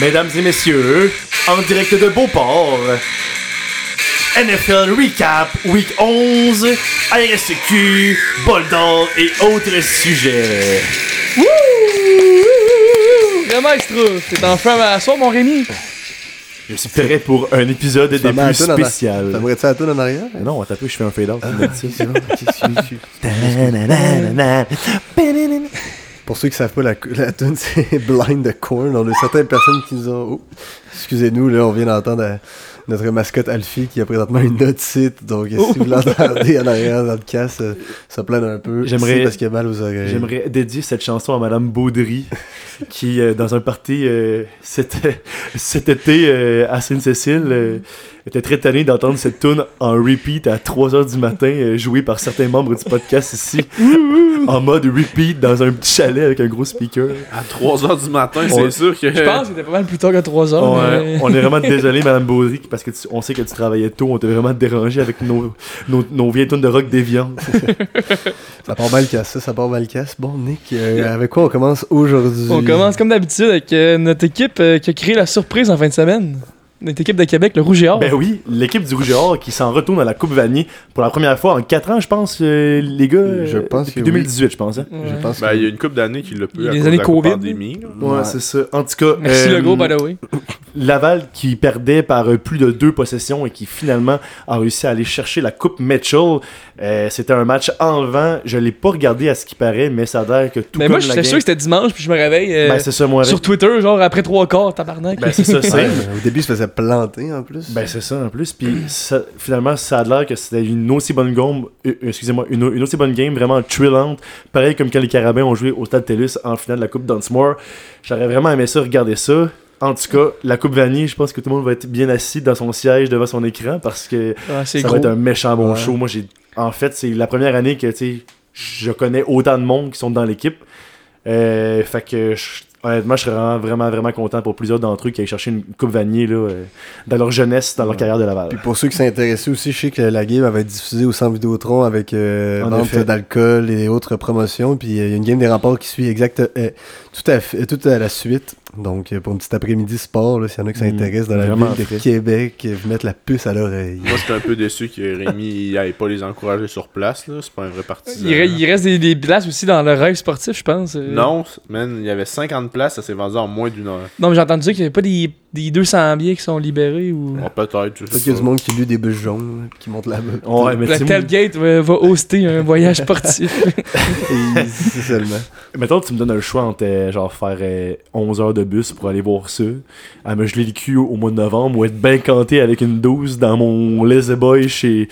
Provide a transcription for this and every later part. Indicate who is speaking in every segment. Speaker 1: Mesdames et messieurs, en direct de Beauport, NFL Recap Week 11, RSQ, bol d'or et autres sujets.
Speaker 2: Le maestro, t'es en feu à soir, mon Rémi.
Speaker 1: Je suis prêt pour un épisode des plus spécial.
Speaker 3: T'aimerais-tu la toune en arrière?
Speaker 1: Non, attends, un peu, je fais un fade-out.
Speaker 3: Pour ceux qui savent pas, la, la toune, c'est Blind the Corn. On a certaines personnes qui nous ont... Oh, excusez-nous, là, on vient d'entendre euh, notre mascotte Alfie qui a présentement une otite. Donc, euh, si vous l'entendez en arrière dans le casque, euh, ça plaît un peu.
Speaker 1: J'aimerais-
Speaker 3: C'est parce qu'il a mal aux oreilles.
Speaker 1: J'aimerais dédier cette chanson à Madame Baudry, qui, euh, dans un party euh, cet, cet été euh, à Sainte-Cécile, euh, était très tannée d'entendre cette tune en repeat à 3h du matin, euh, jouée par certains membres du podcast ici, en mode repeat dans un petit chalet avec un gros speaker.
Speaker 4: À 3h du matin,
Speaker 1: On-
Speaker 4: c'est sûr que.
Speaker 2: Je pense que c'était pas mal plus tard que 3 heures.
Speaker 1: On, euh,
Speaker 2: Oh, mais...
Speaker 1: on est vraiment désolé, Madame Baudry, parce que tu- on sait que tu travaillais tôt, on t'a vraiment dérangé avec nos, nos, nos vieilles tunes de rock déviant.
Speaker 3: Ça part mal casse, ça, ça part mal casse. Bon, Nick, euh, avec quoi on commence aujourd'hui?
Speaker 2: On commence comme d'habitude avec euh, notre équipe euh, qui a créé la surprise en fin de semaine. Notre équipe de Québec, le Rouge et Or.
Speaker 1: Ben oui, l'équipe du Rouge et Or qui s'en retourne à la Coupe Vanier pour la première fois en 4 ans, je pense, euh, les gars. euh,
Speaker 3: Je pense
Speaker 1: depuis
Speaker 3: que
Speaker 1: 2018, je pense. hein.
Speaker 2: Ouais.
Speaker 3: Je pense
Speaker 4: Ben,
Speaker 3: que-
Speaker 4: il y a une couple d'années qu'il l'a
Speaker 2: Il y a
Speaker 4: plus à
Speaker 2: des
Speaker 4: cause
Speaker 2: années
Speaker 4: de la coupe
Speaker 2: Covid,
Speaker 4: pandémie. là.
Speaker 1: Ouais,
Speaker 3: Ouais.
Speaker 1: c'est ça. En tout cas,
Speaker 2: Merci
Speaker 1: euh,
Speaker 2: le gros, by the way.
Speaker 1: Laval qui perdait par euh, plus de deux possessions et qui finalement a réussi à aller chercher la Coupe Mitchell. Euh, C'était un match enlevant. Je l'ai pas regardé à ce qui paraît, mais ça a l'air que tout
Speaker 2: Mais
Speaker 1: comme
Speaker 2: Ben, moi,
Speaker 1: la
Speaker 2: j'étais
Speaker 1: game-
Speaker 2: sûr que c'était dimanche, puis je me réveille euh,
Speaker 1: Ben c'est ça, moi. avec.
Speaker 2: sur Twitter, genre après 3 quarts, tabarnak.
Speaker 1: Ben c'est ça,
Speaker 3: Ouais,
Speaker 1: c'est.
Speaker 3: mais au début, il se faisait planter en plus.
Speaker 1: Ben c'est ça en plus. Puis ça- finalement, ça a l'air que c'était une aussi bonne game, euh, excusez-moi, une, une aussi bonne game vraiment thrillante. Pareil comme quand les Carabins ont joué au Stade Tellus en finale de la Coupe Dunsmore. J'aurais vraiment aimé ça, regarder ça. En tout cas, la Coupe Vanier, je pense que tout le monde va être bien assis dans son siège devant son écran parce que
Speaker 2: Ah, c'est
Speaker 1: ça
Speaker 2: gros.
Speaker 1: va être un méchant bon
Speaker 3: Ouais.
Speaker 1: show. Moi, j'ai, en fait, c'est la première année que tu sais, je connais autant de monde qui sont dans l'équipe. Euh, fait que je- honnêtement, je serais vraiment, vraiment, vraiment content pour plusieurs d'entre eux qui aillent chercher une coupe vanier là, euh, dans leur jeunesse, dans leur carrière de
Speaker 3: Puis
Speaker 1: Laval.
Speaker 3: pour ceux qui s'intéressaient aussi, je sais que la game elle va être diffusée au Centre Vidéotron avec euh,
Speaker 1: En
Speaker 3: vente
Speaker 1: effet.
Speaker 3: d'alcool et autres promotions. Puis euh, il y a une game des remparts qui suit exact euh, tout, à, fait- tout à la suite. Donc euh, pour une petite après-midi sport, là, s'il y en a qui
Speaker 1: Mm,
Speaker 3: s'intéressent dans la
Speaker 1: vraiment
Speaker 3: ville de
Speaker 1: fait.
Speaker 3: Québec, euh, vous mettre la puce à l'oreille.
Speaker 4: Moi, j'étais un peu déçu que Rémi n'aille pas les encourager sur place. là. C'est pas un vrai partisan.
Speaker 2: Il, re- il reste des, des places aussi dans le rêve sportif, je pense. euh.
Speaker 4: Non, man, il y avait 50 places, ça s'est vendu en moins d'une heure.
Speaker 2: Non, mais j'ai entendu dire qu'il n'y avait pas des, des 200 billets qui sont libérés ou.
Speaker 4: Bon, peut-être. je sais
Speaker 3: Peut-être qu'il y a
Speaker 4: pas.
Speaker 3: du monde qui lut des bûches jaunes, là, puis qui monte la meute.
Speaker 1: Ouais, mais
Speaker 2: La
Speaker 1: tu sais,
Speaker 2: tailgate va, va hoster un voyage sportif.
Speaker 3: Et c'est seulement.
Speaker 1: Mettons, tu me donnes le choix entre euh, genre faire euh, 11 heures de bus pour aller voir ça, à me geler le cul au, au mois de novembre ou être bien canté avec une 12 dans mon lazy boy chez,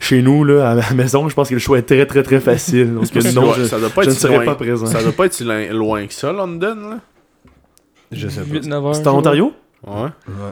Speaker 1: chez nous là, à la maison. Je pense que le choix est très très très facile. Parce que
Speaker 4: Parce que
Speaker 1: non,
Speaker 4: ouais,
Speaker 1: je,
Speaker 4: ça doit pas
Speaker 1: je ne
Speaker 4: être si
Speaker 1: serai
Speaker 4: loin-
Speaker 1: pas présent.
Speaker 4: Ça doit pas être si loin, loin que ça, London. Là.
Speaker 3: Je sais pas.
Speaker 2: 8, 9 heures,
Speaker 1: C'est en Ontario?
Speaker 4: Ouais,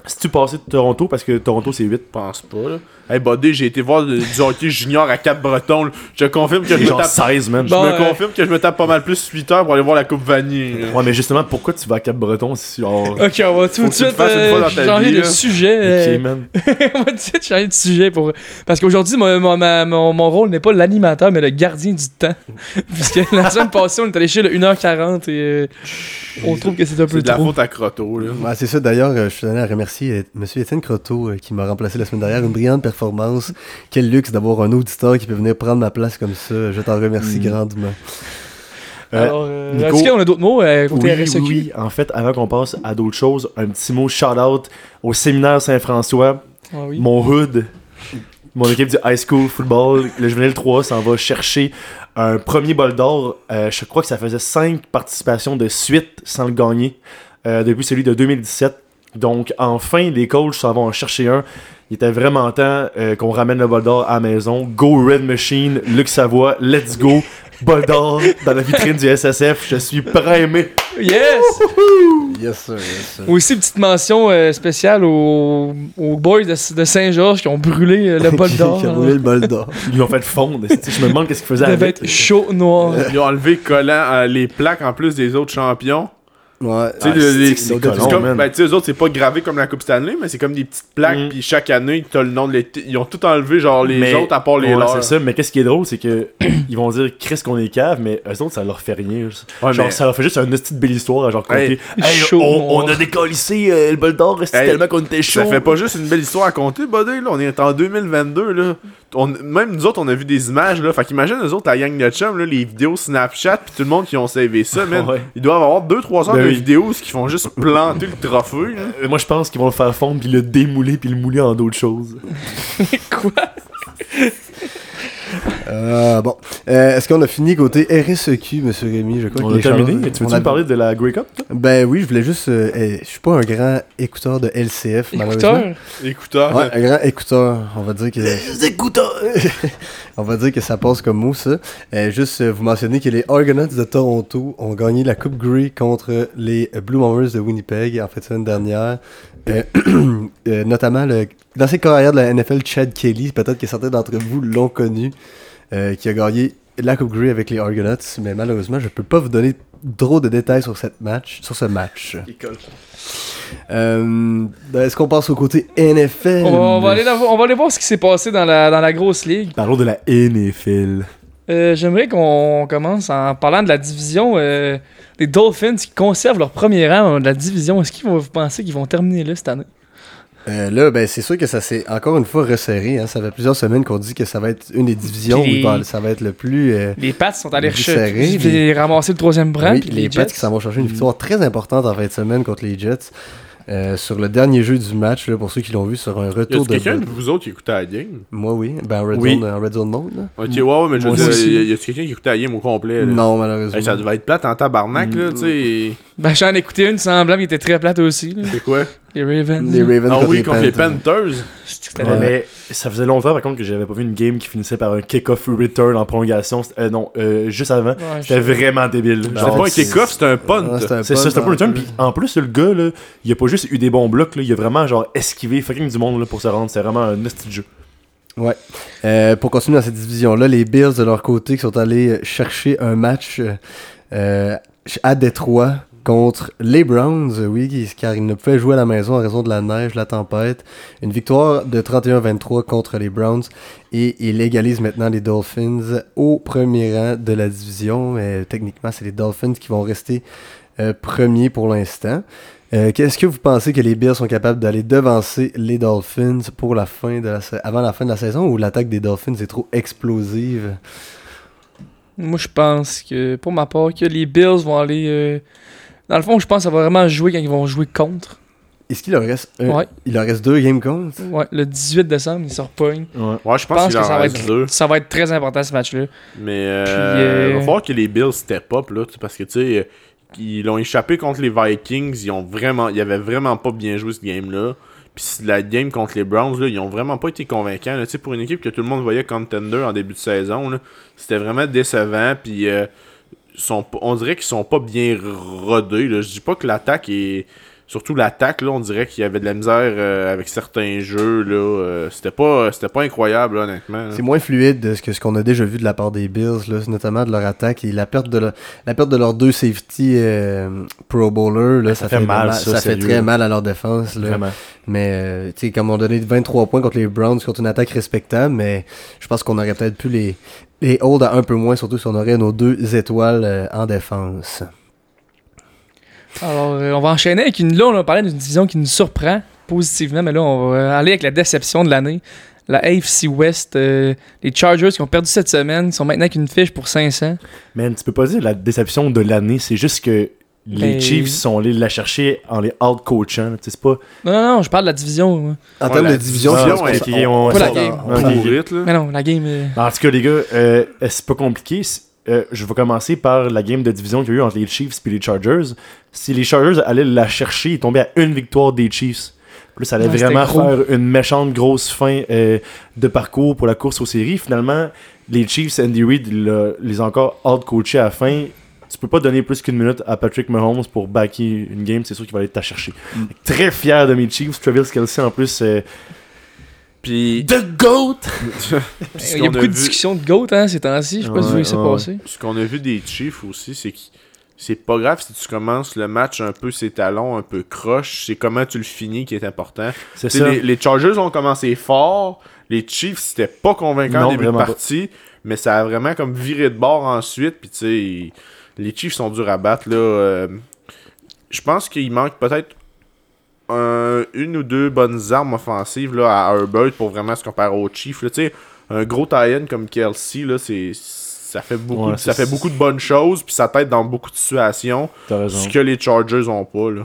Speaker 1: Si tu passais de Toronto, parce que Toronto c'est 8.
Speaker 4: je pense pas. Là. Hey, Buddy, j'ai été voir le- du hockey junior à Cap-Breton. là. Je te confirme que je
Speaker 1: C'est
Speaker 4: me
Speaker 1: genre
Speaker 4: tape.
Speaker 1: 16, man.
Speaker 4: Je
Speaker 2: Bon,
Speaker 4: me
Speaker 2: euh,
Speaker 4: confirme que je me tape pas mal plus 8 heures pour aller voir la Coupe Vanille. là.
Speaker 1: Ouais, mais justement, pourquoi tu vas à Cap-Breton si genre.
Speaker 2: Ok, on va tout de
Speaker 4: Faut que tu le
Speaker 2: suite
Speaker 4: fasses une
Speaker 2: euh,
Speaker 4: fois dans ta
Speaker 2: changer
Speaker 4: vie,
Speaker 2: de
Speaker 4: là.
Speaker 2: sujet. euh,
Speaker 1: Ok, man.
Speaker 2: on va tout de suite changer de sujet pour. Parce qu'aujourd'hui, mon, mon- ma- mon- mon rôle n'est pas l'animateur, mais le gardien du temps. Puisque la semaine passée, on est allé chez le 1h40 et euh, on trouve que c'est un peu
Speaker 4: C'est de la
Speaker 2: trop.
Speaker 4: faute à Crotto. Là.
Speaker 3: Ouais, c'est ça, d'ailleurs, euh, je suis allé à remercier euh, M. Étienne Croteau euh, qui m'a remplacé la semaine dernière. Une brillante performance. Quel luxe d'avoir un auditeur qui peut venir prendre ma place comme ça. Je t'en remercie grandement.
Speaker 1: Euh,
Speaker 2: Alors, euh,
Speaker 1: Nico-
Speaker 2: est-ce qu'on a d'autres mots euh,
Speaker 1: Oui,
Speaker 2: côté RSEQ?
Speaker 1: oui, oui. En fait, avant qu'on passe à d'autres choses, un petit mot shout-out au séminaire Saint-François,
Speaker 2: Ah oui.
Speaker 1: mon hood, mon équipe du high school football, le juvénile 3 s'en va chercher un premier bol d'or. Euh, je crois que ça faisait 5 participations de suite sans le gagner euh, depuis celui de 2017. Donc, enfin, les coachs s'en vont en chercher un. Il était vraiment temps euh, qu'on ramène le bol d'or à la maison. Go Red Machine, Luc Savoie, let's go. Bol d'or dans la vitrine du SSF. Je suis primé.
Speaker 2: Yes!
Speaker 3: Yes, sir. Yes, sir.
Speaker 2: Aussi, petite mention euh, spéciale aux, aux boys de, de Saint-Georges qui ont brûlé euh, le bol d'or.
Speaker 3: Qui a brûlé le bol d'or. hein.
Speaker 1: Ils l'ont fait fondre. esti. Je me demande qu'est-ce qu'ils faisaient
Speaker 2: Ça devait
Speaker 1: avec.
Speaker 2: être chaud noir.
Speaker 4: euh, Ils ont enlevé collant euh, les plaques en plus des autres champions.
Speaker 3: Ouais.
Speaker 4: Tu sais,
Speaker 1: Ah,
Speaker 4: le-
Speaker 1: c'est-
Speaker 4: les-
Speaker 1: c'est
Speaker 4: c'est
Speaker 1: colon,
Speaker 4: comme-
Speaker 1: man.
Speaker 4: ben, tu sais, eux autres, c'est pas gravé comme la Coupe Stanley, mais c'est comme des petites plaques,
Speaker 1: Mm.
Speaker 4: puis chaque année, t'as le nom de l'été. Ils ont tout enlevé, genre les
Speaker 1: Mais-
Speaker 4: autres, à part les
Speaker 1: Ouais,
Speaker 4: leurs.
Speaker 1: c'est ça, mais qu'est-ce qui est drôle, c'est que ils vont dire Chris qu'on est cave, mais eux autres, ça leur fait rien.
Speaker 4: Ouais,
Speaker 1: genre,
Speaker 4: mais-
Speaker 1: ça leur fait juste une petite belle histoire, à genre,
Speaker 4: Hey,
Speaker 1: compter. Hey,
Speaker 2: chaud,
Speaker 1: on,
Speaker 2: mon-
Speaker 1: on a décollissé euh, le bol d'or, c'était
Speaker 4: Hey,
Speaker 1: tellement qu'on était chaud.
Speaker 4: Ça fait pas juste une belle histoire à compter, Buddy, là. On est en 2022, là. On- même nous autres, on a vu des images, là. Fait qu'imagine nous autres, à Yang de Chum, là, les vidéos Snapchat, puis tout le monde qui ont savé ça, man.
Speaker 1: Ouais.
Speaker 4: Ils doivent avoir 2-3 heures
Speaker 1: Ben
Speaker 4: de
Speaker 1: oui.
Speaker 4: vidéos qui font juste planter le trophée, là.
Speaker 1: Euh, Moi, je pense qu'ils vont le faire fondre, puis le démouler, puis le mouler en d'autres choses.
Speaker 2: Quoi?
Speaker 3: Euh, bon. Euh, Est-ce qu'on a fini côté RSEQ, monsieur Rémi Je crois
Speaker 1: On
Speaker 3: que
Speaker 1: a
Speaker 3: les
Speaker 1: terminé.
Speaker 3: choses-
Speaker 1: Tu
Speaker 3: on
Speaker 1: veux-tu
Speaker 3: a-
Speaker 1: me parler de la Grey Cup? toi?
Speaker 3: Ben oui, je voulais juste. euh, eh, je suis pas un grand écouteur de LCF, malheureusement.
Speaker 2: Écouteur?
Speaker 4: Écouteur.
Speaker 3: Ouais, un grand écouteur. On va dire que. on va dire que ça passe comme mot, ça. Euh, juste euh, vous mentionner que les Argonauts de Toronto ont gagné la Coupe Grey contre les Blue Bombers de Winnipeg en fait semaine dernière. Euh, euh, notamment le l'ancien carrière de la NFL, Chad Kelly, peut-être que certains d'entre vous l'ont connu, euh, qui a gagné la Coupe Grey avec les Argonauts, mais malheureusement, je peux pas vous donner trop de détails sur cette match, sur ce match. Euh, Est-ce qu'on passe au côté NFL
Speaker 2: On va, on va aller la- on va aller voir ce qui s'est passé dans la, dans la grosse ligue.
Speaker 1: Parlons de la NFL.
Speaker 2: Euh, J'aimerais qu'on commence en parlant de la division euh, des Dolphins qui conservent leur premier rang de la division. Est-ce qu'ils vont vous pensez qu'ils vont terminer là cette année?
Speaker 3: Euh, là, ben, c'est sûr que ça s'est encore une fois resserré. hein. Ça fait plusieurs semaines qu'on dit que ça va être une des divisions
Speaker 2: Puis
Speaker 3: où
Speaker 2: les-
Speaker 3: ben, ça va être le plus. euh,
Speaker 2: Les Pats sont allés
Speaker 3: Les serrés,
Speaker 2: rechercher,
Speaker 3: les-
Speaker 2: les... ramasser le troisième bras,
Speaker 3: oui,
Speaker 2: puis les,
Speaker 3: les Jets
Speaker 2: Jets.
Speaker 3: qui s'en vont chercher une victoire très importante en fin de semaine contre les Jets. Euh, sur le dernier jeu du match, là, pour ceux qui l'ont vu, sur un
Speaker 4: Y a
Speaker 3: retour de.
Speaker 4: quelqu'un de vous autres qui écoutait la game?
Speaker 3: Moi, oui. Ben, en Red,
Speaker 1: Oui.
Speaker 3: Zone, en Red Zone, non. là.
Speaker 4: Ok, ouais, ouais, mais je veux
Speaker 2: Moi
Speaker 4: dire,
Speaker 2: aussi.
Speaker 4: y a- y a-tu quelqu'un qui écoutait la game au complet, là?
Speaker 3: Non, Mm. malheureusement.
Speaker 4: Euh, Hey, ça devait être plate en tabarnak, là, tu sais.
Speaker 2: Ben, j'en ai écouté une semblable qui était très plate aussi. là.
Speaker 4: C'est quoi?
Speaker 2: Les Ravens.
Speaker 3: Les Ravens
Speaker 4: Ah
Speaker 3: contre
Speaker 4: oui,
Speaker 3: les
Speaker 4: contre les
Speaker 3: Panthers.
Speaker 4: Panthers.
Speaker 2: C'était-
Speaker 1: Ouais,
Speaker 4: Euh,
Speaker 3: Ouais.
Speaker 1: mais ça faisait longtemps par contre que j'avais pas vu une game qui finissait par un kick-off return en prolongation. C'était- euh, non, euh, juste avant.
Speaker 2: Ouais,
Speaker 1: C'était
Speaker 2: je-
Speaker 1: vraiment débile.
Speaker 4: C'était
Speaker 1: Genre,
Speaker 4: pas un
Speaker 1: c'est-
Speaker 4: kick-off, c'était un punt.
Speaker 3: Ouais, Ah, un
Speaker 1: C'est ça,
Speaker 3: punt,
Speaker 1: c'était pas
Speaker 3: en
Speaker 1: le return.
Speaker 3: plus.
Speaker 1: Puis en plus, le gars, là, il a pas juste eu des bons blocs, là, il a vraiment genre esquivé fucking du monde là, pour se rendre. C'est vraiment un hostie de jeu.
Speaker 3: Euh, pour continuer dans cette division-là, les Bills de leur côté qui sont allés chercher un match euh, euh, à Détroit contre les Browns, euh, oui, qui- car ils ne pouvaient jouer à la maison en raison de la neige, la tempête. Une victoire de 31-23 contre les Browns et ils égalisent maintenant les Dolphins au premier rang de la division. Mais techniquement, c'est les Dolphins qui vont rester euh, premiers pour l'instant. Euh, Qu'est-ce que vous pensez que les Bills sont capables d'aller devancer les Dolphins pour la fin de la sa- avant la fin de la saison ou l'attaque des Dolphins est trop explosive
Speaker 2: Moi, je pense que, pour ma part, que les Bills vont aller. euh, Dans le fond, je pense que ça va vraiment jouer quand ils vont jouer contre.
Speaker 3: Est-ce qu'il leur reste un-
Speaker 2: Ouais.
Speaker 3: il leur reste deux games contre
Speaker 2: Ouais, le 18 décembre, ils se repognent.
Speaker 1: Ouais.
Speaker 4: Ouais, je
Speaker 2: Je
Speaker 4: pense,
Speaker 2: pense
Speaker 4: qu'il
Speaker 2: que
Speaker 4: en
Speaker 2: ça va,
Speaker 4: reste deux.
Speaker 2: être, ça va être très important ce match-là.
Speaker 4: Mais euh,
Speaker 2: Puis, euh,
Speaker 4: il va falloir que les Bills step up là, tu sais, parce que tu sais, euh, ils l'ont échappé contre les Vikings, ils ont vraiment, ils avaient vraiment pas bien joué ce game là. Puis si la game contre les Browns là, ils ont vraiment pas été convaincants. là. Tu sais, pour une équipe que tout le monde voyait contender en début de saison là, c'était vraiment décevant. Puis euh, ils sont, p- on dirait qu'ils sont pas bien rodés. Là. Je dis pas que l'attaque est Surtout l'attaque, là, on dirait qu'il y avait de la misère euh, avec certains jeux. Là, euh, c'était pas, c'était pas incroyable, là,
Speaker 1: Euh.
Speaker 4: honnêtement. là.
Speaker 3: C'est moins fluide de ce que ce qu'on a déjà vu de la part des Bills, là, notamment de leur attaque et la perte de, leur- la perte de leurs deux safety euh, Pro Bowler. Là, ça,
Speaker 1: fait mal, ça,
Speaker 3: fait
Speaker 1: sérieux.
Speaker 3: très mal à leur défense. Là.
Speaker 1: Vraiment.
Speaker 3: Mais euh, tu sais, comme on donnait 23 points contre les Browns contre une attaque respectable, mais je pense qu'on aurait peut-être pu les, les hold à un peu moins, surtout si on aurait nos deux étoiles euh, en défense.
Speaker 2: Alors, euh, on va enchaîner avec une. Là, on a parlé d'une division qui nous surprend positivement, mais là, on va euh, aller avec la déception de l'année. La AFC West, euh, les Chargers qui ont perdu cette semaine, ils sont maintenant avec une fiche pour 500.
Speaker 1: Man, tu peux pas dire la déception de l'année, c'est juste que les
Speaker 2: Ben-
Speaker 1: Chiefs sont allés la chercher en les out-coachant. là. Tu sais, C'est pas.
Speaker 2: Non, non, non, je parle de la division. moi.
Speaker 3: En
Speaker 4: Ouais,
Speaker 3: termes
Speaker 4: la
Speaker 3: de division,
Speaker 4: division,
Speaker 3: je
Speaker 1: Ah,
Speaker 3: pense
Speaker 4: ouais,
Speaker 3: qu'on-
Speaker 1: ok, on-
Speaker 2: Pas la
Speaker 1: on-
Speaker 2: game.
Speaker 1: on-
Speaker 4: Pour Ritt, là.
Speaker 2: Mais non, la game. euh,
Speaker 1: En tout cas, les gars, euh, c'est pas compliqué. C'est- euh, je vais commencer par la game de division qu'il y a eu entre les Chiefs et les Chargers. Si les Chargers allaient la chercher, ils tombaient à une victoire des Chiefs. Plus, ça allait
Speaker 2: Ouais,
Speaker 1: vraiment
Speaker 2: c'était gros.
Speaker 1: faire une méchante grosse fin euh, de parcours pour la course aux séries. Finalement, les Chiefs, Andy Reid l'a- les a encore out-coachés à la fin. Tu peux pas donner plus qu'une minute à Patrick Mahomes pour backer une game. C'est sûr qu'il va aller te la chercher. Très fier de mes Chiefs. Travis Kelsey, en plus, euh,
Speaker 4: Puis
Speaker 1: The GOAT!
Speaker 2: Il y a beaucoup de discussions de GOAT hein, ces temps-ci. Je sais pas si vous
Speaker 1: Ouais,
Speaker 2: voyez ça
Speaker 1: ouais,
Speaker 2: passer.
Speaker 4: Ce qu'on a vu des Chiefs aussi, c'est que c'est pas grave si tu commences le match un peu ses talons, un peu croche. C'est comment tu le finis qui est important.
Speaker 1: C'est
Speaker 4: Tu sais,
Speaker 1: ça.
Speaker 4: Les, les Chargers ont commencé fort. Les Chiefs, c'était pas convaincant
Speaker 1: Non,
Speaker 4: au début de
Speaker 1: vraiment pas.
Speaker 4: partie. Mais ça a vraiment comme viré de bord ensuite. Puis tu sais, ils- les Chiefs sont durs à battre. là. Euh, Je pense qu'il manque peut-être un- une ou deux bonnes armes offensives là, à Herbert pour vraiment se comparer aux Chiefs. là. Tu sais, un gros tie comme Kelsey, là, c'est. Ça fait, beaucoup,
Speaker 1: Ouais,
Speaker 4: ça
Speaker 1: c'est-
Speaker 4: fait beaucoup de bonnes choses, puis ça t'aide dans beaucoup de situations.
Speaker 1: T'as raison.
Speaker 4: Ce que les Chargers ont pas, là.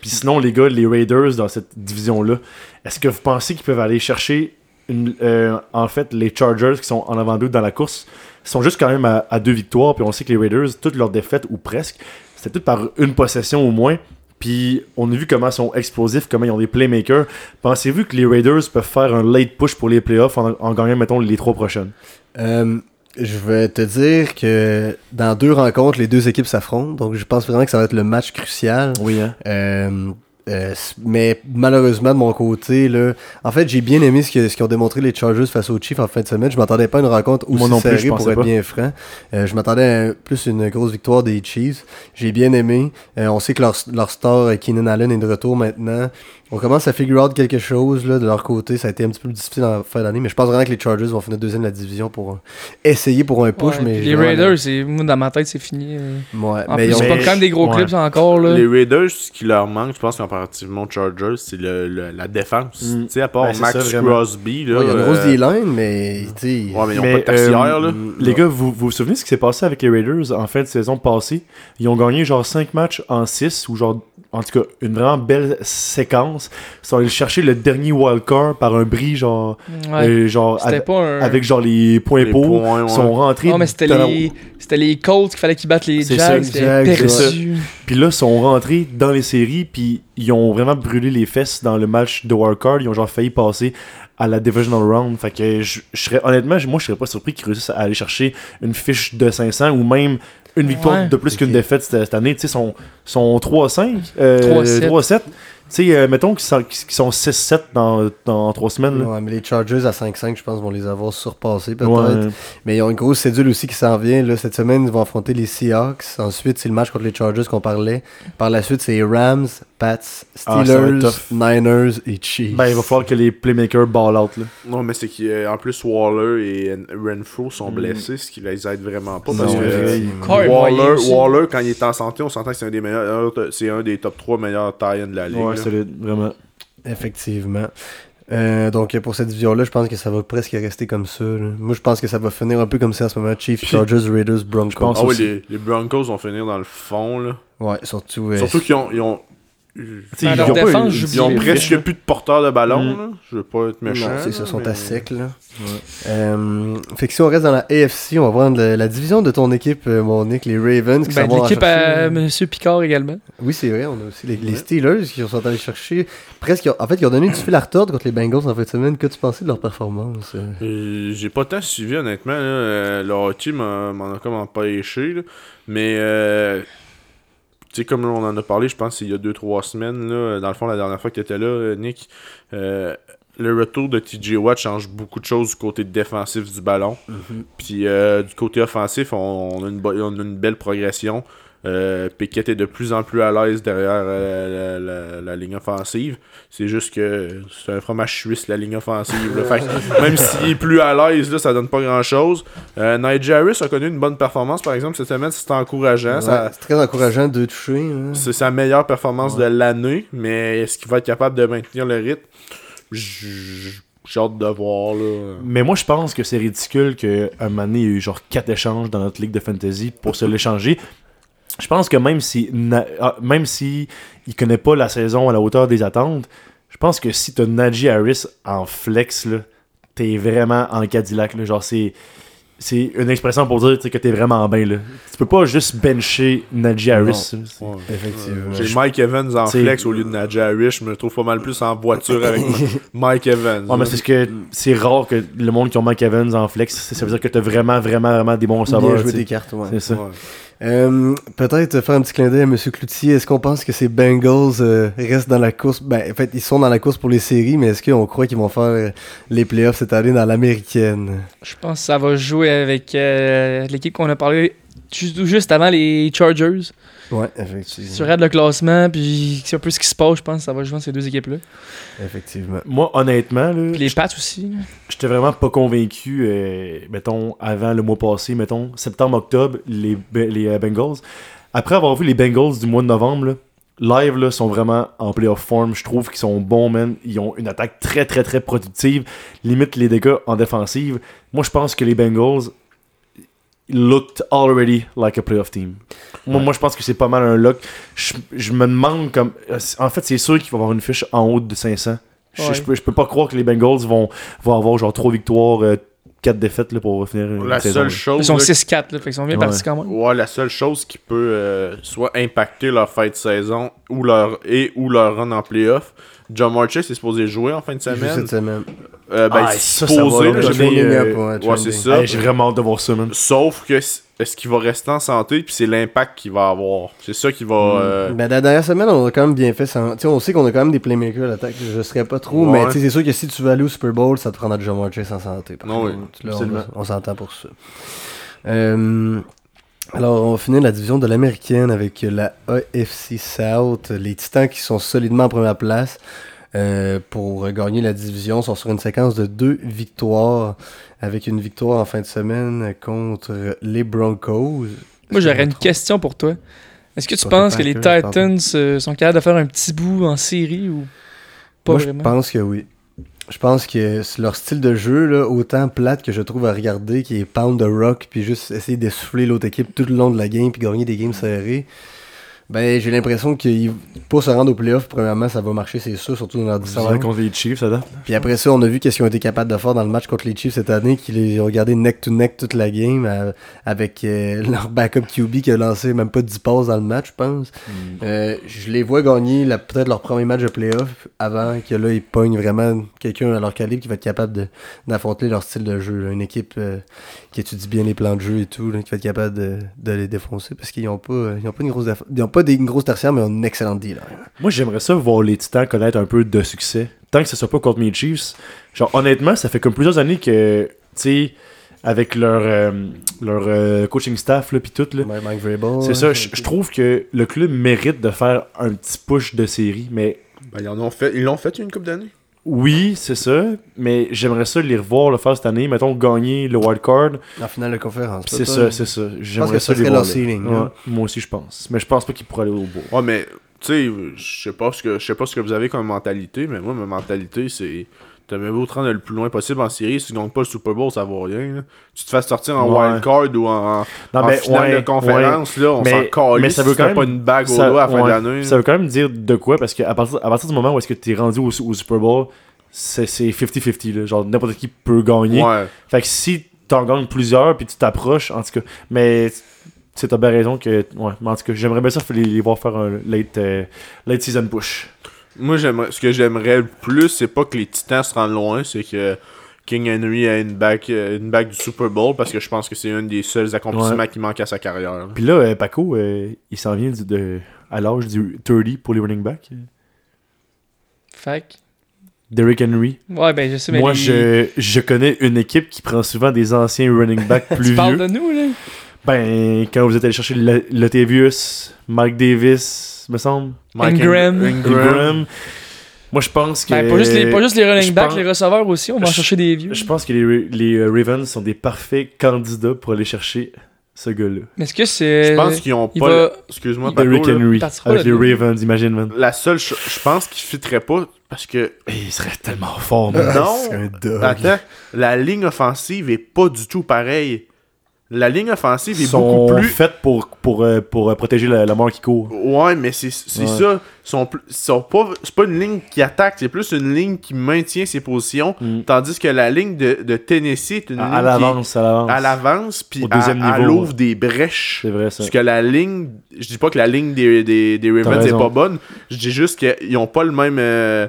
Speaker 1: Puis sinon, les gars, les Raiders dans cette division-là, est-ce que vous pensez qu'ils peuvent aller chercher une- euh, en fait les Chargers qui sont en avant d'eux dans la course Ils sont juste quand même à, à deux victoires. Puis on sait que les Raiders, toutes leurs défaites ou presque, c'était toutes par une possession au moins. Puis on a vu comment ils sont explosifs, comment ils ont des playmakers. Pensez-vous que les Raiders peuvent faire un late push pour les playoffs en, en gagnant, mettons, les trois prochaines
Speaker 3: Euh, je vais te dire que dans deux rencontres, les deux équipes s'affrontent. Donc, je pense vraiment que ça va être le match crucial.
Speaker 1: Oui, hein
Speaker 3: Euh, euh, s- mais malheureusement, de mon côté, là, en fait, j'ai bien aimé ce que- ce qu'ont démontré les Chargers face aux Chiefs en fin de semaine. Je m'attendais pas à une rencontre aussi
Speaker 1: Moi non plus,
Speaker 3: serrée
Speaker 1: je
Speaker 3: pour
Speaker 1: pensais
Speaker 3: être
Speaker 1: pas.
Speaker 3: bien franc. Euh, je m'attendais à plus une grosse victoire des Chiefs. J'ai bien aimé. Euh, on sait que leur, leur star euh, Keenan Allen est de retour maintenant. On commence à figure out quelque chose là, de leur côté. Ça a été un petit peu plus difficile en fin d'année, mais je pense vraiment que les Chargers vont finir deuxième de la division pour euh, essayer pour un push.
Speaker 2: Ouais,
Speaker 3: mais
Speaker 2: puis les
Speaker 3: j'ai vraiment-
Speaker 2: Raiders, c'est- moi, dans ma tête, c'est fini. euh.
Speaker 3: Ouais,
Speaker 2: En plus,
Speaker 3: mais ils ont-
Speaker 2: c'est pas quand même des gros
Speaker 1: Ouais.
Speaker 2: clips encore. Là.
Speaker 4: Les Raiders, ce qui leur manque, je pense, comparativement aux Chargers, c'est le, le- la défense.
Speaker 1: Mm.
Speaker 4: Tu sais, à part
Speaker 1: Ouais, c'est
Speaker 4: Max
Speaker 1: ça, vraiment.
Speaker 4: Crosby. Là,
Speaker 3: Ouais, il y a une grosse
Speaker 4: euh,
Speaker 3: D-line, mais tu sais,
Speaker 4: Ouais, mais ils ont
Speaker 1: Mais,
Speaker 4: pas de tertiaire,
Speaker 1: euh,
Speaker 4: là.
Speaker 1: Les gars, vous, vous vous souvenez de ce qui s'est passé avec les Raiders en fin de saison passée Ils ont gagné genre 5 matchs en 6 ou genre, en tout cas, une vraiment belle séquence. Ils sont allés chercher le dernier wildcard par un bris, genre,
Speaker 2: Ouais.
Speaker 1: euh, genre
Speaker 2: C'était
Speaker 1: av-
Speaker 2: pas un.
Speaker 1: avec genre les points
Speaker 4: Les
Speaker 1: pour.
Speaker 4: points, ouais.
Speaker 1: Ils sont rentrés.
Speaker 2: Non, mais c'était
Speaker 1: dans-
Speaker 2: les, c'était les Colts qu'il fallait qu'ils battent les
Speaker 1: C'est
Speaker 2: Jags.
Speaker 1: ça,
Speaker 2: C'était
Speaker 3: Jags,
Speaker 2: perdu.
Speaker 1: Puis là, ils sont rentrés dans les séries, puis ils ont vraiment brûlé les fesses dans le match de wildcard. Ils ont genre failli passer à la divisional round. Fait que je, je serais, honnêtement, je- moi, je serais pas surpris qu'ils réussissent à aller chercher une fiche de 500 ou même une victoire
Speaker 2: Ouais.
Speaker 1: de plus qu'une
Speaker 3: Ok.
Speaker 1: défaite cette, cette année. Tu sais, ils sont, sont 3-5, euh,
Speaker 2: 3-7.
Speaker 1: 3-7. Tu sais, euh, mettons qu'ils sont, qu'ils sont 6-7 dans, dans 3 semaines. là.
Speaker 3: Ouais, mais les Chargers à 5-5, je pense, vont les avoir surpassés peut-être.
Speaker 1: Ouais.
Speaker 3: Mais ils ont une grosse cédule aussi qui s'en vient. Là, cette semaine, ils vont affronter les Seahawks. Ensuite, c'est le match contre les Chargers qu'on parlait. Par la suite, c'est Rams, Pats,
Speaker 1: Ah, ça va
Speaker 3: Steelers,
Speaker 1: être tough.
Speaker 3: Niners et Chiefs.
Speaker 1: Ben, il va falloir que les playmakers ball out. Là.
Speaker 4: Non, mais c'est qu'en plus, Waller et Renfro
Speaker 1: Mm.
Speaker 4: sont blessés, ce qui les aide vraiment pas.
Speaker 3: Non,
Speaker 4: parce que,
Speaker 3: ouais.
Speaker 4: euh,
Speaker 2: Carr est moyen
Speaker 4: Waller,
Speaker 2: aussi.
Speaker 4: Waller, quand il est en santé, on s'entend que c'est un des meilleurs, c'est un des top 3 meilleurs tie de la ligue.
Speaker 1: Ouais,
Speaker 4: là. Ah
Speaker 1: solide, vraiment.
Speaker 3: Effectivement. Euh, donc pour cette division-là, je pense que ça va presque rester comme ça. là. Moi, je pense que ça va finir un peu comme ça en ce moment. Chiefs, Chargers, Raiders, Broncos.
Speaker 1: pense-
Speaker 4: ah oui,
Speaker 1: aussi.
Speaker 4: les, les Broncos vont finir dans le fond. Là.
Speaker 3: Ouais, surtout. euh,
Speaker 4: Surtout qu'ils ont, ils ont,
Speaker 1: Tu sais,
Speaker 2: Ben,
Speaker 1: ils
Speaker 2: leur
Speaker 1: ont pas-
Speaker 2: défense Ben, joue
Speaker 4: ils ont
Speaker 2: C'est
Speaker 4: presque
Speaker 2: vrai.
Speaker 4: plus de porteurs de ballon.
Speaker 1: Mm.
Speaker 4: là. Je veux pas être méchant.
Speaker 3: Non, c'est ça,
Speaker 4: là,
Speaker 3: sont
Speaker 4: mais-
Speaker 3: à sec, là. Euh, fait que si on reste dans la AFC, on va prendre le- la division de ton équipe, euh, mon Nick, les Ravens. qui s'en
Speaker 2: Ben,
Speaker 3: vont en
Speaker 2: L'équipe
Speaker 3: chercher-
Speaker 2: à M. Picard également.
Speaker 3: Oui, c'est vrai, on a aussi les, les Steelers qui sont allés chercher presque. En fait, ils ont donné du fil à retordre contre les Bengals en fin de semaine. Que tu pensais de leur performance euh?
Speaker 4: Euh, J'ai pas tant suivi, honnêtement. Là. Euh, Le hockey m'a- m'en a comme empêché. là. Mais, euh, tu sais, comme on en a parlé, je pense, il y a 2-3 semaines, là, dans le fond, la dernière fois que tu étais là, euh, Nick, euh, le retour de TJ Watt change beaucoup de choses du côté défensif du ballon. Puis, euh, du côté offensif, on, on a, une, bo- on a une belle progression. Euh, Pickett est de plus en plus à l'aise derrière euh, la, la- la ligne offensive. C'est juste que c'est un fromage suisse, la ligne offensive. là. Fait que même s'il est plus à l'aise, là, ça donne pas grand-chose. Euh, Nigel Harris a connu une bonne performance, par exemple, cette semaine. C'était encourageant.
Speaker 3: Ouais,
Speaker 4: Ça-
Speaker 3: C'est très encourageant de toucher. hein.
Speaker 4: c'est sa meilleure performance de l'année, mais est-ce qu'il va être capable de maintenir le rythme? J- J'ai hâte de voir. Là.
Speaker 1: Mais moi, je pense que c'est ridicule qu'à un moment donné, il y a eu genre 4 échanges dans notre ligue de fantasy pour se l'échanger. Je pense que même si, Na- ah, même si il connaît pas la saison à la hauteur des attentes, je pense que si t'as Najee Harris en flex, là, t'es vraiment en Cadillac. Là, genre, c'est. C'est une expression pour dire tu sais, que t'es vraiment bien. Là. Tu peux pas juste bencher Najee Harris.
Speaker 4: Ouais.
Speaker 3: Effectivement.
Speaker 4: J'ai Mike Evans en
Speaker 1: T'sais-
Speaker 4: flex au lieu de Najee Harris. Je me trouve pas mal plus en voiture avec Mike Evans.
Speaker 1: Ouais, Ah, mais c'est ce que c'est rare que le monde qui ont Mike Evans en flex, ça veut dire que t'as vraiment, vraiment, vraiment des bons
Speaker 3: Bien
Speaker 1: saveurs.
Speaker 3: joué
Speaker 1: tu sais.
Speaker 3: des cartes, ouais.
Speaker 1: C'est ça.
Speaker 4: Ouais.
Speaker 3: Euh, Peut-être faire un petit clin d'œil à M. Cloutier. Est-ce qu'on pense que ces Bengals euh, restent dans la course Ben, en fait, ils sont dans la course pour les séries, mais est-ce qu'on croit qu'ils vont faire euh, les playoffs cette année dans l'américaine
Speaker 2: Je pense que ça va jouer avec euh, l'équipe qu'on a parlé ju- juste avant les Chargers.
Speaker 3: Ouais,
Speaker 2: Si
Speaker 3: effectivement.
Speaker 2: tu regardes le classement, puis c'est un peu ce qui se passe, je pense, ça va jouer entre ces deux équipes-là.
Speaker 3: Effectivement.
Speaker 1: Moi, honnêtement, là,
Speaker 2: Puis les Pats aussi. là.
Speaker 1: J'étais vraiment pas convaincu, euh, mettons, avant le mois passé, mettons, septembre-octobre, les, Be- les euh, Bengals. Après avoir vu les Bengals du mois de novembre, là, live, là, sont vraiment en playoff form. Je trouve qu'ils sont bons, man. Ils ont une attaque très, très, très productive. Limite les dégâts en défensive. Moi, je pense que les Bengals looked already like a playoff team. Moi, moi je pense que c'est pas mal un look. Je, je me demande comme... euh, En fait, c'est sûr qu'il va avoir une fiche en haut de 500. Je,
Speaker 2: Ouais.
Speaker 1: je peux, je peux pas croire que les Bengals vont, vont avoir genre 3 victoires, 4 défaites là, pour finir une
Speaker 4: La
Speaker 1: saison.
Speaker 4: seule
Speaker 1: là.
Speaker 4: chose.
Speaker 2: Ils sont
Speaker 4: là,
Speaker 2: 6-4, là, fait qu'ils sont bien
Speaker 1: Ouais.
Speaker 2: partis quand même.
Speaker 4: Oh, Ouais, la seule chose qui peut euh, soit impacter leur fin de saison ou leur, et ou leur run en playoff, John Marchess est supposé jouer en fin de
Speaker 3: Juste
Speaker 4: semaine.
Speaker 3: Cette semaine.
Speaker 4: Euh, ben,
Speaker 1: Ah,
Speaker 4: il est
Speaker 1: ça, ça
Speaker 4: supposé
Speaker 1: va
Speaker 4: là,
Speaker 1: leur
Speaker 4: donner,
Speaker 1: donner,
Speaker 4: euh,
Speaker 3: euh, pour un
Speaker 4: ouais,
Speaker 3: trending.
Speaker 4: c'est ça.
Speaker 1: Hey, J'ai vraiment hâte de voir ça, man.
Speaker 4: Sauf que c- est-ce qu'il va rester en santé puis c'est l'impact qu'il va avoir. C'est ça qui va.
Speaker 1: Hmm.
Speaker 4: euh,
Speaker 3: Ben, la dernière semaine, on a quand même bien fait. Sans... tu sais, On sait qu'on a quand même des playmakers à l'attaque. Je serais pas trop,
Speaker 4: Ouais.
Speaker 3: mais tu sais, c'est sûr que si tu vas aller au Super Bowl, ça te prendra déjà Jamar Chase en santé. par
Speaker 4: Non, oui,
Speaker 3: contre. Là, on-
Speaker 4: absolument.
Speaker 3: on s'entend pour ça. Euh, alors, on finit la division de l'américaine avec la AFC South. Les Titans qui sont solidement en première place euh, pour gagner la division sont sur une séquence de deux victoires avec une victoire en fin de semaine contre les Broncos.
Speaker 2: Moi,
Speaker 3: Est-ce que je me
Speaker 2: j'aurais une
Speaker 3: trompe?
Speaker 2: question pour toi. Est-ce que tu
Speaker 3: Pas
Speaker 2: penses
Speaker 3: fait
Speaker 2: que les
Speaker 3: Packers, pardon.
Speaker 2: Titans euh, sont capables de faire un petit bout en série ou pas
Speaker 3: Moi,
Speaker 2: vraiment?
Speaker 3: Je pense que oui. Je pense que c'est leur style de jeu, là, autant plate que je trouve à regarder, qui est pound the rock, puis juste essayer d'essouffler l'autre équipe tout le long de la game, puis gagner des games serrées. Ben, j'ai l'impression que ils- pour se rendre au playoff, premièrement, ça va marcher, c'est sûr, surtout dans leur
Speaker 1: Ça va
Speaker 3: division.
Speaker 1: contre les Chiefs, ça date.
Speaker 3: Puis après ça, on a vu qu'est-ce qu'ils ont été capables de faire dans le match contre les Chiefs cette année, qu'ils les ont gardés neck-to-neck toute la game, euh, avec euh, leur backup QB qui a lancé même pas 10 passes dans le match, je pense.
Speaker 1: Hmm.
Speaker 3: Euh, je les vois gagner la- peut-être leur premier match de playoff avant que là, ils pognent vraiment quelqu'un à leur calibre qui va être capable de- d'affronter leur style de jeu. là. Une équipe euh, qui étudie bien les plans de jeu et tout, là, qui va être capable de, de les défoncer parce qu'ils n'ont pas, euh, ils ont pas une grosse aff- ils ont pas des, une grosse tertiaire, mais ils ont une excellente deal.
Speaker 1: Moi, j'aimerais ça voir les Titans connaître un peu de succès. Tant que ce soit pas contre mes Chiefs. Genre, honnêtement, ça fait comme plusieurs années que, tu sais, avec leur, euh, leur euh, coaching staff, là, pis tout, là,
Speaker 3: Mike Vrabel. euh,
Speaker 1: c'est ça, je je trouve que le club mérite de faire un petit push de série, mais
Speaker 4: ben, ils en ont fait, ils l'ont fait une coupe d'années.
Speaker 1: Oui, c'est ça, mais j'aimerais ça les revoir le faire cette année. Mettons, gagner le wild card.
Speaker 3: En finale de conférence.
Speaker 1: C'est ça,
Speaker 3: pas-
Speaker 1: c'est ça. J'aimerais
Speaker 3: que
Speaker 1: ça
Speaker 3: ça
Speaker 1: les
Speaker 3: serait
Speaker 1: voir.
Speaker 3: leur
Speaker 1: là.
Speaker 3: ceiling, hein.
Speaker 1: Ouais,
Speaker 3: là.
Speaker 1: moi aussi, je pense. Mais je pense pas qu'ils pourraient aller au bout.
Speaker 4: Ouais, mais tu sais, je sais pas ce que je sais pas ce que vous avez comme mentalité, mais moi ma mentalité c'est t'as même beau te rendre le plus loin possible en série, si tu gagnes pas le Super Bowl, ça vaut rien. là. Tu te fasses sortir en
Speaker 1: Ouais.
Speaker 4: wild card ou en,
Speaker 1: Non,
Speaker 4: en
Speaker 1: mais
Speaker 4: finale
Speaker 1: ouais,
Speaker 4: de conférence, là, on
Speaker 1: Mais-
Speaker 4: s'en calisse
Speaker 1: mais ça
Speaker 4: si
Speaker 1: veut quand
Speaker 4: t'as pas
Speaker 1: même-
Speaker 4: une bague au
Speaker 1: Ça-
Speaker 4: doigt à la fin
Speaker 1: ouais.
Speaker 4: de l'année.
Speaker 1: Ça veut quand même dire de quoi, parce qu'à partir, à partir du moment où est-ce que t'es rendu au, au Super Bowl, c'est c'est 50-50. là. Genre, n'importe qui peut gagner.
Speaker 4: Ouais.
Speaker 1: Fait que si t'en gagnes plusieurs, puis tu t'approches, en tout cas. Mais tu sais, t'as bien raison que. Ouais, mais en tout cas, j'aimerais bien ça les, les voir faire un late, euh, late season push.
Speaker 4: Moi, j'aimerais, ce que j'aimerais le plus, c'est pas que les Titans se rendent loin, c'est que King Henry a une bague, euh, une bague du Super Bowl parce que je pense que c'est un des seuls accomplissements qui manque à sa carrière. là.
Speaker 1: Puis là, euh, Paco, euh, il s'en vient du- de, à l'âge du 30 pour les running euh, backs.
Speaker 2: Fait que-
Speaker 1: Derrick Henry.
Speaker 2: Ouais, ben je sais, mais
Speaker 1: Moi,
Speaker 2: les-
Speaker 1: je, je connais une équipe qui prend souvent des anciens running backs plus
Speaker 2: Tu parles
Speaker 1: vieux.
Speaker 2: de nous, là?
Speaker 1: Ben, quand vous êtes allé chercher Le- Latavius, Mike Davis, me semble.
Speaker 2: Ingram.
Speaker 1: Ingram. Moi, je pense que.
Speaker 2: Ben, pas, juste les, pas juste les
Speaker 1: je
Speaker 2: running backs,
Speaker 1: pense-
Speaker 2: les receveurs aussi, on va en
Speaker 1: je-
Speaker 2: chercher des vieux.
Speaker 1: Je pense que les, les, euh, Ravens sont des parfaits candidats pour aller chercher ce gars-là.
Speaker 2: Mais est-ce que c'est.
Speaker 4: Je pense qu'ils ont
Speaker 2: il
Speaker 4: pas.
Speaker 2: va-
Speaker 4: le- Excuse-moi, Paco,
Speaker 1: Derrick
Speaker 4: Ah, ben, là.
Speaker 1: Henry.
Speaker 2: partira
Speaker 1: Avec les
Speaker 2: là-dedans.
Speaker 1: Ravens, imagine, man.
Speaker 4: La seule, cho- je pense qu'ils fitteraient pas parce que.
Speaker 1: Et il serait tellement fort, man.
Speaker 4: Non!
Speaker 3: Ah, C'est un dog.
Speaker 4: Attends, la ligne offensive est pas du tout pareille. La ligne offensive est
Speaker 1: sont
Speaker 4: beaucoup plus.
Speaker 1: faites pour, pour, euh, pour euh, protéger la, la mort qui court.
Speaker 4: Ouais, mais c'est c'est
Speaker 1: Ouais.
Speaker 4: ça. Ils Sont, pl- ils sont pas, c'est pas une ligne qui attaque, c'est plus une ligne qui maintient ses positions.
Speaker 1: Mm.
Speaker 4: Tandis que la ligne de, de Tennessee est une
Speaker 1: À, à
Speaker 4: ligne qui est
Speaker 1: l'avance, à l'avance.
Speaker 4: à l'avance, puis
Speaker 1: Au
Speaker 4: à-
Speaker 1: deuxième
Speaker 4: à
Speaker 1: niveau,
Speaker 4: l'ouvre
Speaker 1: ouais.
Speaker 4: des brèches.
Speaker 1: C'est vrai, ça.
Speaker 4: Parce que la ligne, je dis pas que la ligne des, des, des Ravens est
Speaker 1: raison.
Speaker 4: pas bonne, je dis juste qu'ils ont pas le même. euh,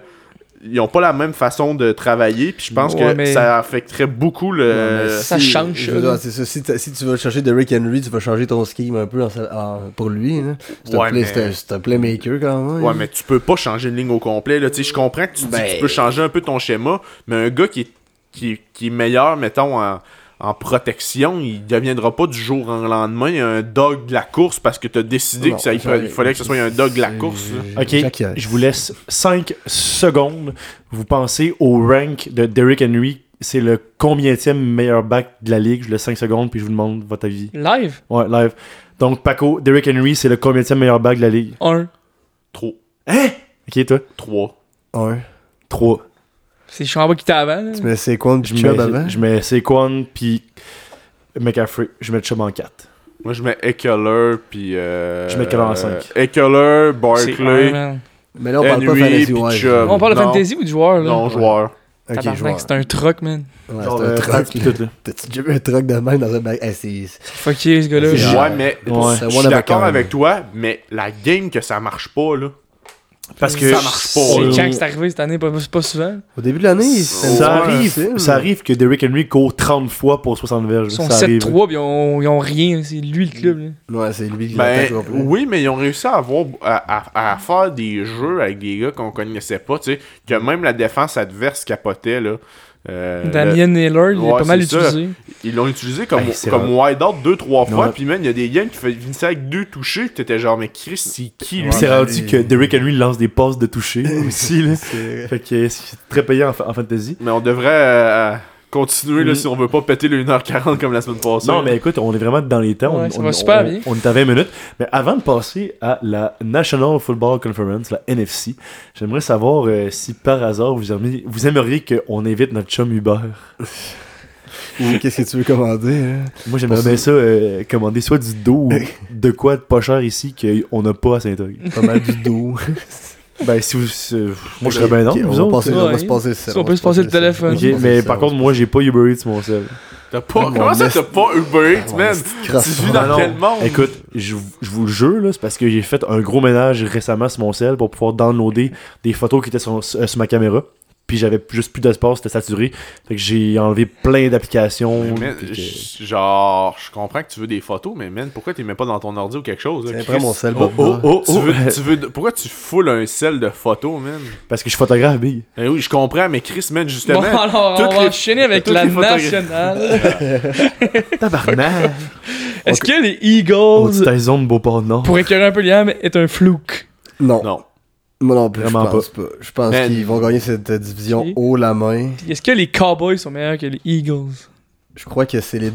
Speaker 4: ils ont pas la même façon de travailler, puis je pense
Speaker 2: Ouais,
Speaker 4: que
Speaker 2: mais-
Speaker 4: ça affecterait beaucoup le.
Speaker 1: euh,
Speaker 2: ça change, hein.
Speaker 3: je veux dire,
Speaker 2: là.
Speaker 3: c'est ça, si, t'as- si tu vas chercher Derrick Henry, tu vas changer ton scheme un peu en sa- en- pour lui. hein. là. C'est un
Speaker 4: Ouais,
Speaker 3: play-
Speaker 4: mais-
Speaker 3: c'est un- c'est un playmaker quand même.
Speaker 4: Ouais, mais tu peux pas changer une ligne au complet. Là. Tu sais, Je comprends que tu, dis que tu peux changer un peu ton schéma, mais un gars qui est, qui, est- qui est meilleur, mettons, en, en protection, il deviendra pas du jour au lendemain un dog de la course parce que t'as décidé
Speaker 3: Non,
Speaker 4: que ça, il fa- il fallait que ce soit un dog de la course. là.
Speaker 1: Ok,
Speaker 3: Jack Harris.
Speaker 1: je vous laisse 5 secondes. Vous pensez au rank de Derrick Henry. C'est le combienième meilleur back de la ligue. Je vous laisse 5 secondes, puis je vous demande votre avis.
Speaker 2: Live?
Speaker 1: Ouais, live. Donc, Paco, Derrick Henry, c'est le combienième meilleur back de la ligue.
Speaker 2: Un.
Speaker 4: Trop.
Speaker 1: Ok, toi
Speaker 4: Trois.
Speaker 3: Un.
Speaker 1: 3.
Speaker 2: C'est Chamba qui était avant. là.
Speaker 3: Mais c'est quoi
Speaker 1: Je
Speaker 3: du job avant?
Speaker 1: mets, je mets Saquon, puis McCaffrey. Je mets Chubb en 4.
Speaker 4: Moi, je mets Eckler, puis. Euh,
Speaker 1: Je mets Eckler en cinq.
Speaker 4: Eckler,
Speaker 2: C'est un, hein.
Speaker 4: Barkley,
Speaker 2: man.
Speaker 3: Mais là, on parle pas
Speaker 4: Henry,
Speaker 3: fantasy
Speaker 4: puis
Speaker 3: wise.
Speaker 4: Chubb.
Speaker 2: On parle de
Speaker 4: Non.
Speaker 2: fantasy ou de joueur, là?
Speaker 4: non joueur.
Speaker 3: Ok, je vois.
Speaker 2: Tabarnak, c'est un truc, man.
Speaker 3: Ouais,
Speaker 1: Genre,
Speaker 3: Ah, c'est
Speaker 1: euh,
Speaker 3: un truck.
Speaker 1: puis
Speaker 3: là.
Speaker 1: tout, là.
Speaker 3: T'as-tu déjà vu un truck de même dans un bag? Hey, c'est-
Speaker 2: Fucké, ce gars-là.
Speaker 3: C'est
Speaker 4: Ouais,
Speaker 3: genre-
Speaker 4: mais.
Speaker 1: Ouais.
Speaker 4: Je
Speaker 3: C'est
Speaker 4: suis
Speaker 3: one of a
Speaker 4: d'accord
Speaker 3: kind.
Speaker 4: avec toi, mais la game que ça marche pas, là.
Speaker 1: Parce que
Speaker 4: Ça marche pas,
Speaker 2: C'est
Speaker 4: là.
Speaker 2: quand que c'est arrivé cette année? Pas, c'est pas souvent.
Speaker 3: Au début de l'année, c'était
Speaker 1: ça
Speaker 3: une
Speaker 1: arrive,
Speaker 3: facile.
Speaker 1: ça arrive que Derrick Henry court 30 fois pour 60 verges.
Speaker 2: Ils sont
Speaker 1: Ça arrive.
Speaker 2: 7-3 puis ils ont, ils ont rien. C'est lui le club. là.
Speaker 3: Ouais, c'est lui qui l'a
Speaker 4: Ben,
Speaker 3: fait complet.
Speaker 4: oui, mais ils ont réussi à avoir à, à- à faire des jeux avec des gars qu'on connaissait pas, tu sais, que même la défense adverse capotait là. Euh,
Speaker 2: Damien Naylor, il est
Speaker 4: ouais,
Speaker 2: pas mal
Speaker 4: c'est ça.
Speaker 2: utilisé.
Speaker 4: Ils l'ont utilisé comme,
Speaker 1: Hey, Ben, c'est
Speaker 4: comme wide out deux, trois fois.
Speaker 1: Ouais.
Speaker 4: Puis, man, il y a des games qui fais- finissaient avec deux touchés. que T'étais genre, mais Chris, c'est qui lui
Speaker 1: Il s'est
Speaker 3: Ouais,
Speaker 1: rendu
Speaker 3: mais-
Speaker 1: que Derrick Henry lance des passes de toucher aussi. Là.
Speaker 3: C'est-
Speaker 1: Fait que c'est très payant en, fa- en fantasy.
Speaker 4: Mais on devrait euh, continuer là,
Speaker 1: Mm.
Speaker 4: si on veut pas péter le 1h40 comme la semaine passée.
Speaker 1: Non, mais écoute, on est vraiment dans les temps.
Speaker 2: Ouais,
Speaker 1: on,
Speaker 2: ça
Speaker 1: on-
Speaker 2: va super
Speaker 1: on-
Speaker 2: bien.
Speaker 1: on est à 20 minutes. Mais avant de passer à la National Football Conference, la NFC, j'aimerais savoir euh, si par hasard vous, aimez- vous aimeriez qu'on invite notre chum Uber.
Speaker 3: Ou Qu'est-ce que tu veux commander? hein?
Speaker 1: Moi, j'aimerais bien ça euh, commander soit du dos ou de quoi de pas cher ici qu'on n'a pas à Saint-Hugues.
Speaker 3: Pas mal du dos.
Speaker 1: Ben, si vous. euh, moi, je serais bien dans.
Speaker 3: Ok, on,
Speaker 1: vous
Speaker 3: va
Speaker 1: autres.
Speaker 3: passer- on va
Speaker 2: Ouais.
Speaker 3: se passer le sel,
Speaker 2: Si on peut se passer le
Speaker 3: sel.
Speaker 2: téléphone.
Speaker 3: On
Speaker 1: Ok,
Speaker 3: va se passer
Speaker 1: mais
Speaker 3: le
Speaker 1: par
Speaker 3: sel.
Speaker 1: contre, moi, j'ai pas Uber Eats, mon seul.
Speaker 4: T'as pas...
Speaker 3: Mon
Speaker 4: Comment ça,
Speaker 3: best-
Speaker 4: t'as pas Uber Eats,
Speaker 3: Ouais,
Speaker 4: man?
Speaker 3: c'est
Speaker 4: Tu
Speaker 3: crasse.
Speaker 4: vis
Speaker 1: Ah,
Speaker 4: dans
Speaker 1: non.
Speaker 4: quel monde?
Speaker 1: Écoute, je, je vous le jure, là, c'est parce que j'ai fait un gros ménage récemment sur mon cell pour pouvoir downloader des photos qui étaient sur, euh, sur ma caméra. Puis j'avais juste plus d'espace, c'était saturé. Fait que j'ai enlevé plein d'applications.
Speaker 4: Mais,
Speaker 1: puis que-
Speaker 4: j- genre, je comprends que tu veux des photos, mais man, pourquoi tu les mets pas dans ton ordi ou quelque chose? là?
Speaker 3: C'est
Speaker 4: Chris,
Speaker 3: vraiment mon sel,
Speaker 1: Oh, oh,
Speaker 3: Bob.
Speaker 1: oh,
Speaker 4: tu
Speaker 1: oh,
Speaker 4: veux, tu veux, pourquoi tu foules un sel de photos, man?
Speaker 1: Parce que je suis photographe, Big.
Speaker 4: Eh oui, je comprends, mais Chris, man,
Speaker 2: Bon,
Speaker 4: justement,
Speaker 2: alors, on
Speaker 4: toutes
Speaker 2: va
Speaker 4: les-
Speaker 2: enchaîner avec
Speaker 4: toutes
Speaker 2: la
Speaker 4: les photographies-
Speaker 2: nationale.
Speaker 1: Tabarnak!
Speaker 2: Est-ce que les
Speaker 1: On dit
Speaker 2: Eagles,
Speaker 1: ta zone Beauport-Nord.
Speaker 2: pour écœurer un peu Liam, est un fluke?
Speaker 3: Non.
Speaker 4: non.
Speaker 3: Moi non plus, je
Speaker 1: Vraiment
Speaker 3: pense pas. Je pense
Speaker 4: Ben-
Speaker 3: qu'ils vont gagner cette euh, division
Speaker 2: Si.
Speaker 3: haut la main.
Speaker 2: Puis Est-ce que les Cowboys sont meilleurs que les Eagles?
Speaker 3: Je crois que c'est les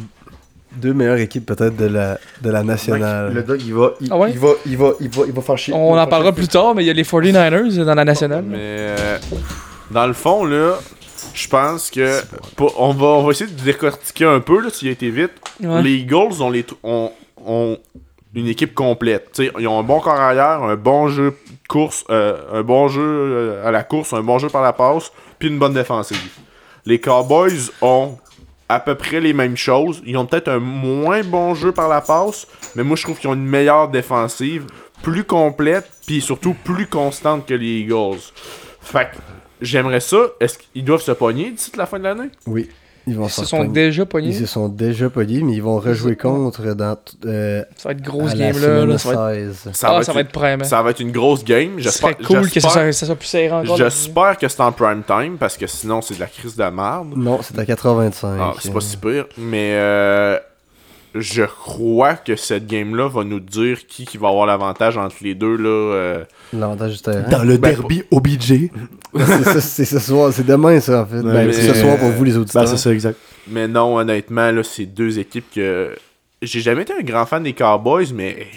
Speaker 3: deux meilleures équipes peut-être de la, de la nationale.
Speaker 1: Euh, Le dog, il va, il,
Speaker 2: Ah ouais?
Speaker 1: il va, il va, il va, il va faire chier.
Speaker 2: On en parlera plus tard, mais il y a les 49ers dans la nationale.
Speaker 4: Mais euh, dans le fond, là, je pense que pour- on, va, on va essayer de décortiquer un peu, là, s'il a été vite.
Speaker 2: Ouais.
Speaker 4: Les Eagles ont, les, ont, ont une équipe complète. Tu sais, ils ont un bon corps arrière, un bon jeu de course, euh, un bon jeu euh, à la course, un bon jeu par la passe, puis une bonne défensive. Les Cowboys ont à peu près les mêmes choses. Ils ont peut-être un moins bon jeu par la passe, mais moi je trouve qu'ils ont une meilleure défensive, plus complète, puis surtout plus constante que les Eagles. Fait que j'aimerais ça. Est-ce qu'ils doivent se pogner d'ici la fin de l'année?
Speaker 3: Oui, ils vont
Speaker 2: Ils se
Speaker 3: s'en
Speaker 2: sont
Speaker 3: prendre.
Speaker 2: déjà
Speaker 3: Ils
Speaker 2: pognés.
Speaker 3: se sont déjà polis, mais ils vont rejouer contre dans t- euh,
Speaker 2: Ça va être
Speaker 3: à
Speaker 2: grosse
Speaker 3: la
Speaker 2: game là.
Speaker 3: semaine
Speaker 2: là, Ça va être,
Speaker 3: 16.
Speaker 4: Ça
Speaker 2: ah,
Speaker 4: être
Speaker 2: ça va
Speaker 4: une-
Speaker 2: être prêt, man.
Speaker 4: ça va être une grosse game.
Speaker 2: Ce serait
Speaker 4: J'espère
Speaker 2: cool que ça
Speaker 4: j'espère-
Speaker 2: soit, ça soit plus serré encore. là.
Speaker 4: J'espère que c'est en prime time parce que sinon c'est de la crise de merde.
Speaker 3: Non, c'est à 85.
Speaker 4: Ah, c'est pas si pire. Mais euh, je crois que cette game-là va nous dire qui, qui va avoir l'avantage entre les deux. Là, euh.
Speaker 3: L'avantage du terrain.
Speaker 1: Dans le
Speaker 4: Ben,
Speaker 1: derby OBJ.
Speaker 3: c'est ça- c'est ce soir, c'est demain ça en fait. Ben,
Speaker 1: mais-
Speaker 3: c'est ce soir pour vous les auditeurs.
Speaker 1: Bah, c'est ça, exact.
Speaker 4: Mais non, honnêtement, là, c'est deux équipes que. J'ai jamais été un grand fan des Cowboys, mais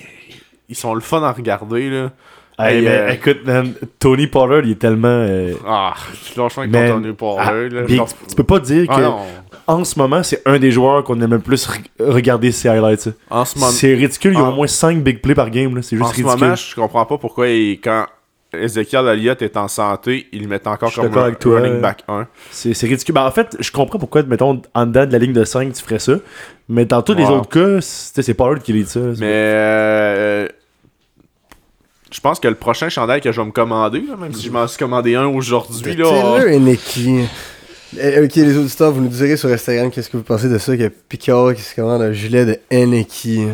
Speaker 4: ils sont le fun à regarder. Là.
Speaker 1: Hey,
Speaker 4: Hey,
Speaker 1: mais
Speaker 4: euh,
Speaker 1: écoute, man, Tony Pollard, il est tellement. euh,
Speaker 4: Ah, franchement, quand
Speaker 1: Man,
Speaker 4: on est pour
Speaker 1: ah,
Speaker 4: eux. Là,
Speaker 1: big.
Speaker 4: Genre-
Speaker 1: Tu peux pas dire
Speaker 4: Ah
Speaker 1: que
Speaker 4: non.
Speaker 1: en ce moment, c'est un des joueurs qu'on aime le plus re- regarder ces highlights. ça.
Speaker 4: En ce moment.
Speaker 1: C'est ridicule, il y a
Speaker 4: Ah.
Speaker 1: au moins 5 big plays par game, là, c'est juste
Speaker 4: en ce
Speaker 1: ridicule.
Speaker 4: moment, je comprends pas pourquoi il- quand Ezekiel Elliott est en santé, ils le mettent encore
Speaker 1: Je suis
Speaker 4: comme
Speaker 1: d'accord
Speaker 4: run-
Speaker 1: avec toi.
Speaker 4: running back 1.
Speaker 1: C'est c'est ridicule. Ben, en fait, je comprends pourquoi, mettons, en dedans de la ligne de 5, tu ferais ça. Mais dans tous les
Speaker 4: Ouais.
Speaker 1: autres cas, c'est tu sais, c'est Pollard qui lead ça. là.
Speaker 4: Mais euh, je pense que le prochain chandail que je vais me commander, là, même si je m'en suis commandé un aujourd'hui, là,
Speaker 3: Taylor et Nicky. Eh, Ok, les auditeurs, vous nous direz sur Instagram qu'est-ce que vous pensez de ça, que Picard qui se commande un gilet de Henneki.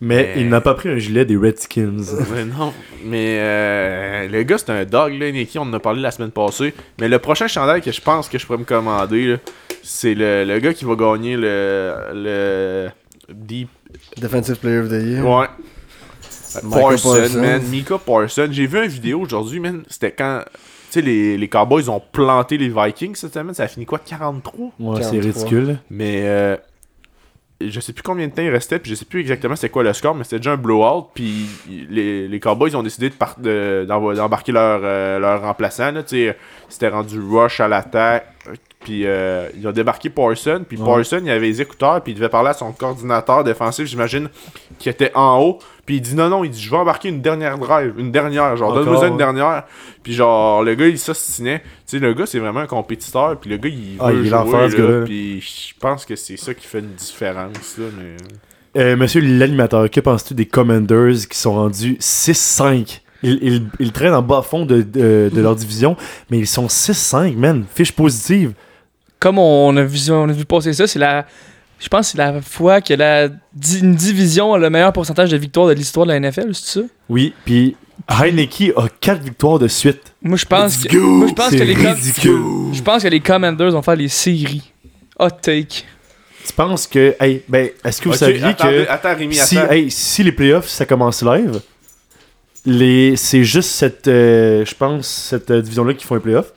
Speaker 1: Mais
Speaker 4: Mais-
Speaker 1: il n'a pas pris un gilet des Redskins.
Speaker 4: Mais non, mais euh, le gars c'est un dog, là, Nicky, on en a parlé la semaine passée. Mais le prochain chandail que je pense que je pourrais me commander, là, C'est le, le gars qui va gagner le. le Deep.
Speaker 3: Defensive Player of the Year.
Speaker 4: Ouais.
Speaker 3: Micah
Speaker 4: Parson,
Speaker 3: Parsons.
Speaker 4: man. Mika Parson. J'ai vu une vidéo aujourd'hui, man. C'était quand. Tu sais, les, les Cowboys ont planté les Vikings cette semaine. Ça a fini quoi 43
Speaker 1: Ouais, c'est
Speaker 3: 43.
Speaker 1: ridicule.
Speaker 4: Mais euh, je sais plus combien de temps il restait, puis je sais plus exactement c'était quoi le score, mais c'était déjà un blowout. Puis les, les Cowboys ont décidé de par- de- d'envo- d'embarquer leur, euh, leur remplaçant. là, tu sais. C'était rendu rush à l'attaque. Puis euh, ils ont débarqué Parson. Puis
Speaker 1: Ouais.
Speaker 4: Parson, il avait les écouteurs. Puis il devait parler à son coordinateur défensif, j'imagine, qui était en haut. Puis il dit non, non, il dit je vais embarquer une dernière drive. Une dernière. Genre,
Speaker 1: Encore,
Speaker 4: donne-moi
Speaker 1: ouais.
Speaker 4: une dernière. Puis genre, le gars, il s'ostinait. Tu sais, le gars, c'est vraiment un compétiteur. Puis le gars, il
Speaker 1: Ah,
Speaker 4: veut
Speaker 1: il est
Speaker 4: jouer,
Speaker 1: l'enfer, ce
Speaker 4: là,
Speaker 1: gars-là.
Speaker 4: Puis je pense que c'est ça qui fait une différence, là, mais...
Speaker 1: Euh, monsieur l'animateur, que penses-tu des Commanders qui sont rendus 6-5 ils, ils- ils traînent en bas fond de, de- de leur division, mais ils sont 6-5, man. Fiche positive.
Speaker 2: Comme on a vu, on a vu passer ça, c'est la. Je pense que c'est la fois que la di- une division a le meilleur pourcentage de victoires de l'histoire de la NFL, c'est ça?
Speaker 1: Oui, puis Heineke a 4 victoires de suite.
Speaker 2: Moi, je pense que,
Speaker 1: Let's go!
Speaker 2: moi, je pense que
Speaker 1: C'est
Speaker 2: les Com-
Speaker 1: ridicule.
Speaker 2: Je pense que les Commanders vont faire les séries. Hot take.
Speaker 1: Tu penses que. Hey, ben, est-ce que vous
Speaker 4: Ok,
Speaker 1: saviez
Speaker 4: attendez,
Speaker 1: que.
Speaker 4: Attends, Rémi,
Speaker 1: si,
Speaker 4: attends.
Speaker 1: hey, si les playoffs, ça commence live, les, c'est juste cette, euh, je pense, cette euh, division-là qui font les playoffs.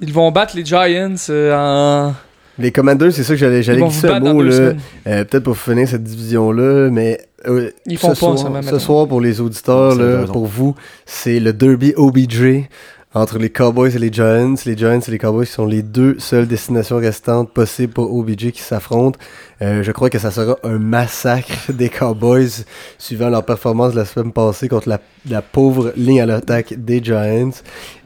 Speaker 2: Ils vont battre les Giants euh, en.
Speaker 3: Les Commanders, c'est ça que j'allais
Speaker 2: Ils
Speaker 3: j'allais
Speaker 2: vont vous
Speaker 3: glisser un
Speaker 2: battre dans
Speaker 3: mot,
Speaker 2: deux
Speaker 3: là.
Speaker 2: semaines.
Speaker 3: Euh, Peut-être pour finir cette division-là, mais. euh,
Speaker 2: Ils font
Speaker 3: ce
Speaker 2: pas en ce
Speaker 3: soir,
Speaker 2: moment,
Speaker 3: ce
Speaker 2: mettons.
Speaker 3: soir, pour les auditeurs,
Speaker 1: Ça, vous avez
Speaker 3: là,
Speaker 1: raison.
Speaker 3: pour vous, c'est le derby OBJ entre les Cowboys et les Giants. Les Giants et les Cowboys sont les deux seules destinations restantes possibles pour OBJ qui s'affrontent. Euh, je crois que ça sera un massacre des Cowboys suivant leur performance de la semaine passée contre la, la pauvre ligne à l'attaque des Giants.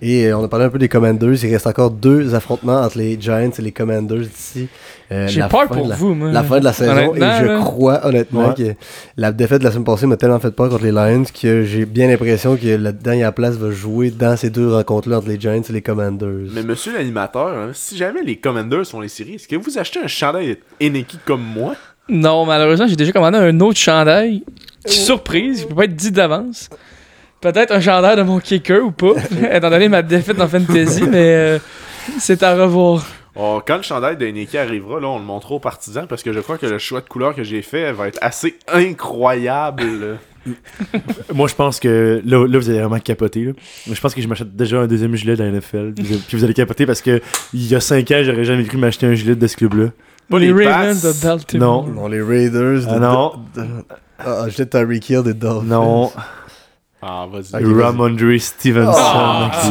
Speaker 3: Et euh, on a parlé un peu des Commanders. Il reste encore deux affrontements entre les Giants et les Commanders d'ici. euh,
Speaker 2: J'ai
Speaker 3: la
Speaker 2: peur
Speaker 3: fin
Speaker 2: pour
Speaker 3: de la-
Speaker 2: vous, moi.
Speaker 3: la fin de la saison et
Speaker 2: Honnêtement,
Speaker 3: je
Speaker 2: là.
Speaker 3: crois honnêtement
Speaker 1: Ouais.
Speaker 3: que la défaite de la semaine passée m'a tellement fait peur contre les Lions que j'ai bien l'impression que la dernière place va jouer dans ces deux rencontres-là entre les Giants et les Commanders.
Speaker 4: Mais monsieur l'animateur, hein, si jamais les Commanders font les séries, est-ce que vous achetez un chandail Eneki comme moi?
Speaker 2: Non, malheureusement, j'ai déjà commandé un autre chandail.
Speaker 3: Oh.
Speaker 2: Qui, surprise, il peut pas être dit d'avance. Peut-être un chandail de mon kicker ou pas, étant donné ma défaite dans Fantasy, mais euh, c'est à revoir.
Speaker 4: Oh, quand le chandail de Eneki arrivera, là, on le montrera aux partisans parce que je crois que le choix de couleur que j'ai fait va être assez incroyable.
Speaker 1: Moi, je pense que là, là, vous allez vraiment capoter. là. Mais Je pense que je m'achète déjà un deuxième gilet de la NFL. puis vous- Puis vous allez capoter parce que il y a 5 ans, j'aurais jamais cru m'acheter un gilet de ce club-là.
Speaker 4: Pas
Speaker 2: les
Speaker 4: les
Speaker 2: Ravens
Speaker 4: passes.
Speaker 2: de Baltimore.
Speaker 3: Non, les Raiders. de-
Speaker 1: Ah non,
Speaker 3: Ah, ah, j'étais Tyreek Hill des Dolphins.
Speaker 1: non.
Speaker 4: Ah, vas-y. Oh,
Speaker 3: Ok, vas-y.
Speaker 1: Ramondre Stevenson.
Speaker 2: Ah,
Speaker 1: avec les Pats,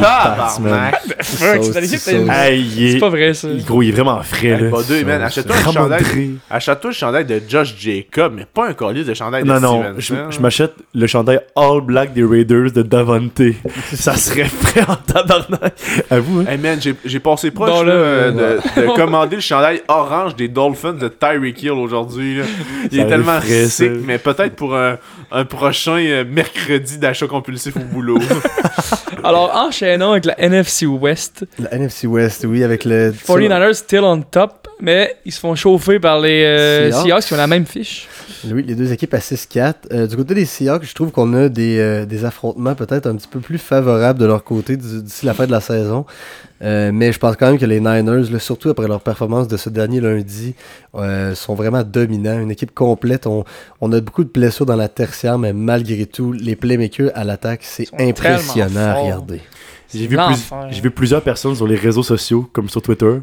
Speaker 1: man.
Speaker 4: Tabarnak!
Speaker 2: Fuck,
Speaker 3: sauce,
Speaker 2: c'est allé-
Speaker 3: c'est
Speaker 2: c'est-
Speaker 3: sauce.
Speaker 1: Hey, il
Speaker 2: C'est
Speaker 1: est-
Speaker 2: pas vrai, ça.
Speaker 1: il- Gros, il est vraiment frais.
Speaker 4: Hey,
Speaker 1: là.
Speaker 4: pas deux, man.
Speaker 1: Ça-
Speaker 4: Achète-toi un
Speaker 1: Ramondre.
Speaker 4: chandail. Achète-toi le chandail de Josh Jacob, mais pas un collier de chandail de
Speaker 1: Non, non, je,
Speaker 4: Stevenson.
Speaker 1: je m'achète le chandail All Black des Raiders de Davante. Ça serait frais en tabarnak. À vous, hein.
Speaker 4: Hey man, j'ai j'ai passé proche
Speaker 2: Dans
Speaker 4: là,
Speaker 2: le-
Speaker 4: euh, de, de commander le chandail orange des Dolphins de Tyreek Hill aujourd'hui. là. Il
Speaker 1: Ça
Speaker 4: est tellement
Speaker 1: les ferait,
Speaker 4: sick,
Speaker 1: ça.
Speaker 4: mais peut-être pour un, un prochain euh, mercredi d'achat compulsif au boulot.
Speaker 2: Alors, enchaînons avec la NFC West.
Speaker 3: La NFC West, oui, avec le.
Speaker 2: 49ers still on top, mais ils se font chauffer par les euh,
Speaker 3: Seahawks.
Speaker 2: Seahawks qui ont la même fiche.
Speaker 3: Oui, les deux équipes à 6-4. Euh, du côté des Seahawks, je trouve qu'on a des, euh, des affrontements peut-être un petit peu plus favorables de leur côté du- d'ici la fin de la saison. Euh, mais je pense quand même que les Niners, là, surtout après leur performance de ce dernier lundi, euh, sont vraiment dominants. Une équipe complète. On, on a beaucoup de blessures dans la tertiaire, mais malgré tout, les playmakers à l'attaque, c'est
Speaker 2: Ils sont
Speaker 3: impressionnant
Speaker 2: tellement
Speaker 3: à
Speaker 2: forts.
Speaker 3: regarder.
Speaker 1: J'ai vu,
Speaker 2: L'enfer.
Speaker 1: plus- j'ai vu plusieurs personnes sur les réseaux sociaux, comme sur Twitter,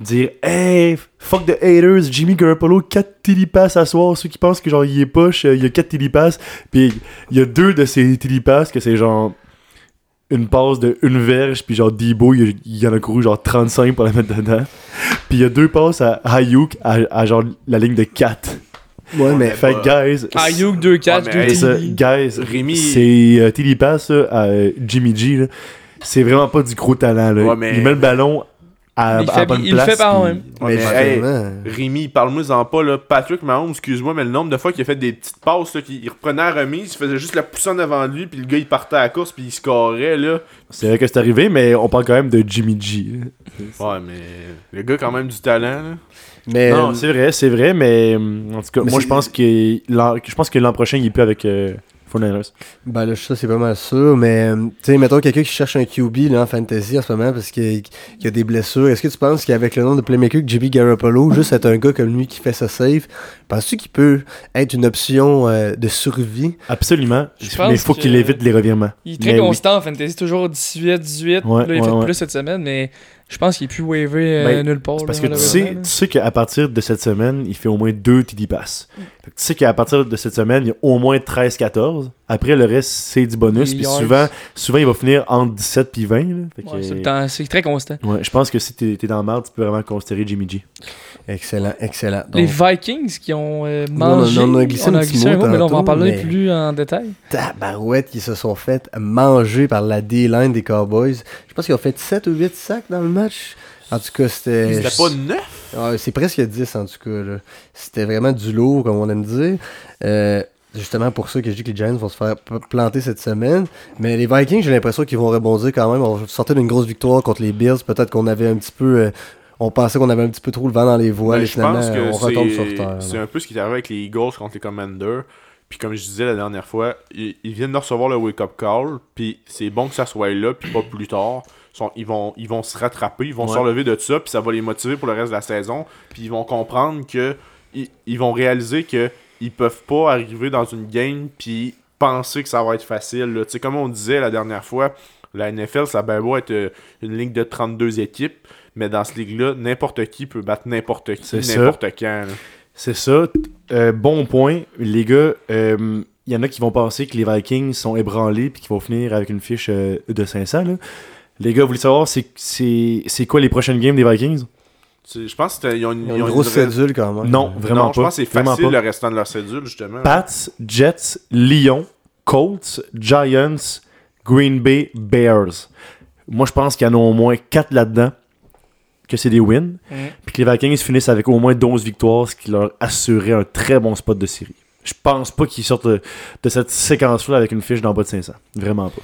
Speaker 1: dire Hey, fuck the haters, Jimmy Garoppolo, 4 télépasses à soir. Ceux qui pensent que genre il est poche, euh, il y a 4 télépasses. Puis il y a deux de ces télépasses que c'est genre une passe de une verge, puis genre Debo, il y a- il y en a couru genre 35 pour la mettre dedans. Puis il y a deux passes à Hayuk à, à genre la ligne de 4.
Speaker 3: Ouais, mais
Speaker 1: Fait
Speaker 4: bah.
Speaker 1: que, guys.
Speaker 2: Ayuk, 2 catch,
Speaker 4: Ouais,
Speaker 2: 2
Speaker 4: mais
Speaker 1: Hey, ça,
Speaker 2: TD.
Speaker 1: guys,
Speaker 4: Rémi-
Speaker 1: c'est euh, Tilly Pass là, à euh, Jimmy G. là. C'est vraiment pas du gros talent. Là.
Speaker 4: Ouais, mais-
Speaker 1: Il met le ballon à,
Speaker 2: Il
Speaker 1: à
Speaker 2: fait-
Speaker 1: bonne
Speaker 2: il le
Speaker 1: place.
Speaker 2: fait par
Speaker 1: puis-
Speaker 2: même.
Speaker 4: mais,
Speaker 3: mais
Speaker 4: hey,
Speaker 3: vraiment,
Speaker 4: Rémi, parle-moi-en pas, là. Patrick Mahomes, excuse-moi, mais le nombre de fois qu'il a fait des petites passes, là, qu'il il reprenait la remise, il faisait juste la poussant devant lui, puis le gars il partait à la course, puis il scorait, là.
Speaker 1: C'est vrai que c'est arrivé, mais on parle quand même de Jimmy G. là.
Speaker 4: Ouais, mais le gars, quand même, du talent, là. Euh,
Speaker 3: mais
Speaker 1: Non, c'est vrai, c'est vrai, mais hum, en tout cas,
Speaker 3: mais
Speaker 1: moi
Speaker 3: c'est-
Speaker 1: je pense que l'an- je pense que l'an prochain il est plus avec euh, 49ers.
Speaker 3: Ben là, ça, c'est pas mal sûr, mais euh, tu sais, mettons quelqu'un qui cherche un QB là, en fantasy en ce moment parce qu'il qu'il y a des blessures. Est-ce que tu penses qu'avec le nom de playmaker que JB Garoppolo, juste être un gars comme lui qui fait sa save, penses-tu qu'il peut être une option euh, de survie
Speaker 1: Absolument.
Speaker 2: Je
Speaker 1: mais il
Speaker 2: pense
Speaker 1: faut
Speaker 2: que-
Speaker 1: qu'il évite les revirements.
Speaker 2: Il est très
Speaker 1: Mais oui.
Speaker 2: constant en fantasy, toujours 18, 18.
Speaker 1: Ouais,
Speaker 2: là, il a
Speaker 1: ouais,
Speaker 2: fait
Speaker 1: ouais.
Speaker 2: plus cette semaine, mais je pense qu'il est plus wavé euh,
Speaker 1: Ben,
Speaker 2: nulle part.
Speaker 1: C'est parce
Speaker 2: là,
Speaker 1: que tu sais,
Speaker 2: malheureusement,
Speaker 1: tu sais qu'à partir de cette semaine, il fait au moins deux TD passes.
Speaker 4: Mm.
Speaker 1: Fait que tu sais qu'à partir de cette semaine, il y a au moins 13-14. Après, le reste, c'est du bonus.
Speaker 2: Des
Speaker 1: Puis
Speaker 2: yards.
Speaker 1: souvent, souvent, il va finir entre 17 puis 20. là. Fait
Speaker 2: là.
Speaker 1: que-
Speaker 2: Ouais, c'est tout le temps- C'est très constant.
Speaker 1: Ouais, je pense que si t'es t'es dans le marde, tu peux vraiment considérer Jimmy G.
Speaker 3: Excellent, excellent.
Speaker 2: Les
Speaker 3: Donc,
Speaker 2: Vikings qui ont euh,
Speaker 3: on a-
Speaker 2: mangé.
Speaker 3: on a glissé un petit mot
Speaker 2: mot, mais là, on va en
Speaker 3: tantôt,
Speaker 2: parler
Speaker 3: mais-
Speaker 2: plus en détail.
Speaker 3: tabarouettes qui se sont fait manger par la D-line des Cowboys. Je pense qu'ils ont fait 7 ou 8 sacs dans le match. En tout cas, c'était.
Speaker 4: C'était pas neuf.
Speaker 3: Ah, c'est presque 10 en tout cas. là. C'était vraiment du lourd, comme on aime dire. Euh, justement pour ça que je dis que les Giants vont se faire p- planter cette semaine. Mais les Vikings, j'ai l'impression qu'ils vont rebondir quand même. On sortait d'une grosse victoire contre les Bills. Peut-être qu'on avait un petit peu. euh, on pensait qu'on avait un petit peu trop le vent dans les voiles.
Speaker 4: Ben,
Speaker 3: et
Speaker 4: je pense
Speaker 3: finalement,
Speaker 4: que
Speaker 3: on retombe sur
Speaker 4: c'est-
Speaker 3: terre.
Speaker 4: c'est
Speaker 3: là.
Speaker 4: un peu ce qui est arrivé avec les Eagles contre les Commanders. Puis comme je disais la dernière fois, ils, ils viennent de recevoir le wake-up call. Puis c'est bon que ça soit là, puis pas plus tard. Ils sont- ils, vont, ils vont se rattraper, ils vont
Speaker 1: Ouais.
Speaker 4: se relever de ça, puis ça va les motiver pour le reste de la saison. Puis ils vont comprendre que... Ils, ils vont réaliser que ils peuvent pas arriver dans une game puis penser que ça va être facile. là. Tu sais, comme on disait la dernière fois, la NFL, ça a bien beau être euh, une ligue de 32 équipes, mais dans cette ligue-là, n'importe qui peut battre n'importe qui,
Speaker 1: C'est ça.
Speaker 4: n'importe quand. là.
Speaker 1: C'est ça. T- euh, bon point. Les gars, euh, il y en a qui vont penser que les Vikings sont ébranlés puis qu'ils vont finir avec une fiche euh, de 500. là. Les gars, vous voulez savoir c'est- c'est c'est quoi les prochaines games des Vikings?
Speaker 4: Tu sais, Je pense qu'ils ont une,
Speaker 3: Ils ont
Speaker 4: ils ont
Speaker 3: une grosse
Speaker 4: vraie-
Speaker 3: cédule quand même.
Speaker 1: Non, vraiment
Speaker 4: Non,
Speaker 1: pas.
Speaker 4: je pense que c'est
Speaker 1: Vraiment
Speaker 4: facile
Speaker 1: pas.
Speaker 4: le restant de leur cédule, justement.
Speaker 1: Pats, Jets, Lyon, Colts, Giants, Green Bay, Bears. Moi, je pense qu'il y en a au moins 4 là-dedans que c'est des wins. Puis que les Vikings finissent avec au moins 12 victoires, ce qui leur assurait un très bon spot de série. Je pense pas qu'ils sortent de, de cette séquence-là avec une fiche d'en bas de 500. Vraiment pas.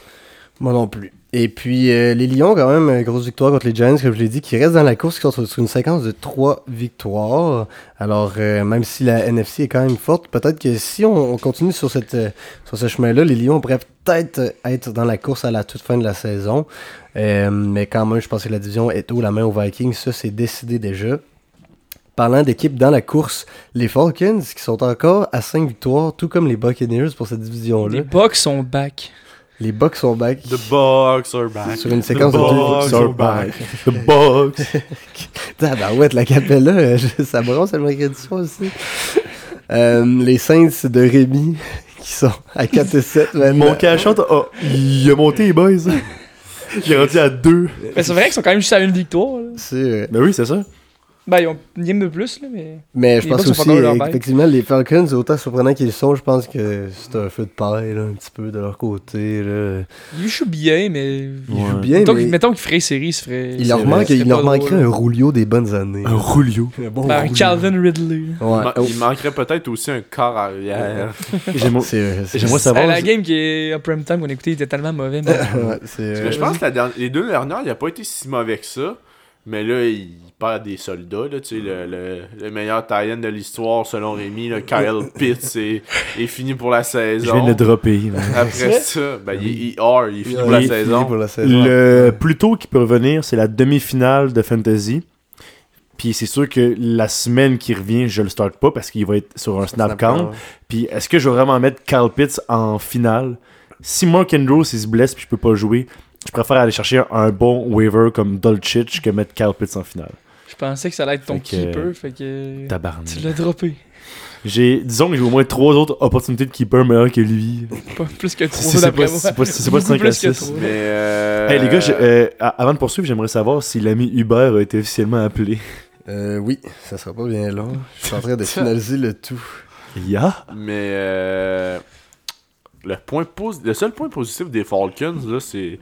Speaker 3: Moi non plus. Et puis, euh, les Lions, quand même, euh, grosse victoire contre les Giants, comme je l'ai dit, qui restent dans la course, qui sont sur sur une séquence de trois victoires. Alors, euh, même si la NFC est quand même forte, peut-être que si on, on continue sur, cette, euh, sur ce chemin-là, les Lions pourraient peut-être euh, être dans la course à la toute fin de la saison. Euh, mais quand même, je pense que la division est haut la main aux Vikings. Ça, c'est décidé déjà. Parlant d'équipes dans la course, les Falcons, qui sont encore à 5 victoires, tout comme les Buccaneers pour cette division-là.
Speaker 2: Les Bucks sont back.
Speaker 3: Les Bucks sont back.
Speaker 4: The Bucks are back.
Speaker 3: Sur une séquence de
Speaker 4: The
Speaker 3: deux
Speaker 4: Bucks
Speaker 3: victoires.
Speaker 4: are back.
Speaker 1: The Bucks.
Speaker 3: Tabarouette, la capella, euh, je- ça bronze le mercredi soir aussi. Euh, les Saints de Rémi qui sont à 4 et 7 maintenant.
Speaker 1: Mon cachot, a- il a monté les boys. Il est rendu à 2.
Speaker 2: Mais Ben, c'est vrai qu'ils sont quand même juste à une victoire. là.
Speaker 3: C'est, euh,
Speaker 1: Ben oui, c'est ça.
Speaker 2: Ben, ils ont une game de plus, là, mais.
Speaker 3: Mais je
Speaker 2: Les
Speaker 3: pense
Speaker 2: Bucks sont pas
Speaker 3: aussi,
Speaker 2: encore leur
Speaker 3: euh,
Speaker 2: bail.
Speaker 3: effectivement, les Falcons, autant surprenants qu'ils sont, je pense que c'est un feu de paille là, un petit peu de leur côté. là.
Speaker 2: Ils jouent bien, mais.
Speaker 3: Ils jouent
Speaker 1: Ouais.
Speaker 3: bien,
Speaker 2: mettons,
Speaker 3: mais
Speaker 2: qu'ils- mettons qu'ils feraient série, ce serait.
Speaker 3: il leur,
Speaker 2: c'est-
Speaker 3: manque,
Speaker 2: ce serait
Speaker 3: il leur
Speaker 2: pas drôle.
Speaker 3: manquerait un roulio des bonnes années.
Speaker 1: Un roulio.
Speaker 3: Un bon
Speaker 2: Ben, un
Speaker 3: roulio.
Speaker 2: Calvin Ridley.
Speaker 4: Il
Speaker 3: Ouais.
Speaker 4: ma-
Speaker 3: Oh,
Speaker 4: Il manquerait peut-être aussi un corps arrière.
Speaker 1: J'aimerais
Speaker 3: c'est vrai, c'est
Speaker 1: j'aimerais
Speaker 2: Ah,
Speaker 1: savoir.
Speaker 2: la game qui est à prime time qu'on écoutait, il était tellement mauvais. mais-
Speaker 3: Ouais, c'est, euh,
Speaker 4: Mais je pense que la dernière- les deux dernières, il a pas été si mauvais que ça. Mais là, il perd des soldats. Là, tu sais, le, le- le meilleur tie de l'histoire, selon Rémi, là, Kyle Pitts, est, est fini pour la
Speaker 1: Je
Speaker 4: saison.
Speaker 1: viens de le dropper. là.
Speaker 4: Après ça, ben, il est ER, il est fini pour la
Speaker 1: Il est
Speaker 4: saison.
Speaker 3: pour la saison.
Speaker 1: Le plus tôt qui peut revenir, c'est la demi-finale de Fantasy. Puis c'est sûr que la semaine qui revient, je le starte pas parce qu'il va être sur un snap count. Puis est-ce que je vais vraiment mettre Kyle Pitts en finale Si Mark Andrews il se blesse puis je peux pas jouer, je préfère aller chercher un bon waiver comme Dolchich que mettre Kyle Pitts en finale.
Speaker 2: Je pensais que ça allait être ton
Speaker 1: Fait que-
Speaker 2: keeper, fait que. Tu
Speaker 1: Tabarnak.
Speaker 2: l'as droppé.
Speaker 1: J'ai disons que j'ai au moins trois autres opportunités de keeper meilleures que lui.
Speaker 2: Pas plus que trop
Speaker 1: Si c'est
Speaker 2: d'après
Speaker 1: pas,
Speaker 2: moi.
Speaker 1: c'est pas, c'est pas
Speaker 2: Beaucoup
Speaker 1: 5 à
Speaker 2: plus que
Speaker 1: 6.
Speaker 2: trois.
Speaker 4: Mais. euh,
Speaker 1: Hey les gars, j'ai- euh, a- avant de poursuivre, j'aimerais savoir si l'ami Hubert a été officiellement appelé.
Speaker 3: Euh, oui, ça sera pas bien long. Je suis en train de finaliser le tout.
Speaker 1: Yeah.
Speaker 4: Mais euh, le, point posi- le seul point positif des Falcons, là, c'est,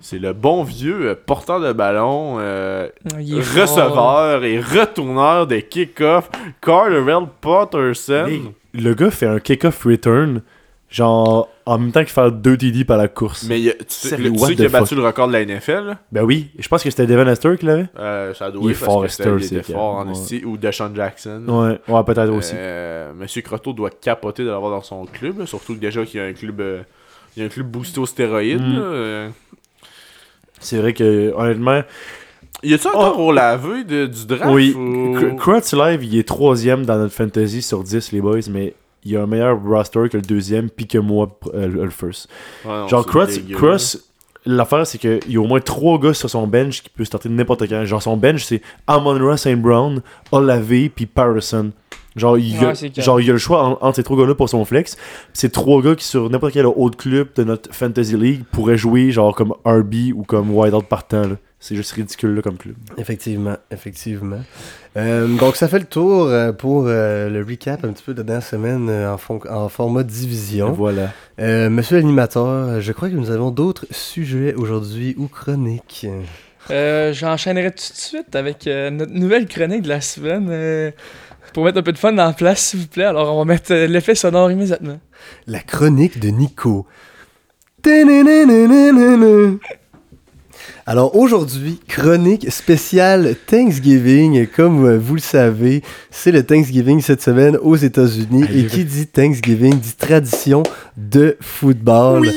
Speaker 4: c'est le bon vieux euh, porteur de ballon, euh,
Speaker 2: Il est fort.
Speaker 4: receveur et retourneur de kick-off, Carterell Patterson.
Speaker 1: Hey, le gars fait un kick-off return Genre, en même temps qu'il fait deux TD par la course.
Speaker 4: Mais il y a- tu sais,
Speaker 1: Sérieux,
Speaker 4: le- tu
Speaker 1: what
Speaker 4: sais
Speaker 1: the
Speaker 4: qui a battu
Speaker 1: fuck?
Speaker 4: le record de la NFL, là?
Speaker 1: Ben oui, je pense que c'était Devin Hester qui l'avait.
Speaker 4: Euh, ça doit
Speaker 1: Il est
Speaker 4: être parce
Speaker 1: fort,
Speaker 4: que c'était-
Speaker 1: Hester,
Speaker 4: il était
Speaker 1: c'est
Speaker 4: fort en
Speaker 1: clair. Ouais.
Speaker 4: esti, ou Deshaun Jackson.
Speaker 1: Ouais, ouais peut-être aussi.
Speaker 4: Euh, Monsieur Croteau doit capoter de l'avoir dans son club, là, surtout que déjà qu'il y a un club, euh, il y a un club boosté aux stéroïdes.
Speaker 1: Mm.
Speaker 4: là, euh.
Speaker 1: C'est vrai que, honnêtement,
Speaker 4: Y a-tu encore au lavé de- du draft
Speaker 1: Oh. oui.
Speaker 4: ou-
Speaker 1: Cr- Crutch Live, il est troisième dans notre fantasy sur 10, les boys, mais il a un meilleur roster que le deuxième, puis que moi, euh, le le first.
Speaker 4: Ouais, Ah non,
Speaker 1: Genre,
Speaker 4: c'est
Speaker 1: Cross,
Speaker 4: dégueu,
Speaker 1: Cross l'affaire, c'est qu'il y a au moins trois gars sur son bench qui peut starter n'importe quand. Genre, son bench, c'est Amon Ross St. Brown, Olave, puis Patterson. Genre, il y a,
Speaker 2: Ouais, c'est clair.
Speaker 1: genre, il y a le choix en- entre ces trois gars-là pour son flex. Puis Ces trois gars qui, sur n'importe quel autre club de notre Fantasy League, pourraient jouer genre comme RB ou comme Wild partant. là. C'est juste ridicule là, comme club.
Speaker 3: Effectivement, effectivement. Euh, donc, ça fait le tour euh, pour euh, le recap un petit peu de la dernière semaine euh, en, fon- en format division.
Speaker 1: Voilà.
Speaker 3: Euh, monsieur l'animateur, euh, je crois que nous avons d'autres sujets aujourd'hui ou chroniques.
Speaker 2: Euh, J'enchaînerai tout de suite avec euh, notre nouvelle chronique de la semaine. euh, pour mettre un peu de fun en place, s'il vous plaît. Alors, on va mettre euh, l'effet sonore immédiatement.
Speaker 3: La chronique de Nico. Ta-na-na-na-na-na-na. Alors aujourd'hui, chronique spéciale Thanksgiving. Comme euh, vous le savez, c'est le Thanksgiving cette semaine aux États-Unis.
Speaker 1: Aïe.
Speaker 3: Et qui dit Thanksgiving dit tradition de football.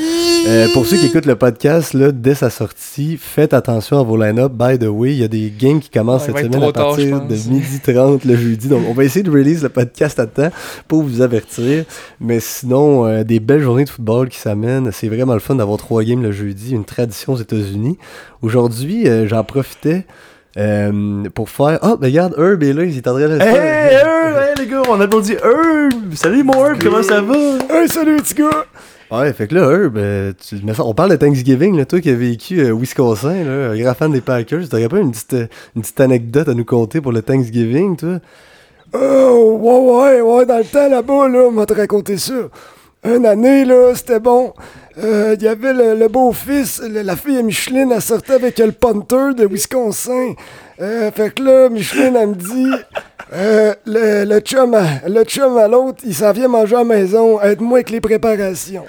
Speaker 3: Euh, pour ceux qui écoutent le podcast, là, dès sa sortie, faites attention à vos line-up. By the way, il y a des games qui commencent
Speaker 2: Ouais, Ah, il va
Speaker 3: cette
Speaker 2: être
Speaker 3: semaine
Speaker 2: trop
Speaker 3: à
Speaker 2: tard, je
Speaker 3: partir de
Speaker 2: pense.
Speaker 3: midi 30 le jeudi. Donc, on va essayer de release le podcast à temps pour vous avertir. Mais sinon, euh, des belles journées de football qui s'amènent. C'est vraiment le fun d'avoir trois games le jeudi, une tradition aux États-Unis. Aujourd'hui, euh, j'en profitais euh, pour faire. Ah, ben regarde, Herb est là, il est en train de
Speaker 1: Hey,
Speaker 3: le faire.
Speaker 1: Herb! Hey, les gars, on applaudit Herb! Salut, mon Herb, comment ça va?
Speaker 3: Hey, salut, petit gars! Ouais, fait que là, Herb, euh, tu, mais ça, on parle de Thanksgiving, là, toi qui as vécu euh, Wisconsin, là, un grand fan des Packers, t'aurais pas une petite, euh, une petite anecdote à nous conter pour le Thanksgiving, toi? Oh, ouais, ouais, ouais, dans le temps là-bas, là, on m'a raconté ça. Une année, là, c'était bon. Euh, Il y avait le, beau-fils, la fille à Micheline, elle sortait avec le punter de Wisconsin. Euh, fait que là, Micheline, elle me dit, euh, le, chum à, le chum à l'autre, il s'en vient manger à la maison, aide-moi avec les préparations.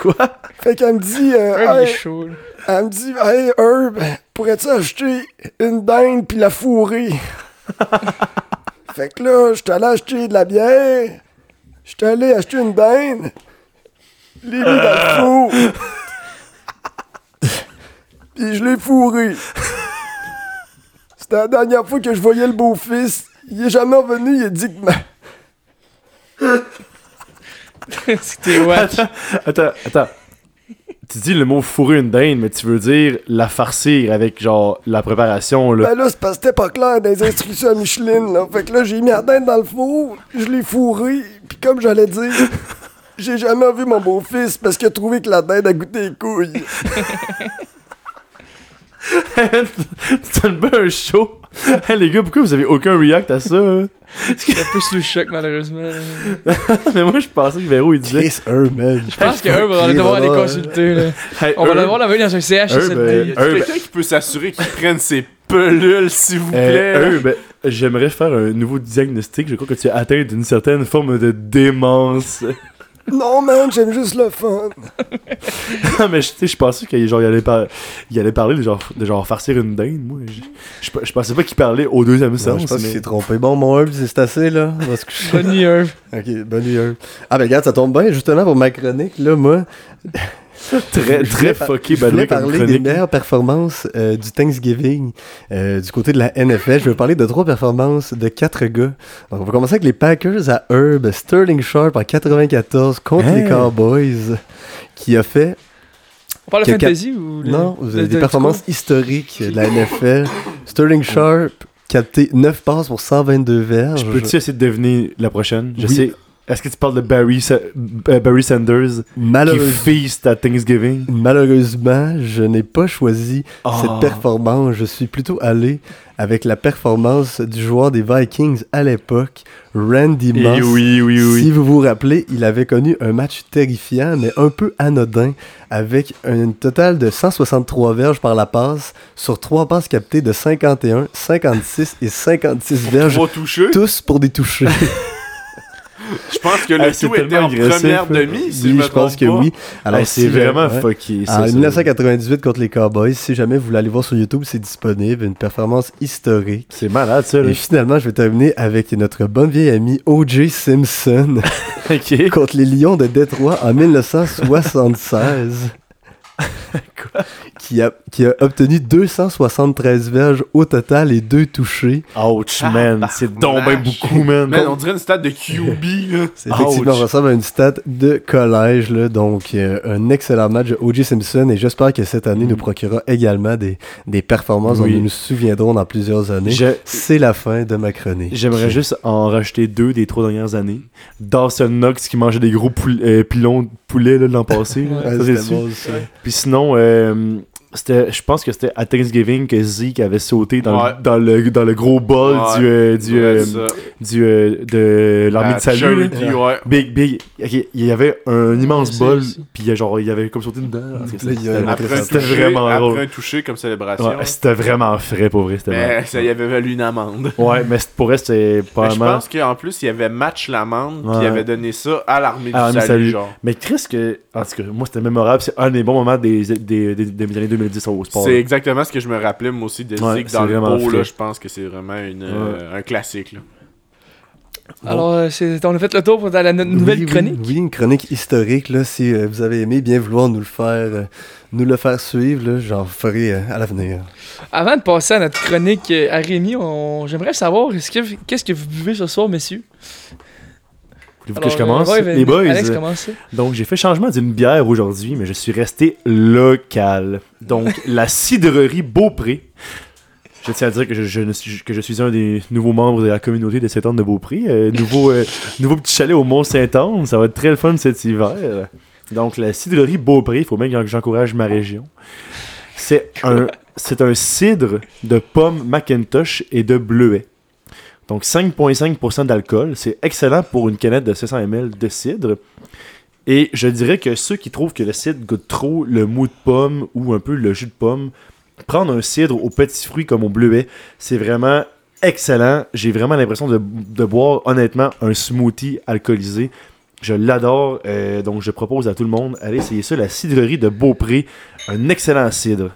Speaker 1: Quoi?
Speaker 3: Fait qu'elle me dit, euh,
Speaker 2: Ah, il est
Speaker 3: Hey,
Speaker 2: chaud, là.
Speaker 3: elle me dit, hey Herb, pourrais-tu acheter une dinde puis la fourrer? fait que là, je suis allé acheter de la bière, je suis allé acheter une dinde, l'ai mis dans le four, puis je l'ai fourré. C'était la dernière fois que je voyais le beau-fils. Il est jamais revenu, il a dit que ma-
Speaker 2: c'est que t'es wack.
Speaker 1: Attends, attends, attends. Tu dis le mot fourrer une dinde, mais tu veux dire la farcir avec genre la préparation là.
Speaker 5: Ben là, c'est parce que c'était pas clair des instructions à Micheline, là. Fait que là, j'ai mis la dinde dans le four, je l'ai fourré, puis comme j'allais dire, j'ai jamais vu mon beau-fils parce qu'il a trouvé que la dinde a goûté les couilles.
Speaker 3: Ben,
Speaker 1: C'est un peu un show. Hey, les gars, pourquoi vous avez aucun react à ça? hein?
Speaker 2: J'étais un peu sous le choc, malheureusement. Je
Speaker 1: mais moi je pensais que Véro il disait.
Speaker 3: Herb, man.
Speaker 2: pense qu'eux on va devoir aller consulter. là.
Speaker 1: Hey,
Speaker 2: On va
Speaker 1: hein? Herb,
Speaker 2: devoir l'envoyer dans un
Speaker 1: Herb,
Speaker 2: CHSLD.
Speaker 1: euh,
Speaker 4: Y a quelqu'un qui peut s'assurer qu'il prenne ses pelules, s'il vous plaît?
Speaker 1: euh, Herb, j'aimerais faire un nouveau diagnostic. Je crois que tu es atteint d'une certaine forme de démence.
Speaker 5: Non, man, j'aime juste le fun.
Speaker 1: Non, mais je- tu sais, je pensais qu'il genre, il allait, par- il allait parler de genre, de genre farcir une dinde, moi. Je, je- je pensais pas qu'il parlait au deuxième
Speaker 3: Non,
Speaker 1: sens.
Speaker 3: je pense qu'il
Speaker 1: mais-
Speaker 3: s'est trompé. Bon, mon Herb, c'est assez, là. On va se coucher.
Speaker 2: Bonne nuit, Herb.
Speaker 3: Ok, bonne nuit, Herb. Ah, ben, regarde, ça tombe bien, justement, pour ma chronique, là, moi.
Speaker 1: très,
Speaker 3: je voulais
Speaker 1: très
Speaker 3: par-
Speaker 1: fucké,
Speaker 3: Je voulais
Speaker 1: Benoît, comme
Speaker 3: parler des
Speaker 1: chronique.
Speaker 3: meilleures performances euh, du Thanksgiving euh, du côté de la NFL. Je vais parler de trois performances de quatre gars. Donc, on va commencer avec les Packers à Herb, Sterling Sharp en 94 contre les
Speaker 1: Hein?
Speaker 3: Cowboys, qui a fait
Speaker 2: On parle de
Speaker 3: Quelqu'un-
Speaker 2: fantasy ou. les-
Speaker 3: non, vous
Speaker 2: de-
Speaker 3: avez
Speaker 2: de-
Speaker 3: des performances historiques de la NFL. Sterling Sharp, capté 9 passes pour 122 verges.
Speaker 1: Je peux-tu essayer de deviner la prochaine? Je
Speaker 3: Oui.
Speaker 1: sais. Est-ce que tu parles de Barry, Sa- euh, Barry Sanders qui
Speaker 3: Malheureusement,
Speaker 1: feast à Thanksgiving?
Speaker 3: malheureusement, je n'ai pas choisi
Speaker 1: Ah.
Speaker 3: cette performance. Je suis plutôt allé avec la performance du joueur des Vikings à l'époque, Randy
Speaker 1: Eh
Speaker 3: Moss.
Speaker 1: oui, oui,
Speaker 3: Si
Speaker 1: oui.
Speaker 3: vous vous rappelez, il avait connu un match terrifiant, mais un peu anodin, avec un total de 163 verges par la passe, sur 3 passes captées de 51, 56 et 56 verges
Speaker 4: Trois touchés?
Speaker 3: tous pour des touchés.
Speaker 4: Je pense que
Speaker 1: Hey,
Speaker 4: le
Speaker 1: Ah, c'est
Speaker 4: tout était en
Speaker 1: tellement agressif, hein.
Speaker 4: première
Speaker 1: là.
Speaker 4: demi, si je
Speaker 3: oui,
Speaker 4: me
Speaker 3: je pense
Speaker 4: trompe
Speaker 3: que
Speaker 4: pas.
Speaker 3: oui.
Speaker 1: Alors,
Speaker 3: si
Speaker 1: c'est
Speaker 3: jamais-
Speaker 1: vraiment
Speaker 3: ouais. Ah,
Speaker 1: fucké. ça,
Speaker 3: En
Speaker 1: ça.
Speaker 3: 1998 contre les Cowboys, si jamais vous voulez aller voir sur YouTube, c'est disponible, une performance historique.
Speaker 1: C'est malade, ça, là.
Speaker 3: Et finalement, je vais terminer avec notre bonne vieille amie O.J. Simpson
Speaker 1: ok.
Speaker 3: contre les Lions de Détroit en 1976. qui, a, qui a obtenu 273 verges au total et deux touchés.
Speaker 1: Ouch,
Speaker 3: Ah, bah,
Speaker 1: man. C'est donc ben beaucoup, man.
Speaker 4: Man, on dirait une stade de QB, là.
Speaker 3: C'est effectivement
Speaker 1: Ouch.
Speaker 3: ressemble à une stat de collège. Là, donc, euh, un excellent match de O.J. Simpson et j'espère que cette année nous procurera également des, des performances
Speaker 1: Mm.
Speaker 3: dont
Speaker 1: Oui.
Speaker 3: nous nous souviendrons dans plusieurs années.
Speaker 1: Je-
Speaker 3: C'est la fin de ma chronique.
Speaker 1: J'aimerais juste en racheter deux des trois dernières années. Dawson Knox qui mangeait des gros poul- euh, pilons de poulet là, l'an passé. là.
Speaker 3: Ouais,
Speaker 1: Ça, c'est
Speaker 3: c'était
Speaker 1: sûr.
Speaker 3: bon, ça.
Speaker 1: Puis sinon, euh, c'était, je pense que c'était à Thanksgiving que Zeke avait sauté dans,
Speaker 4: Ouais.
Speaker 1: le, dans, le, dans le gros bol
Speaker 4: Ouais.
Speaker 1: du, euh, du, euh,
Speaker 4: Ça.
Speaker 1: du, euh, de l'armée
Speaker 4: Ah,
Speaker 1: de salut. là.
Speaker 4: Charity, ouais.
Speaker 1: Big, big. Ok, Il y avait un immense
Speaker 2: C'est-
Speaker 1: bol,
Speaker 2: c'est-
Speaker 1: puis il y a genre, il avait comme sauté dedans. En tout cas,
Speaker 3: Là, il y a
Speaker 1: c'était-
Speaker 3: une
Speaker 4: Après un
Speaker 1: C'était
Speaker 4: toucher-
Speaker 1: vraiment
Speaker 4: après
Speaker 1: drôle.
Speaker 4: un toucher comme célébration.
Speaker 1: Ouais, c'était vraiment frais pour vrai. C'était
Speaker 4: mais ça y avait valu une amende.
Speaker 1: vraiment- Ouais, mais c'est- pour vrai, c'était
Speaker 4: Mais je
Speaker 1: probablement.
Speaker 4: pense qu'en plus, il y avait match l'amende, puis
Speaker 1: Ouais.
Speaker 4: il avait donné ça à l'armée du
Speaker 1: À l'armée
Speaker 4: salut,
Speaker 1: du salut.
Speaker 4: genre.
Speaker 1: Mais Chris, que. En tout cas, moi, c'était mémorable. C'est un des bons moments des, des, des, des- des années 2010 au sport.
Speaker 4: C'est exactement ce que je me rappelais, moi aussi, de
Speaker 1: Ouais,
Speaker 4: Zeke
Speaker 1: c'est
Speaker 4: dans le
Speaker 1: vraiment
Speaker 4: pot,
Speaker 1: frais.
Speaker 4: là. Je pense que c'est vraiment une, euh, un classique, là.
Speaker 2: Alors, euh, c'est- on a fait le tour pour la no- nouvelle
Speaker 3: Oui, oui,
Speaker 2: chronique.
Speaker 3: Oui, une chronique historique. Là, si euh, vous avez aimé, bien vouloir nous le faire, euh, nous le faire suivre, là, j'en ferai euh, à l'avenir.
Speaker 2: Avant de passer à notre chronique euh, à Rémi, on- j'aimerais savoir est-ce que- qu'est-ce que vous buvez ce soir, messieurs
Speaker 1: Voulez-vous que
Speaker 2: Alors,
Speaker 1: je commence
Speaker 2: euh, ouais, ben,
Speaker 1: Les boys.
Speaker 2: Alex, commence.
Speaker 1: Donc, j'ai fait changement d'une bière aujourd'hui, mais je suis resté local. Donc, la cidrerie Beaupré. Je tiens à dire que je, je ne suis, que je suis un des nouveaux membres de la communauté de Saint-Anne de Beaupré. Euh, nouveau, euh, nouveau petit chalet au Mont-Saint-Anne. Ça va être très le fun cet hiver. Donc, la cidrerie Beaupré, il faut bien que j'encourage ma région. C'est un, c'est un cidre de pommes Macintosh et de bleuets. Donc, 5,5% d'alcool. C'est excellent pour une canette de 600 ml de cidre. Et je dirais que ceux qui trouvent que le cidre goûte trop le mou de pomme ou un peu le jus de pomme, prendre un cidre aux petits fruits comme au bleuet, c'est vraiment excellent. J'ai vraiment l'impression de, de boire honnêtement un smoothie alcoolisé. Je l'adore, euh, donc je propose à tout le monde, allez essayer ça, la cidrerie de Beaupré, un excellent cidre.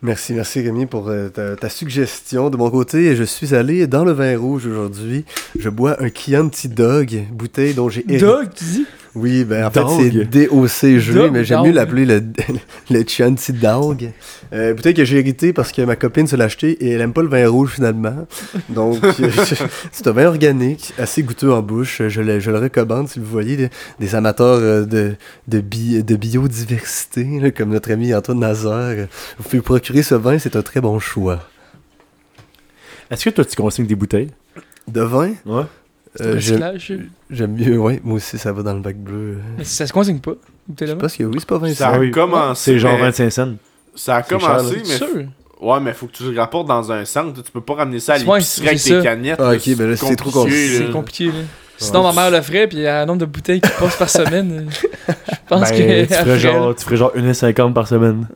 Speaker 3: Merci, merci Rémi pour euh, ta, ta suggestion. De mon côté, je suis allé dans le vin rouge aujourd'hui. Je bois un Chianti Dog, bouteille dont j'ai hérité.
Speaker 2: Doug, tu dis
Speaker 3: Oui, ben en
Speaker 1: Dog.
Speaker 3: fait c'est DOC jeu,
Speaker 2: Dog,
Speaker 3: mais j'aime
Speaker 2: dog.
Speaker 3: mieux l'appeler le, le Chianti Dog. Euh, bouteille que j'ai hérité parce que ma copine se l'a acheté et elle aime pas le vin rouge finalement. Donc euh, c'est un vin organique, assez goûteux en bouche. Je le, je le recommande si vous voyez des, des amateurs euh, de, de, bi- de biodiversité, là, comme notre ami Antoine Nazaire. Vous pouvez procurer ce vin, c'est un très bon choix.
Speaker 1: Est-ce que toi tu consignes des bouteilles
Speaker 3: De vin,
Speaker 1: Ouais.
Speaker 3: euh, j'aime
Speaker 2: Recyclage.
Speaker 3: j'aime mieux, ouais, moi aussi ça va dans le bac bleu.
Speaker 2: Mais ça se consigne pas.
Speaker 3: Je pense que oui, c'est pas vin
Speaker 4: Ça a
Speaker 1: oui.
Speaker 4: commencé.
Speaker 1: C'est
Speaker 2: Euh,
Speaker 1: genre
Speaker 4: mais-
Speaker 1: 25 cents.
Speaker 4: Ça a
Speaker 1: cher,
Speaker 4: commencé,
Speaker 1: là.
Speaker 4: mais.
Speaker 2: sûr.
Speaker 4: Ouais, mais faut que tu le rapportes dans un centre. Tu peux pas ramener ça à
Speaker 2: Ouais,
Speaker 4: l'épicerie avec
Speaker 2: c'est
Speaker 4: tes
Speaker 2: ça.
Speaker 4: canettes.
Speaker 3: Ah, ok, ben là, c'est trop compliqué,
Speaker 2: C'est
Speaker 4: là.
Speaker 2: compliqué, là. Sinon, ma mère le ferait, puis il y a un nombre de bouteilles qui passent par semaine. euh, Je pense
Speaker 1: Ben,
Speaker 2: que.
Speaker 1: tu, ferais
Speaker 2: après,
Speaker 1: genre, tu ferais genre 1,50 par semaine.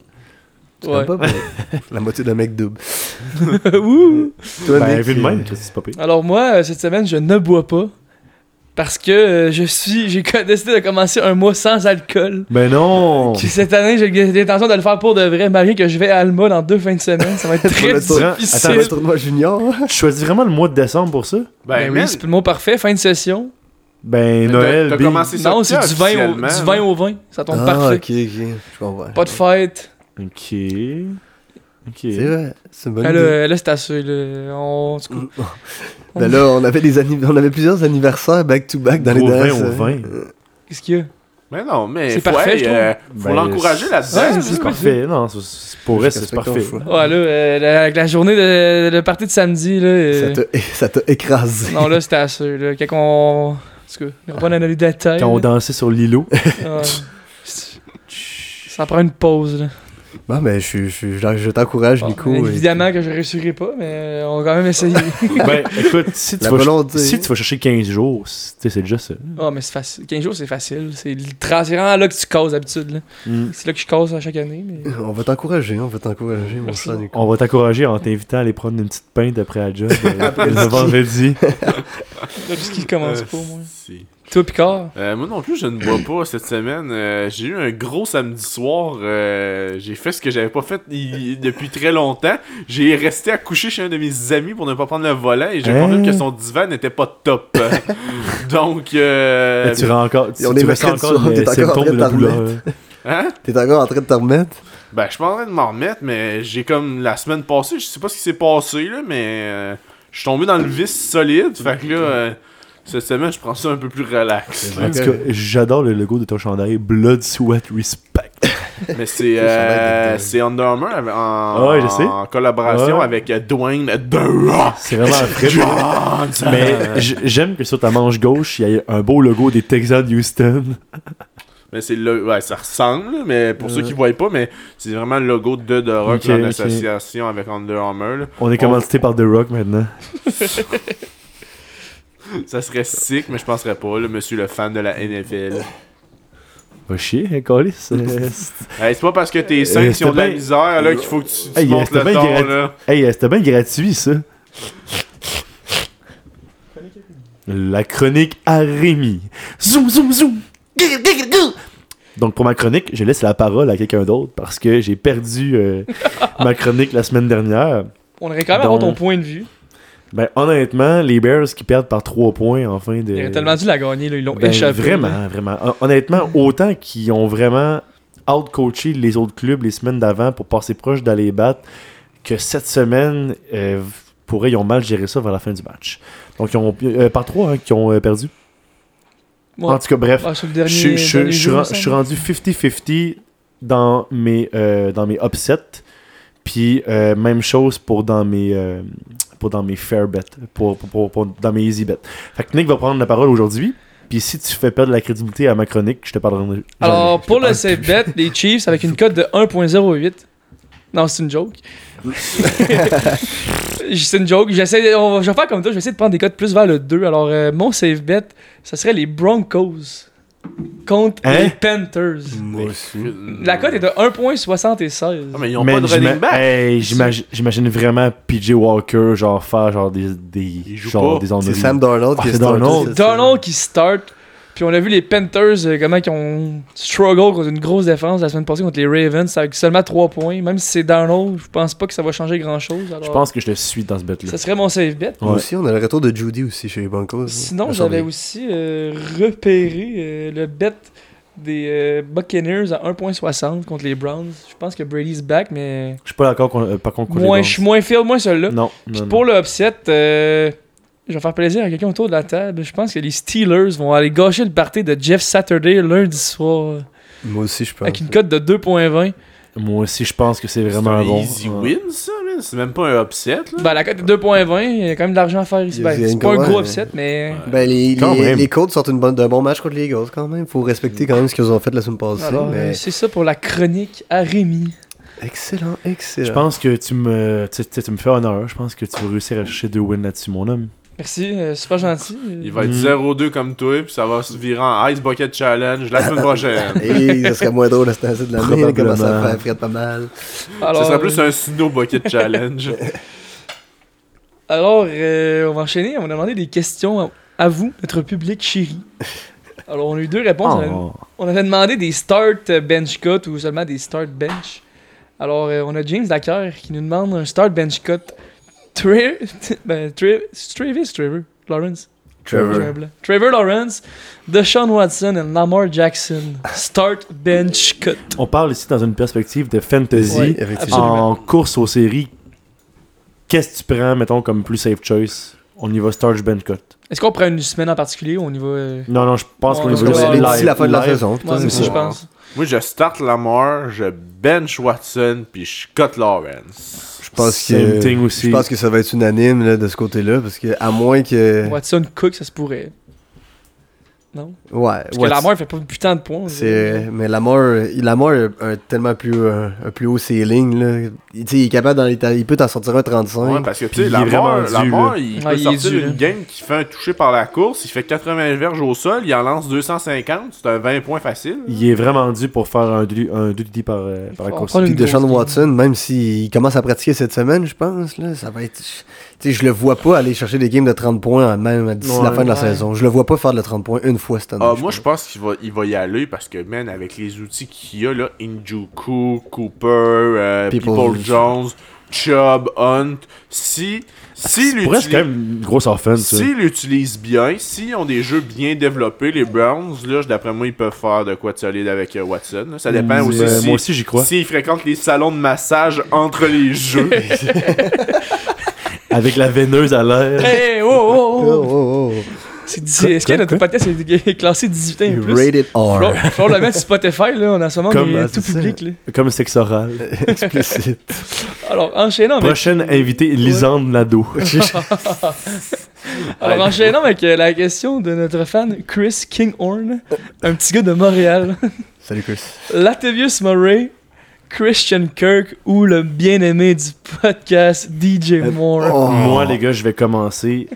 Speaker 3: C'est
Speaker 2: ouais.
Speaker 3: pas mal. La moitié de mec double.
Speaker 2: Ouh.
Speaker 3: Toi,
Speaker 1: ben,
Speaker 3: Nick,
Speaker 1: vu de
Speaker 3: euh,
Speaker 1: même, Chris, c'est pas pire.
Speaker 2: Alors, moi, euh, cette semaine, je ne bois pas. Parce que euh, je suis. J'ai co- décidé de commencer un mois sans alcool.
Speaker 1: Ben non
Speaker 2: Puis cette année, j'ai l'intention de le faire pour de vrai, malgré que je vais à Alma dans deux fins de semaine. Ça va être
Speaker 3: Pour
Speaker 2: très
Speaker 3: le tour-
Speaker 1: Attends,
Speaker 3: C'est
Speaker 2: difficile.
Speaker 3: le tournoi junior.
Speaker 1: Tu choisis vraiment le mois de décembre pour ça
Speaker 4: Ben,
Speaker 2: Ben
Speaker 4: man,
Speaker 2: oui, c'est le mot parfait, fin de session.
Speaker 1: Ben,
Speaker 4: t'as-
Speaker 1: Noël,
Speaker 4: T'as
Speaker 1: bing.
Speaker 4: commencé ça
Speaker 2: Non,
Speaker 4: quand,
Speaker 2: c'est du 20 au,
Speaker 4: officiellement,
Speaker 2: du
Speaker 4: là?
Speaker 2: 20 au 20. Ça tombe
Speaker 3: ah,
Speaker 2: parfait.
Speaker 3: ok, ok. Je comprends.
Speaker 2: Pas de fête.
Speaker 1: Ok. Ok.
Speaker 3: C'est vrai, c'est une bonne
Speaker 2: Ah,
Speaker 3: idée.
Speaker 2: là, là, c'est assez. Là. On... en tout cas,
Speaker 3: Ben là, on avait, des anniv- on avait plusieurs anniversaires back-to-back dans les
Speaker 1: Au
Speaker 3: dernières
Speaker 1: 20 au
Speaker 3: semaines.
Speaker 1: 20.
Speaker 2: Qu'est-ce qu'il y a
Speaker 4: Mais non, mais.
Speaker 2: C'est
Speaker 4: faut-
Speaker 2: parfait,
Speaker 4: hey,
Speaker 2: je trouve.
Speaker 4: euh, Faut
Speaker 1: Ben,
Speaker 4: l'encourager là-dedans.
Speaker 2: Ouais,
Speaker 1: c'est-
Speaker 4: là.
Speaker 1: c'est parfait. Non, c'est- c'est pour vrai, c'est
Speaker 3: Respecte ton
Speaker 1: parfait.
Speaker 3: choix.
Speaker 2: Ouais, là, euh, la, avec la journée de le party de samedi, là. euh,
Speaker 3: Ça t'a- Ça t'a écrasé.
Speaker 2: Non, là, c'était assez. Là. Quand on. En tout cas, on analyse de la tête.
Speaker 1: Quand on dansait sur l'îlo.
Speaker 2: Ça prend une pause, là.
Speaker 3: Bon, ben, je, suis- je, suis- je, je t'encourage,
Speaker 2: Bon,
Speaker 3: Nico.
Speaker 2: mais
Speaker 3: et-
Speaker 2: Ah. évidemment que je réussirai pas, mais euh, on va quand même essayer.
Speaker 1: Ben, écoute, si tu,
Speaker 3: La
Speaker 1: vas,
Speaker 3: volonté.
Speaker 1: si tu vas chercher 15 jours, c'est tu sais, c'est déjà ça.
Speaker 2: oh, mais c'est facile. 15 jours, c'est facile. C'est littéralement- c'est vraiment là que tu causes d'habitude. là.
Speaker 1: Mm.
Speaker 2: C'est là que je cause à chaque année. Mais...
Speaker 3: On va t'encourager, on va t'encourager, mon
Speaker 2: Merci.
Speaker 3: cher Nico.
Speaker 1: On va t'encourager en t'invitant à aller prendre une petite pinte après la job euh, le
Speaker 3: ski.
Speaker 1: vendredi.
Speaker 2: Là, puisqu'il commence
Speaker 4: Euh,
Speaker 2: pas, moi.
Speaker 4: si.
Speaker 2: Toi, Picard.
Speaker 4: Euh, moi non plus, je ne bois pas cette semaine. Euh, j'ai eu un gros samedi soir. euh, j'ai fait ce que j'avais pas fait i- depuis très longtemps. J'ai resté à coucher chez un de mes amis pour ne pas prendre le volant et j'ai
Speaker 1: Hein?
Speaker 4: compris que son divan n'était pas top. Euh, Donc, euh,
Speaker 1: tu rends encore, tu,
Speaker 3: on
Speaker 1: tu
Speaker 3: est
Speaker 1: ressens
Speaker 3: mercredi
Speaker 1: encore
Speaker 3: soir,
Speaker 1: les
Speaker 3: t'es encore en
Speaker 1: symptômes
Speaker 3: train
Speaker 1: de
Speaker 3: de
Speaker 1: la
Speaker 3: t'en
Speaker 1: douleur.
Speaker 4: hein?
Speaker 3: T'es encore en train de te remettre?
Speaker 4: Ben, je suis pas en train de m'en remettre, mais j'ai comme la semaine passée, je sais pas ce qui s'est passé, là, mais euh, je suis tombé dans le vice solide. Fait que là, euh, cette semaine, je prends ça un peu plus relax.
Speaker 1: En tout cas, j'adore le logo de ton chandail Blood, Sweat, Respect.
Speaker 4: Mais c'est
Speaker 3: Ça va être
Speaker 4: euh,
Speaker 3: de-
Speaker 4: c'est Under Armour avec- en,
Speaker 1: Ah ouais, je sais.
Speaker 4: en collaboration
Speaker 1: Ouais.
Speaker 4: avec euh, Dwayne The Rock
Speaker 1: C'est vraiment un vrai
Speaker 4: Johnson.
Speaker 1: Mais j- j'aime que sur ta manche gauche, il y a un beau logo des Texans de Houston.
Speaker 4: Mais c'est le ouais, ça ressemble, mais pour ceux qui voient pas, mais c'est vraiment le logo de The Rock
Speaker 1: Ok,
Speaker 4: en
Speaker 1: ok.
Speaker 4: association avec Under Armour. là.
Speaker 1: On est commandité par The Rock maintenant.
Speaker 4: Ça serait sick, mais je penserais pas, là, monsieur le fan de la NFL.
Speaker 1: Va chier, hein, Calis. Euh,
Speaker 4: Hey, c'est pas parce que t'es
Speaker 1: Euh,
Speaker 4: 5 qui ont de la
Speaker 1: c'était bien-
Speaker 4: misère là qu'il faut que tu, tu
Speaker 1: Hey,
Speaker 4: montes
Speaker 1: c'était
Speaker 4: le
Speaker 1: bien
Speaker 4: ton
Speaker 1: grat-
Speaker 4: là.
Speaker 1: hey, euh, c'était bien gratuit, ça. La chronique à Rémi. Zoom, zoom, zoom. Gr, gr, gr, gr. Donc, pour ma chronique, je laisse la parole à quelqu'un d'autre parce que j'ai perdu euh, ma chronique la semaine dernière.
Speaker 2: On aurait quand même avoir
Speaker 1: Donc-
Speaker 2: ton point de vue.
Speaker 1: Ben, honnêtement, les Bears qui perdent par 3 points en fin de.
Speaker 2: Il aurait tellement dû la gagner, là. Ils l'ont
Speaker 1: euh, Ben,
Speaker 2: échappé. hein. là.
Speaker 1: Vraiment, vraiment. Hon- Honnêtement, autant qu'ils ont vraiment out-coaché les autres clubs les semaines d'avant pour passer proche d'aller les battre, que cette semaine, euh, pour eux, ils ont mal géré ça vers la fin du match. Donc, ils ont, euh, par trois, qui ont euh, perdu.
Speaker 2: Ouais.
Speaker 1: En tout cas, bref,
Speaker 2: Ah, sur le dernier.
Speaker 1: je, je- je-
Speaker 2: dernier
Speaker 1: je suis ren-
Speaker 2: jour, il me
Speaker 1: je suis
Speaker 2: semble.
Speaker 1: rendu 50-50 dans, mes, euh, dans mes upsets. Puis, euh, même chose pour dans mes, euh, pour dans mes fair bets, pour, pour- pour- pour- dans mes easy bets. Fait que Nick va prendre la parole aujourd'hui. Puis, si tu fais perdre la crédibilité à ma chronique, je te pardonnerai.
Speaker 2: Alors, pour le
Speaker 1: jamais.
Speaker 2: safe bet, les Chiefs avec une cote de 1.08. Non, c'est une joke. c'est une joke. J'essaie, on va- je vais faire comme toi, je vais essayer de prendre des cotes plus vers le 2. Alors, euh, mon safe bet, ça serait les Broncos contre
Speaker 1: Hein?
Speaker 2: les Panthers.
Speaker 3: Moi aussi.
Speaker 2: La cote est de 1.76.
Speaker 4: Ah, mais ils ont
Speaker 1: Man,
Speaker 4: pas de
Speaker 1: j'ima-
Speaker 4: running back.
Speaker 1: hey, j'imagine j'imagine vraiment PJ Walker, genre, faire genre des. des
Speaker 4: Il joue
Speaker 1: genre
Speaker 4: pas.
Speaker 1: des honoris.
Speaker 3: C'est Sam Darnold
Speaker 1: Ah,
Speaker 3: qui est
Speaker 1: c'est
Speaker 3: starter
Speaker 1: Darnold.
Speaker 3: cette
Speaker 2: Donald qui start. Puis on a vu les Panthers, euh, comment ils ont struggle contre une grosse défense la semaine passée contre les Ravens avec seulement 3 points. Même si c'est Donald, je pense pas que ça va changer grand chose.
Speaker 1: Je pense que je te suis dans ce bet-là.
Speaker 2: Ça serait mon save bet.
Speaker 3: Nous
Speaker 1: Ouais.
Speaker 3: aussi, on a le retour de Judy aussi chez les Broncos.
Speaker 2: Sinon,
Speaker 3: La
Speaker 2: j'avais
Speaker 3: surveille.
Speaker 2: aussi euh, repéré euh, le bet des euh, Buccaneers à 1.60 contre les Browns. Je pense que Brady's back, mais
Speaker 1: Je suis pas d'accord, qu'on- euh, par contre, qu'on les
Speaker 2: moins,
Speaker 1: lance.
Speaker 2: je suis moins fier, moins celui-là.
Speaker 1: Non,
Speaker 2: Puis
Speaker 1: non, non.
Speaker 2: pour le upset, euh, je vais faire plaisir à quelqu'un autour de la table. Je pense que les Steelers vont aller gâcher le party de Jeff Saturday lundi soir euh,
Speaker 3: Moi aussi, je pense.
Speaker 2: avec une cote de 2.20.
Speaker 1: Moi aussi, je pense que c'est
Speaker 4: C'est
Speaker 1: vraiment
Speaker 4: un
Speaker 1: bon.
Speaker 4: easy
Speaker 1: Ouais.
Speaker 4: win, ça, man. C'est même pas un upset, là.
Speaker 2: Ben, la cote est 2.20, il y a quand même de l'argent à faire ici.
Speaker 3: Il y
Speaker 2: Ben,
Speaker 3: a
Speaker 2: c'est
Speaker 3: une
Speaker 2: pas un
Speaker 3: grosse-
Speaker 2: gros upset, mais.
Speaker 3: Ben, les,
Speaker 1: Quand
Speaker 3: les,
Speaker 1: même.
Speaker 3: les Colts sortent une bonne, d'un bon match contre les Eagles quand même. Faut respecter quand même ce qu'ils ont fait la semaine passée.
Speaker 2: Alors, euh,
Speaker 3: mais...
Speaker 2: c'est ça pour la chronique à Rémi.
Speaker 3: Excellent,
Speaker 1: Je
Speaker 3: excellent.
Speaker 1: pense que tu me, tu, tu- tu me fais honneur. Je pense que tu vas réussir à chercher deux wins là-dessus, mon homme.
Speaker 2: Merci, euh, super gentil.
Speaker 4: Il va être
Speaker 1: Mm.
Speaker 4: 0-2 comme toi, puis ça va se virer en Ice Bucket Challenge la semaine prochaine.
Speaker 3: Et ça serait moins drôle à cette année de l'année. Il commence à
Speaker 1: Probablement.
Speaker 3: faire fret pas mal.
Speaker 4: Ça
Speaker 2: Alors, euh,
Speaker 4: serait plus un Snow Bucket Challenge.
Speaker 2: Alors, euh, on va enchaîner. On va demander des questions à, à vous, notre public chéri. Alors, on a eu deux réponses. On, avait,
Speaker 1: Oh.
Speaker 2: on avait demandé des start euh, bench cut ou seulement des start bench. Alors, euh, on a James Dacker qui nous demande un start bench cut. Tra- ben, Tra- c'est Travis, Trevor Lawrence. J'ai un blanc. Trevor Lawrence, Deshaun Watson et Lamar Jackson. Start bench cut.
Speaker 1: On parle ici dans une perspective de fantasy
Speaker 3: Oui, effectivement.
Speaker 1: en
Speaker 2: absolument.
Speaker 1: course aux séries. Qu'est-ce que tu prends, mettons, comme plus safe choice On y va Starch Bencut.
Speaker 2: Est-ce qu'on prend une semaine en particulier ou on y va. euh,
Speaker 1: Non, non, je pense
Speaker 2: On
Speaker 1: qu'on y
Speaker 2: va
Speaker 3: Parce
Speaker 1: va
Speaker 3: qu'on
Speaker 2: Ouais,
Speaker 3: avait
Speaker 1: live-
Speaker 3: dit la fin de la
Speaker 1: live.
Speaker 3: saison.
Speaker 2: moi
Speaker 3: putain,
Speaker 2: aussi,
Speaker 3: c'est
Speaker 2: je
Speaker 3: bon.
Speaker 2: pense.
Speaker 4: Moi, je start Lamar, je bench Watson, puis je cut Lawrence.
Speaker 3: Je pense
Speaker 1: Same
Speaker 3: que.
Speaker 1: thing aussi.
Speaker 3: Je pense que ça va être unanime là, de ce côté-là, parce que à moins que.
Speaker 2: Watson Cook, ça se pourrait. non?
Speaker 3: Ouais,
Speaker 2: Parce
Speaker 3: ouais,
Speaker 2: que la mort fait pas putain de points.
Speaker 3: C'est mais Lamar, Lamar a un tellement plus un, un plus haut ceiling là. Il, tu sais, il est capable d'en il peut t'en sortir un 35.
Speaker 4: Ouais, parce que
Speaker 1: Puis
Speaker 4: tu
Speaker 1: il
Speaker 4: sais,
Speaker 1: est
Speaker 4: la mort,
Speaker 1: vraiment dû, là.
Speaker 4: il
Speaker 2: Ouais,
Speaker 4: peut
Speaker 2: il est
Speaker 4: sortir
Speaker 2: dû, là.
Speaker 4: une game qui fait un toucher par la course, il fait 80 verges au sol, il en lance 250, c'est un 20 points facile.
Speaker 1: Il est vraiment dû pour faire un 2 un deux dix par, euh, par la
Speaker 2: Faut
Speaker 1: course.
Speaker 2: prendre
Speaker 3: Puis
Speaker 2: une grosse
Speaker 3: Deshaun
Speaker 2: game.
Speaker 3: Watson, même s'il commence à pratiquer cette semaine, je pense, là, ça va être. Tu sais, je le vois pas aller chercher des games de 30 points même d'ici la
Speaker 1: Ouais.
Speaker 3: fin de la
Speaker 2: Ouais.
Speaker 3: saison. Je le vois pas faire le 30 points une fois cette année.
Speaker 4: Ah, moi, je pense qu'il va, il va y aller parce que, man, avec les outils qu'il y a, là, Injuku, Cooper, euh,
Speaker 3: People-
Speaker 4: People, Jones, Chubb, Hunt, si. si
Speaker 1: Pour elle, c'est quand même une grosse offense. ça.
Speaker 4: S'ils l'utilisent bien, s'ils ont des jeux bien développés, les Browns, là, d'après moi, ils peuvent faire de quoi de solide avec euh, Watson. là. Ça dépend
Speaker 1: Mais
Speaker 4: aussi si-
Speaker 1: Moi aussi, j'y crois.
Speaker 4: s'ils fréquentent les salons de massage entre les jeux.
Speaker 1: Avec la veineuse à l'air.
Speaker 2: Hey, oh, oh,
Speaker 3: Oh,
Speaker 2: oh.
Speaker 3: oh, oh.
Speaker 2: C'est dix- Est-ce que notre podcast est classé 18 ans et plus?
Speaker 3: Rated
Speaker 2: Faut
Speaker 3: R.
Speaker 2: faut le mettre sur Spotify, là, on a ce moment
Speaker 1: Comme,
Speaker 2: il est
Speaker 1: ah,
Speaker 2: tout
Speaker 3: c'est
Speaker 2: public. Là.
Speaker 1: Comme sexe oral.
Speaker 3: Explicite.
Speaker 2: Alors, enchaînant avec...
Speaker 1: Prochaine invitée, Lisande Nadeau.
Speaker 2: Alors, enchaînant avec euh, la question de notre fan Chris Kinghorn, un petit gars de Montréal.
Speaker 3: Salut Chris.
Speaker 2: Latavius Murray, Christian Kirk ou le bien-aimé du podcast DJ Moore.
Speaker 3: Oh.
Speaker 1: Moi, les gars, je vais commencer.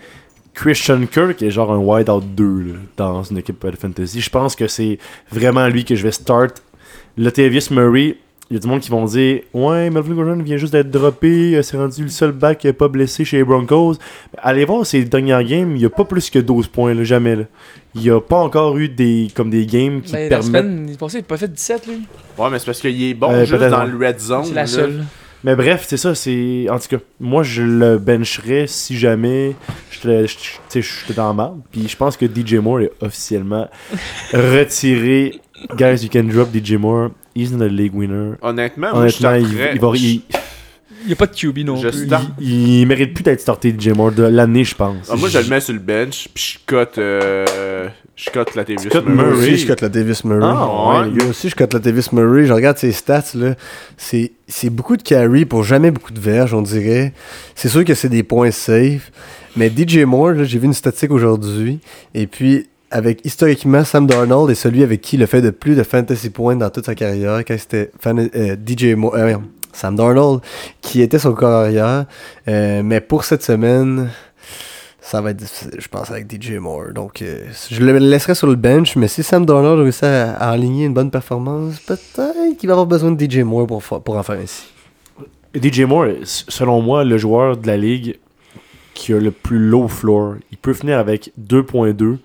Speaker 1: Christian Kirk est genre un wide out 2 là, dans une équipe de fantasy. Je pense que c'est vraiment lui que je vais start. Le Tavius Murray, il y a du monde qui vont dire Ouais, Melvin Gordon vient juste d'être droppé, euh, c'est rendu le seul back qui n'est pas blessé chez les Broncos. Mais Allez voir ses dernières games, il n'y a pas plus que 12 points, là, jamais. Là. Il n'y a pas encore eu des, comme des games qui
Speaker 2: Ben, la
Speaker 1: permettent
Speaker 2: semaine, il pensait qu'il pas fait 17, là.
Speaker 4: ouais, mais c'est parce qu'il est bon
Speaker 1: Euh,
Speaker 4: juste
Speaker 1: peut-être,
Speaker 4: dans
Speaker 1: ouais.
Speaker 4: le red zone.
Speaker 2: C'est la
Speaker 4: là.
Speaker 2: seule.
Speaker 1: Mais bref, c'est ça, c'est. En tout cas, moi je le bencherais si jamais j'étais je- tu sais, j'étais dans la merde. Puis je pense que DJ Moore est officiellement retiré. Guys, you can drop DJ Moore. He's not a league winner.
Speaker 4: Honnêtement, Ah, moi, je
Speaker 1: Honnêtement, il,
Speaker 4: starterais-
Speaker 1: il va- il,
Speaker 2: Il n'y a pas de QB non
Speaker 4: Je
Speaker 2: plus.
Speaker 4: starte.
Speaker 1: il- il mérite plus d'être starté DJ Moore de l'année, je pense.
Speaker 4: Ah, moi, je le mets sur le bench, puis je cote, euh, je cote la TV.
Speaker 1: cotes
Speaker 3: Moi
Speaker 1: Murray.
Speaker 3: aussi, je cote la Davis Murray.
Speaker 4: Ah, ouais.
Speaker 3: Moi aussi, je cote la Davis Murray. Je regarde ses stats, là. C'est c'est beaucoup de carry pour jamais beaucoup de verges, on dirait. C'est sûr que c'est des points safe. Mais DJ Moore, là, j'ai vu une statistique aujourd'hui. Et puis, avec historiquement, Sam Darnold est celui avec qui il a fait de plus de fantasy points dans toute sa carrière. Quand c'était fan- euh, DJ Moore. euh, voyons, Sam Darnold, qui était son corps arrière. Euh, mais pour cette semaine, ça va être difficile, je pense, avec DJ Moore. Donc, euh, je le laisserai sur le bench, mais si Sam Darnold réussit à, à enligner une bonne performance, peut-être qu'il va avoir besoin de DJ Moore pour, fa- pour en faire ainsi.
Speaker 1: DJ Moore, s- selon moi, le joueur de la ligue qui a le plus low floor. Il peut finir avec 2.2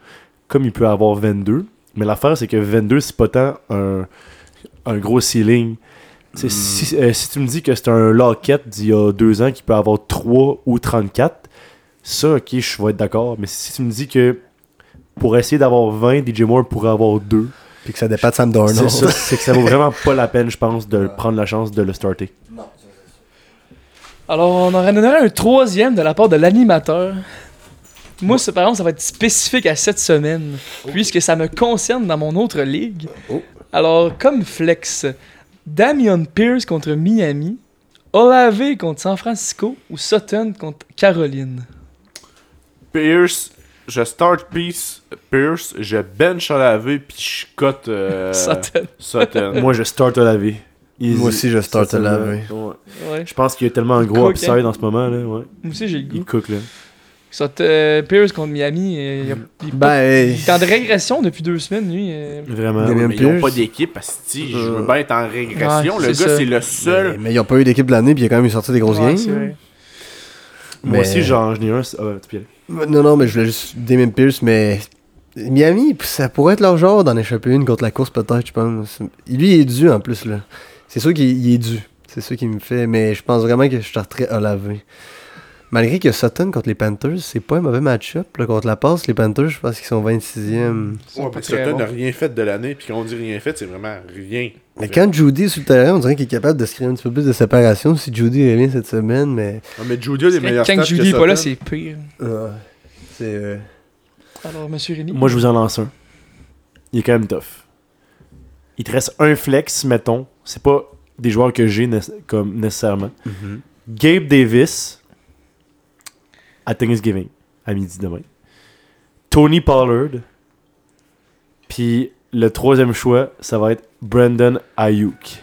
Speaker 1: comme il peut avoir 22. Mais l'affaire, c'est que 22, c'est pas tant un, un gros ceiling. Tu sais, Si, euh, si tu me dis que c'est un Lockett d'il y a deux ans qui peut avoir 3 ou 34, ça, ok, je vais être d'accord. Mais si tu me dis que pour essayer d'avoir 20, DJ Moore pourrait avoir 2,
Speaker 3: Puis que ça dépend de Sam Darnold.
Speaker 1: c'est ça, c'est que ça vaut vraiment pas la peine, je pense, de prendre la chance de le starter.
Speaker 2: Alors, on en donnerait un troisième de la part de l'animateur. Moi, ce, par exemple, ça va être spécifique à cette semaine, puisque ça me concerne dans mon autre ligue.
Speaker 3: Oh.
Speaker 2: Alors, comme flex, Damian Pierce contre Miami, Olave contre San Francisco ou Sutton contre Caroline.
Speaker 4: Pierce, je start Pierce, Pierce je bench à laver, puis je cote euh,
Speaker 2: Sutton.
Speaker 4: Sutton.
Speaker 1: Moi, je start à laver.
Speaker 3: Moi aussi, je start à laver.
Speaker 1: Ouais.
Speaker 2: Ouais,
Speaker 1: Je pense qu'il y a tellement un
Speaker 2: Il
Speaker 1: gros
Speaker 2: cook,
Speaker 1: upside
Speaker 2: hein.
Speaker 1: en ce moment. Là, ouais.
Speaker 2: moi aussi, j'ai le
Speaker 1: Il
Speaker 2: goût.
Speaker 1: cook. Là.
Speaker 2: Sut- euh, Pierce contre Miami, euh, il, a- il-
Speaker 3: Ben,
Speaker 2: il est en régression depuis deux semaines, lui. euh.
Speaker 1: Vraiment.
Speaker 3: Il y
Speaker 4: Ouais,
Speaker 3: a même
Speaker 4: mais ils ont
Speaker 3: plus.
Speaker 4: pas d'équipe parce que si, je
Speaker 1: Euh,
Speaker 4: veux bien être en régression.
Speaker 2: Ouais,
Speaker 4: le gars,
Speaker 2: c'est ça.
Speaker 4: c'est le seul.
Speaker 3: mais ils n'ont pas eu d'équipe de l'année, puis il a quand même sorti des grosses
Speaker 2: Ouais, c'est
Speaker 3: games.
Speaker 2: vrai.
Speaker 1: Moi
Speaker 3: Mais-
Speaker 1: aussi, j'en j'en ai un. c'est- ah, tu peux y aller.
Speaker 3: Non, non, mais je voulais juste Damien Pierce, mais Miami, ça pourrait être leur genre d'en échapper une contre la course, peut-être, je pense. Lui, il est dû en plus, là. C'est sûr qu'il il est dû. C'est ça qui me fait, mais je pense vraiment que je starterais à laver. Malgré que Sutton contre les Panthers, c'est pas un mauvais match-up. là. Contre la passe, les Panthers, je pense qu'ils sont 26e.
Speaker 2: C'est pas très
Speaker 4: Sutton
Speaker 2: bon.
Speaker 4: n'a rien fait de l'année, puis quand on dit rien fait, c'est vraiment rien.
Speaker 3: Mais quand Judy est sur le terrain, on dirait qu'il est capable de se créer un petit peu plus de séparation si Judy revient cette semaine, mais.
Speaker 4: Non, mais Judy a des meilleurs
Speaker 2: Quand
Speaker 4: stats
Speaker 2: Judy est
Speaker 4: que
Speaker 2: pas là,
Speaker 4: Sutton.
Speaker 2: c'est pire.
Speaker 3: euh, c'est. euh,
Speaker 2: Alors, monsieur Rémi.
Speaker 1: Moi, je vous en lance un. Il est quand même tough. Il te reste un flex, mettons. C'est pas des joueurs que j'ai né- comme nécessairement.
Speaker 3: Mhm.
Speaker 1: Gabe Davis à Thanksgiving, à midi demain. Tony Pollard Puis le troisième choix, ça va être Brandon Ayuk.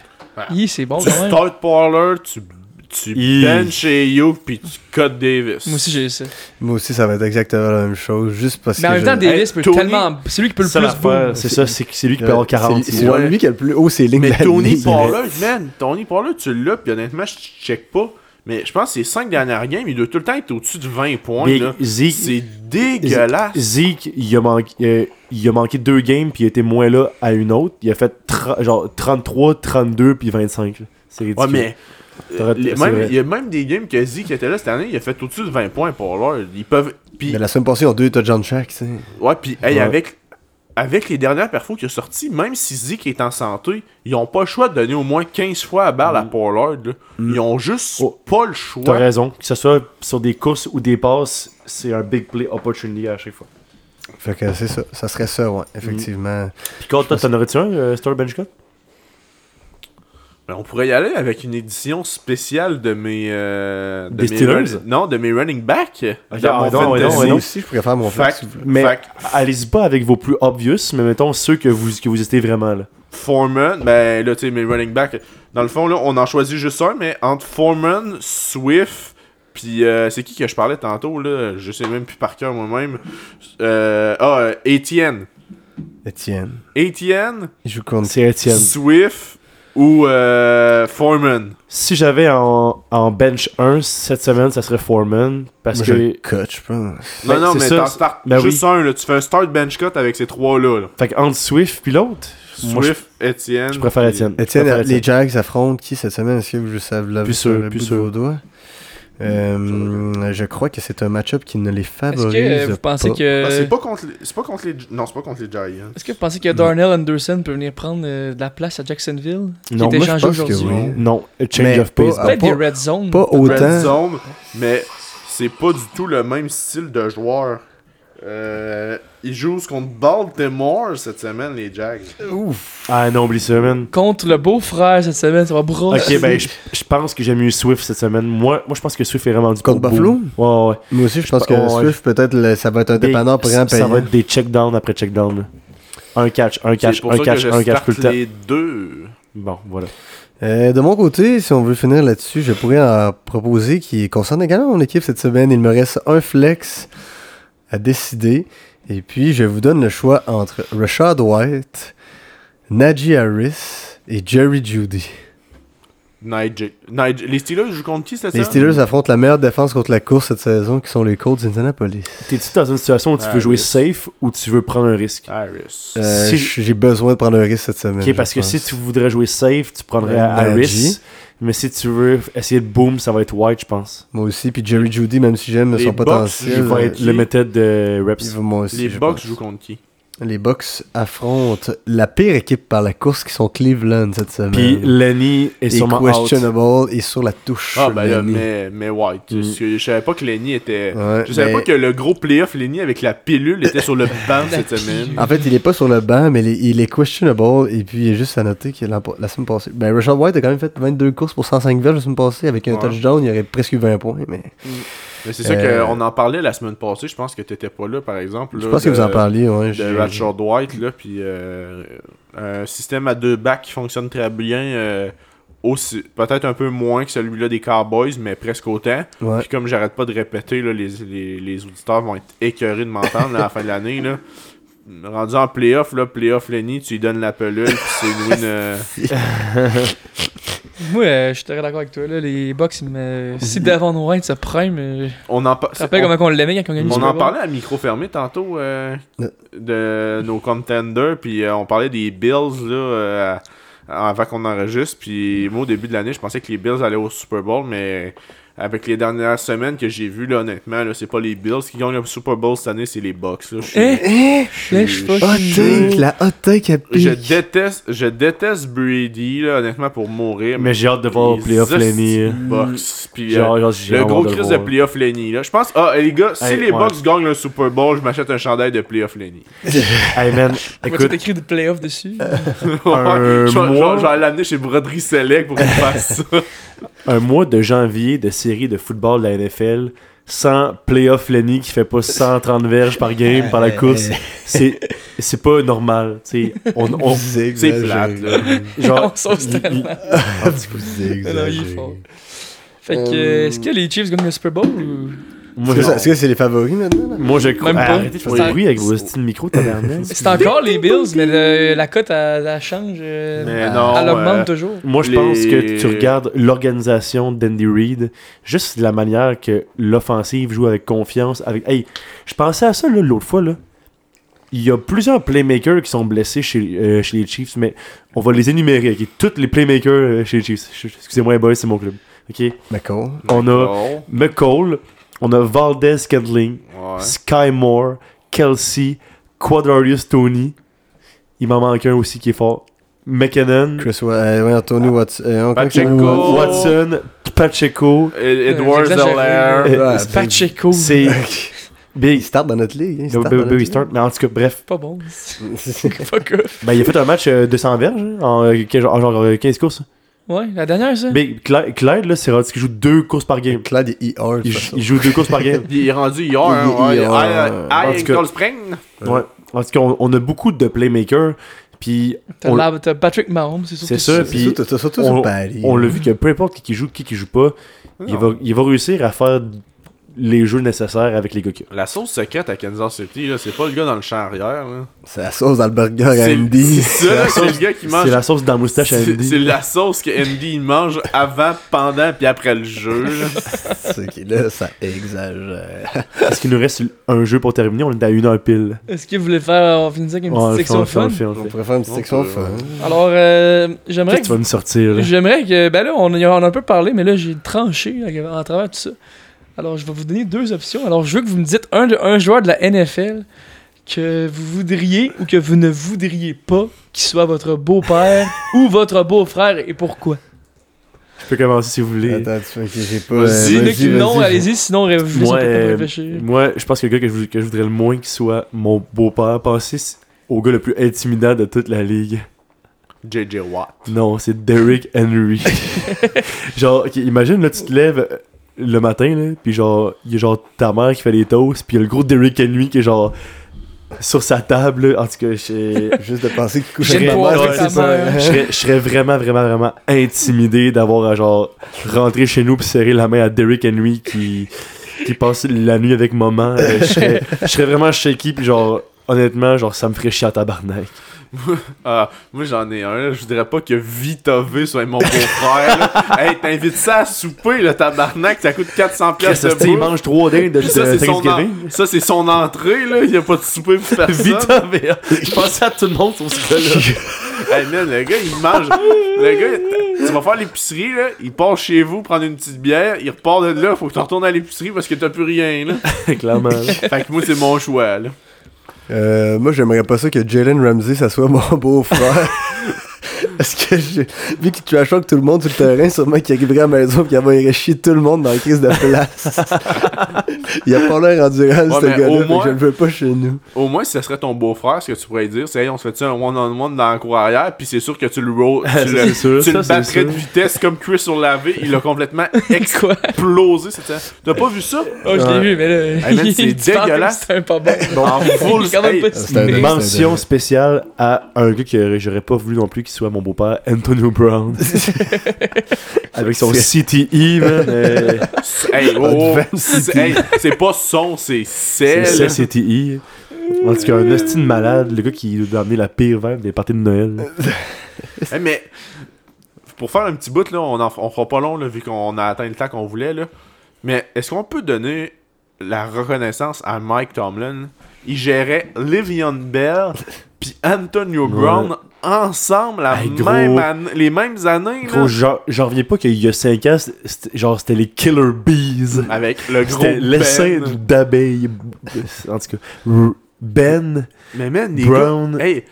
Speaker 2: Hi, c'est bon
Speaker 4: Tu
Speaker 2: quand même. Moi
Speaker 4: start Parler, tu, tu
Speaker 1: Hi.
Speaker 4: benches chez You, puis tu cotes Davis.
Speaker 2: aussi, j'ai eu ça.
Speaker 3: Moi aussi, ça va être exactement la même chose, juste parce
Speaker 2: Mais en
Speaker 3: que.
Speaker 2: même
Speaker 3: je-
Speaker 2: temps, Davis peut
Speaker 4: Tony-
Speaker 2: tellement. C'est lui qui peut le
Speaker 1: Ça,
Speaker 2: plus
Speaker 1: l'affaire,
Speaker 2: boom.
Speaker 1: C'est ça, c'est c'est lui qui
Speaker 4: Euh,
Speaker 3: Ouais,
Speaker 1: peut avoir
Speaker 3: Euh, c'est-
Speaker 1: 40.
Speaker 3: C'est genre
Speaker 4: ouais.
Speaker 3: lui qui a le plus haut ses lignes
Speaker 4: Mais
Speaker 3: de la
Speaker 4: Tony
Speaker 3: ligue.
Speaker 4: Parler, man, Tony Parler, tu l'as, puis honnêtement, je check pas. Mais je pense que ces 5 dernières games, il doit tout le temps être au-dessus de 20 points.
Speaker 1: Big
Speaker 4: là.
Speaker 1: Zeke,
Speaker 4: C'est dégueulasse.
Speaker 1: Zeke, il a, manqué, euh, il a manqué deux games, puis il a été moins là à une autre. Il a fait tra- genre 33, 32, puis 25. là. C'est
Speaker 4: Ouais,
Speaker 1: ridicule.
Speaker 4: mais.
Speaker 1: T'aurais-
Speaker 4: euh, les-
Speaker 1: c'est
Speaker 4: même-
Speaker 1: vrai.
Speaker 4: Il y a même des games que Zeke était là cette année, il a fait au-dessus de 20 points pour l'heure. Ils peuvent. Puis,
Speaker 3: Mais la semaine passée, ils ont deux touchdowns chaque, tu sais.
Speaker 4: ouais, puis hey,
Speaker 1: Ouais.
Speaker 4: avec, avec les dernières perfos qu'il a sorties, même si Zeke est en santé, ils ont pas le choix de donner au moins 15 fois à balle à Paul Lord. là. Ils ont juste
Speaker 1: Mm. Oh.
Speaker 4: pas le
Speaker 1: T'as
Speaker 4: choix.
Speaker 1: raison. Que ce soit sur des courses ou des passes, c'est un big play opportunity à chaque fois.
Speaker 3: Fait que c'est ça. Ça serait ça, ouais,
Speaker 1: Mm.
Speaker 3: effectivement.
Speaker 1: Puis quand toi, t'en aurais-tu un, euh, Star Bench Cut
Speaker 4: Ben, on pourrait y aller avec une édition spéciale de mes. euh, de
Speaker 1: Des
Speaker 4: mes
Speaker 1: Steelers?
Speaker 4: run- non, de mes running back.
Speaker 1: ah,
Speaker 4: dans mon
Speaker 1: non, ouais, non,
Speaker 4: fantasy.
Speaker 1: ouais,
Speaker 3: Moi
Speaker 1: non.
Speaker 3: aussi, je pourrais faire mon
Speaker 4: Fait
Speaker 3: flex.
Speaker 4: que-
Speaker 1: Mais
Speaker 4: fait que
Speaker 1: allez-y pas avec vos plus obvious, mais mettons ceux que vous, que vous hésitez vraiment. Là.
Speaker 4: Foreman, ben là, tu sais, mes running back, dans le fond, là, on en choisit juste un, mais entre Foreman, Swift, puis euh, c'est qui que je parlais tantôt, là, je sais même plus par cœur moi-même. Euh, ah, euh, Etienne.
Speaker 3: Etienne.
Speaker 4: Etienne,
Speaker 3: Il joue contre.
Speaker 1: C'est Étienne.
Speaker 4: Swift ou euh, Foreman.
Speaker 1: Si j'avais en, en bench 1 cette semaine, ça serait Foreman. Parce
Speaker 3: Moi, je le
Speaker 1: que.
Speaker 3: coach, je pense.
Speaker 4: Non,
Speaker 1: Ben,
Speaker 4: non,
Speaker 1: c'est
Speaker 4: mais
Speaker 1: ça,
Speaker 4: t'en
Speaker 1: c'est-
Speaker 4: starts
Speaker 1: ben
Speaker 4: juste un, là, tu fais un start bench cut avec ces trois-là. là.
Speaker 1: Fait que entre Swift puis l'autre, moi, je,
Speaker 4: Swift, Etienne.
Speaker 1: je préfère
Speaker 4: puis-
Speaker 1: Étienne. Je
Speaker 3: Etienne,
Speaker 1: préfère
Speaker 3: les
Speaker 1: Étienne.
Speaker 3: Jags affrontent qui cette semaine Est-ce que vous le savez là
Speaker 1: Plus
Speaker 3: sur
Speaker 1: sûr,
Speaker 3: le
Speaker 1: plus
Speaker 3: bout de
Speaker 1: sûr.
Speaker 3: vos doigts? Euh, je crois que c'est un match-up qui ne les
Speaker 2: Est-ce
Speaker 3: favorise
Speaker 2: que euh, vous pensez
Speaker 3: pas.
Speaker 4: Ah,
Speaker 2: que.
Speaker 4: c'est pas contre les... C'est pas contre les... Non, c'est pas contre les Giants.
Speaker 2: Est-ce que vous pensez que Darnell Anderson peut venir prendre euh, de la place à Jacksonville
Speaker 1: Non,
Speaker 2: Qui est
Speaker 1: moi,
Speaker 3: je
Speaker 2: échangé
Speaker 3: pense que
Speaker 2: aujourd'hui.
Speaker 3: oui.
Speaker 1: Non, a change
Speaker 3: Mais
Speaker 1: of
Speaker 3: pas-
Speaker 1: pace.
Speaker 3: ah,
Speaker 2: Peut-être des red zones.
Speaker 3: Pas
Speaker 4: Red
Speaker 3: autant.
Speaker 4: Zone, mais c'est pas du tout le même style de joueur. Euh, ils jouent contre Baltimore cette semaine, les Jags.
Speaker 1: Ah non, oublie ça, man.
Speaker 2: Contre le beau-frère cette semaine, ça va brosser.
Speaker 1: Ok, ben je je pense que j'ai mieux Swift cette semaine. Moi, moi je pense que Swift est vraiment du
Speaker 3: Contre Buffalo?
Speaker 1: Ouais, ouais.
Speaker 3: Moi aussi, je pense que
Speaker 1: Ouais.
Speaker 3: Swift, peut-être, le- ça va être un
Speaker 1: Des-
Speaker 3: dépanneur pour
Speaker 1: ça,
Speaker 3: un
Speaker 1: ça va
Speaker 3: payant.
Speaker 1: être des check-down après check-down. là. Un catch, un catch,
Speaker 4: C'est pour
Speaker 1: un
Speaker 4: ça
Speaker 1: catch,
Speaker 4: que je
Speaker 1: un catch
Speaker 4: starte
Speaker 1: tout le temps.
Speaker 4: les deux.
Speaker 1: Bon, voilà.
Speaker 3: Euh, de mon côté, si on veut finir là-dessus, je pourrais en proposer qui concerne également mon équipe cette semaine. Il me reste un flex à décider. Et puis, je vous donne le choix entre Rashad White, Najee Harris et Jerry Judy.
Speaker 4: Nigel. Nigel- Les Steelers jouent contre qui cette
Speaker 3: Les
Speaker 4: semaine?
Speaker 3: Steelers affrontent la meilleure défense contre la course cette saison, qui sont les Colts d'Indianapolis.
Speaker 1: T'es-tu dans une situation où tu
Speaker 4: Ah,
Speaker 1: veux jouer
Speaker 4: oui.
Speaker 1: safe ou tu veux prendre un risque?
Speaker 4: Harris.
Speaker 3: Euh,
Speaker 1: Si-
Speaker 3: j- J'ai besoin de prendre un risque cette semaine.
Speaker 1: Ok, parce
Speaker 3: Ah, je
Speaker 1: que
Speaker 3: pense. Ben,
Speaker 1: si tu voudrais jouer safe, tu prendrais
Speaker 3: Ouais,
Speaker 1: Harris.
Speaker 3: Najee.
Speaker 1: Mais si tu veux essayer de boom, ça va être White, je pense.
Speaker 3: Moi aussi, puis Jerry Judy, même si j'aime
Speaker 4: Les
Speaker 3: son
Speaker 1: Il
Speaker 4: Bucks,
Speaker 3: potentiel.
Speaker 1: va
Speaker 4: euh,
Speaker 1: être
Speaker 4: qui-
Speaker 1: le méthode de
Speaker 3: il
Speaker 1: reps.
Speaker 3: va- moi aussi,
Speaker 4: les
Speaker 3: je pense.
Speaker 4: Bucks jouent contre qui?
Speaker 3: Les Bucks affrontent la pire équipe par la course qui sont Cleveland cette semaine.
Speaker 1: Puis Lenny est
Speaker 3: et
Speaker 1: sûrement out.
Speaker 3: questionable et sur la touche.
Speaker 4: Ah ben là,
Speaker 3: Lenny.
Speaker 4: mais, mais White.
Speaker 1: Mm.
Speaker 4: Parce que Je savais pas que Lenny était...
Speaker 3: Ouais,
Speaker 4: je savais
Speaker 3: mais-
Speaker 4: pas que le gros playoff Lenny avec la pilule était sur le banc cette
Speaker 2: La
Speaker 4: semaine.
Speaker 2: pilule.
Speaker 3: En fait, il est pas sur le banc, mais il est, il est questionable. Et puis, il est juste à noter que l'an- la semaine passée, ben, Richard White a quand même fait 22 courses pour 105 verges la semaine passée. Avec un
Speaker 4: Ouais.
Speaker 3: touchdown, il aurait presque eu 20 points. Mais
Speaker 4: Mais c'est ça
Speaker 3: Euh,
Speaker 4: qu'on en parlait la semaine passée. Je pense que t'étais pas là, par exemple.
Speaker 3: je
Speaker 4: là,
Speaker 3: pense que vous en
Speaker 4: de-
Speaker 3: parliez. Ouais, j'ai-
Speaker 4: de Ratchard White, là, puis euh, un système à deux backs qui fonctionne très bien, euh, aussi, peut-être un peu moins que celui-là des Cowboys, mais presque autant.
Speaker 3: Ouais.
Speaker 4: Puis comme j'arrête pas de répéter, là, les, les, les auditeurs vont être écœurés de m'entendre là, à la fin de l'année. Là. Rendu en playoff, là, playoff Lenny, tu lui donnes la pelule, puis c'est une win, euh,
Speaker 2: Moi, euh, je suis très d'accord avec toi. Là. Les Bucks, ils me... si Davon White se prime, euh,
Speaker 4: on en, pa-
Speaker 2: je te rappelle
Speaker 4: on-
Speaker 2: comment on l'aimait quand on gagnait le
Speaker 4: on
Speaker 2: Super
Speaker 4: en
Speaker 2: Bowl.
Speaker 4: parlait à micro fermé tantôt euh, de nos contenders, puis euh, on parlait des Bills là, euh, avant qu'on enregistre. Puis moi, au début de l'année, je pensais que les Bills allaient au Super Bowl, mais avec les dernières semaines que j'ai vues, là, honnêtement, là, c'est pas les Bills qui gagnent le Super Bowl cette année, c'est les Bucks. là. Je suis-
Speaker 2: Eh?
Speaker 3: Eh,
Speaker 4: je suis-
Speaker 2: Là, je suis pas
Speaker 3: hot
Speaker 2: sûr.
Speaker 3: take, la hot take à pique.
Speaker 4: je déteste, je déteste Brady, là, honnêtement, pour mourir.
Speaker 1: Mais j'ai hâte de voir
Speaker 4: Les
Speaker 1: Playoff
Speaker 4: hosties
Speaker 1: Lenny.
Speaker 2: Mm.
Speaker 4: Bucks, puis, euh,
Speaker 1: Genre, genre, j'ai
Speaker 4: le
Speaker 1: vraiment
Speaker 4: gros
Speaker 1: hâte le
Speaker 4: crise de
Speaker 1: voir.
Speaker 4: playoff Lenny. Là. Je pense, ah, les gars, si
Speaker 1: Hey,
Speaker 4: les
Speaker 1: ouais.
Speaker 4: Bucks gagnent le Super Bowl, je m'achète un chandail de playoff Lenny.
Speaker 1: Hey man,
Speaker 2: Écoute,
Speaker 1: écoute,
Speaker 2: t'écris des playoffs dessus.
Speaker 4: Ouais, je vais-
Speaker 1: mois.
Speaker 4: je vais- je vais aller l'amener chez Broderie Select pour qu'il fasse ça.
Speaker 1: un mois de janvier de série de football de la NFL, sans playoff Lenny qui fait pas 130 verges par game par la course, c'est c'est pas normal. tu sais. On, on-
Speaker 4: C'est plate, là.
Speaker 1: genre,
Speaker 2: On sauce
Speaker 1: il- il-
Speaker 2: tellement. Non, il est fort. Fait que,
Speaker 5: Euh,
Speaker 2: est-ce que les Chiefs gagnent le Super Bowl ou.
Speaker 1: moi,
Speaker 3: Est-ce que ça-
Speaker 1: je,
Speaker 3: est-ce que c'est les favoris maintenant? là?
Speaker 1: moi, je crois.
Speaker 2: Même pas.
Speaker 1: Arrêtez de faire
Speaker 2: Oui.
Speaker 1: du bruit avec vos styles micro, tabarnak.
Speaker 2: C'est encore les Bills, mais le- la cote, elle, elle change. euh,
Speaker 4: Mais non,
Speaker 2: elle augmente
Speaker 4: euh,
Speaker 2: toujours.
Speaker 1: Moi, je
Speaker 4: Les-
Speaker 1: pense que tu regardes l'organisation d'Andy Reid, juste de la manière que l'offensive joue avec confiance. Avec... Hey, je pensais à ça là, l'autre fois. Là. Il y a plusieurs playmakers qui sont blessés chez, euh, chez les Chiefs, mais on va les énumérer. ok? Tous les playmakers euh, chez les Chiefs. Ch- Excusez-moi, les boys, c'est mon club. ok
Speaker 3: Mais con.
Speaker 1: On a
Speaker 4: Non.
Speaker 1: McCall, on a Valdez Scantling,
Speaker 4: Ouais.
Speaker 1: Sky Moore, Kelsey, Quadrarius Tony. Il m'en manque un aussi qui est fort. McKinnon.
Speaker 3: Chris, Wa- euh, ouais, Anthony
Speaker 1: Ah.
Speaker 3: Watson. euh, encore
Speaker 4: Pacheco.
Speaker 3: Anthony Watson.
Speaker 4: Oh.
Speaker 1: Watson, Pacheco,
Speaker 4: Ed-
Speaker 2: Euh,
Speaker 4: Edward
Speaker 2: j'exagère.
Speaker 4: Zeller.
Speaker 1: Euh,
Speaker 3: Ouais,
Speaker 2: Pacheco, c'est
Speaker 1: c'est
Speaker 3: Il
Speaker 1: Big.
Speaker 3: start dans notre ligue. hein, il start dans
Speaker 1: Big-
Speaker 3: notre
Speaker 1: Big
Speaker 3: ligue.
Speaker 1: Start, mais en tout cas, bref.
Speaker 2: pas bon. Fuck off.
Speaker 1: Ben, il a fait un match euh, 200 verges, hein, en, euh, quel- en genre euh, 15 courses.
Speaker 2: Ouais, la dernière, ça.
Speaker 1: Big, Clyde, Clyde, là, c'est rendu qu'il joue deux courses par game.
Speaker 3: Clyde est ER. de
Speaker 1: Il,
Speaker 3: toute
Speaker 1: jou-
Speaker 3: façon.
Speaker 1: il joue deux courses par game.
Speaker 4: Il est rendu hier.
Speaker 3: Il est
Speaker 4: hein, ouais,
Speaker 3: hier.
Speaker 4: Aïe,
Speaker 1: En
Speaker 4: aïe,
Speaker 1: tout cas-
Speaker 4: Cold Spring.
Speaker 1: Ouais. En tout cas, on, on a beaucoup de playmakers, puis
Speaker 2: T'as
Speaker 1: on-
Speaker 2: la- t'as Patrick Mahomes, c'est sûr.
Speaker 1: C'est
Speaker 2: que
Speaker 1: ça,
Speaker 3: C'est
Speaker 1: puis
Speaker 3: surtout- c'est surtout
Speaker 1: on-
Speaker 3: sur Paris. hein.
Speaker 1: on l'a vu que peu importe qui, qui joue, qui, qui joue pas, il
Speaker 4: Non.
Speaker 1: va, il va réussir à faire les jeux nécessaires avec les gars qu'il a.
Speaker 4: La sauce secrète à Kansas City, là, c'est pas le gars dans le champ arrière. là.
Speaker 3: C'est la sauce dans le burger à
Speaker 4: C'est
Speaker 3: Andy.
Speaker 4: c'est ça, là, c'est le gars qui mange.
Speaker 1: C'est la sauce dans la moustache à
Speaker 4: C'est
Speaker 1: Andy.
Speaker 4: c'est la sauce que Andy il mange avant, pendant, puis après le jeu. là.
Speaker 3: C'est qui là, ça exagère.
Speaker 1: Est-ce qu'il nous reste un jeu pour terminer? On est à une heure pile.
Speaker 2: Est-ce que vous voulez faire, on finit ça avec une
Speaker 1: Ouais, on
Speaker 2: petite
Speaker 1: le fait, on
Speaker 2: section
Speaker 1: le fait, on
Speaker 2: fun?
Speaker 1: le fait, on le
Speaker 3: On
Speaker 1: fait.
Speaker 3: pourrait faire une petite
Speaker 4: On
Speaker 3: section
Speaker 4: peut,
Speaker 3: fun.
Speaker 1: hein.
Speaker 2: Alors, euh, j'aimerais
Speaker 1: Qu'est-ce que tu vas nous sortir? là?
Speaker 2: J'aimerais que. Ben là, on, y a- on a un peu parlé, mais là, j'ai tranché à, à travers tout ça. Alors, je vais vous donner deux options. Alors, je veux que vous me dites un, de- un joueur de la NFL que vous voudriez ou que vous ne voudriez pas qu'il soit votre beau-père ou votre beau-frère et pourquoi.
Speaker 1: Je peux commencer si vous voulez.
Speaker 3: Attends, tu vois, ok, j'ai pas.
Speaker 4: Vas-y,
Speaker 3: euh,
Speaker 2: Dis-le que non,
Speaker 3: vas-y.
Speaker 2: allez-y, sinon, ré- vous laissez
Speaker 1: Moi,
Speaker 2: un peu de temps
Speaker 1: euh,
Speaker 2: pour réfléchir.
Speaker 1: Moi, je pense que le gars que je, vou- que je voudrais le moins qu'il soit mon beau-père, pensez s- au gars le plus intimidant de toute la ligue.
Speaker 4: JJ euh, Watt.
Speaker 1: Non, c'est Derrick Henry. genre, ok, imagine, là, tu te lèves euh, le matin, là, pis genre, il y a genre ta mère qui fait les toasts, pis il y a le gros Derrick Henry qui est genre sur sa table, là. En tout cas, je
Speaker 3: Juste de penser qu'il couche
Speaker 2: J'ai
Speaker 3: avec
Speaker 1: une
Speaker 3: ma
Speaker 1: poire
Speaker 3: mère,
Speaker 1: avec
Speaker 3: c'est
Speaker 2: ta mère.
Speaker 1: je
Speaker 3: ça. hein.
Speaker 1: serais- je serais vraiment, vraiment, vraiment intimidé d'avoir à genre rentrer chez nous pis serrer la main à Derrick Henry qui, qui passe la nuit avec maman. Euh, Je serais, je serais vraiment shaky pis genre, honnêtement, genre, ça me ferait chier à tabarnak.
Speaker 4: Ah, moi j'en ai un, là. je voudrais pas que Vita V soit mon beau-frère. là. hey, t'invites ça à souper, le tabarnak, ça coûte 400 pièces
Speaker 1: Ça,
Speaker 4: de
Speaker 1: se dit, il mange trois dindes de,
Speaker 4: Puis ça,
Speaker 1: de
Speaker 4: c'est son,
Speaker 1: Thanksgiving.
Speaker 4: en- ça, c'est son entrée, là. Il y a pas de souper pour personne.
Speaker 1: Vita, mais euh, je pensais à tout le monde sur ce gars-là.
Speaker 4: Hey, man, le gars, il mange. Le gars, tu vas faire l'épicerie, là. Il part chez vous prendre une petite bière. Il repart de là. Faut que tu retournes à l'épicerie parce que t'as plus rien, là.
Speaker 1: Clairement. là.
Speaker 4: Fait que moi, c'est mon choix, là.
Speaker 3: Euh, Moi, j'aimerais pas ça que Jalen Ramsey, ça soit mon beau-frère. Parce que je... vu qu'il trash talk tout le monde sur le terrain, sûrement qu'il arriverait à la maison et qu'il va y chier tout le monde dans la crise de place. Il a pas l'air endurable,
Speaker 4: Ouais,
Speaker 3: ce
Speaker 4: mais au
Speaker 3: gars-là, mais
Speaker 4: moins-
Speaker 3: je le veux pas chez nous.
Speaker 4: Au moins, si ça serait ton beau-frère, ce que tu pourrais dire, c'est hey, on se fait un one-on-one dans la cour arrière, puis c'est sûr que tu le roll, tu
Speaker 1: c'est
Speaker 4: le,
Speaker 1: sûr,
Speaker 4: tu
Speaker 1: ça,
Speaker 4: le
Speaker 1: c'est
Speaker 4: battrais de
Speaker 1: sûr.
Speaker 4: vitesse comme Chris sur la V, il a complètement
Speaker 2: Quoi?
Speaker 4: explosé. c'était- T'as pas vu ça?
Speaker 2: Oh, je l'ai vu, mais là.
Speaker 4: Hey, man,
Speaker 2: il-
Speaker 4: c'est
Speaker 2: il parle comme
Speaker 4: dégueulasse.
Speaker 2: si C'était un pas bon.
Speaker 4: En full
Speaker 2: Il est quand même
Speaker 4: hey,
Speaker 2: pas
Speaker 3: c'est un
Speaker 2: si-
Speaker 3: man.
Speaker 1: Mention spéciale à un gars que j'aurais pas voulu non plus qu'il soit mon beau-père, Antonio Brown. Avec son CTE, man. euh,
Speaker 4: hey, oh, oh, c'est hey, c'est pas son, c'est
Speaker 1: C'est
Speaker 4: celle.
Speaker 1: ça, CTI. En tout cas, un hostile malade, le gars qui doit amener la pire vibe des parties de Noël.
Speaker 4: Euh, Hey, Eh, mais pour faire un petit bout, là, on, en, on fera pas long là, vu qu'on a atteint le temps qu'on voulait. Là. Mais est-ce qu'on peut donner la reconnaissance à Mike Tomlin Il gérait Livion Bell puis Antonio Brown ensemble la
Speaker 1: Hey,
Speaker 4: même
Speaker 1: gros-
Speaker 4: an- les mêmes années. là,
Speaker 1: Gros, genre- j'en reviens pas qu'il y a 5 ans, c'était- genre, c'était les Killer Bees.
Speaker 4: avec le gros
Speaker 1: C'était l'essai
Speaker 4: Ben.
Speaker 1: d'abeilles. En tout cas, R- Ben,
Speaker 4: Mais man, les
Speaker 1: Brown,
Speaker 4: gars- hey,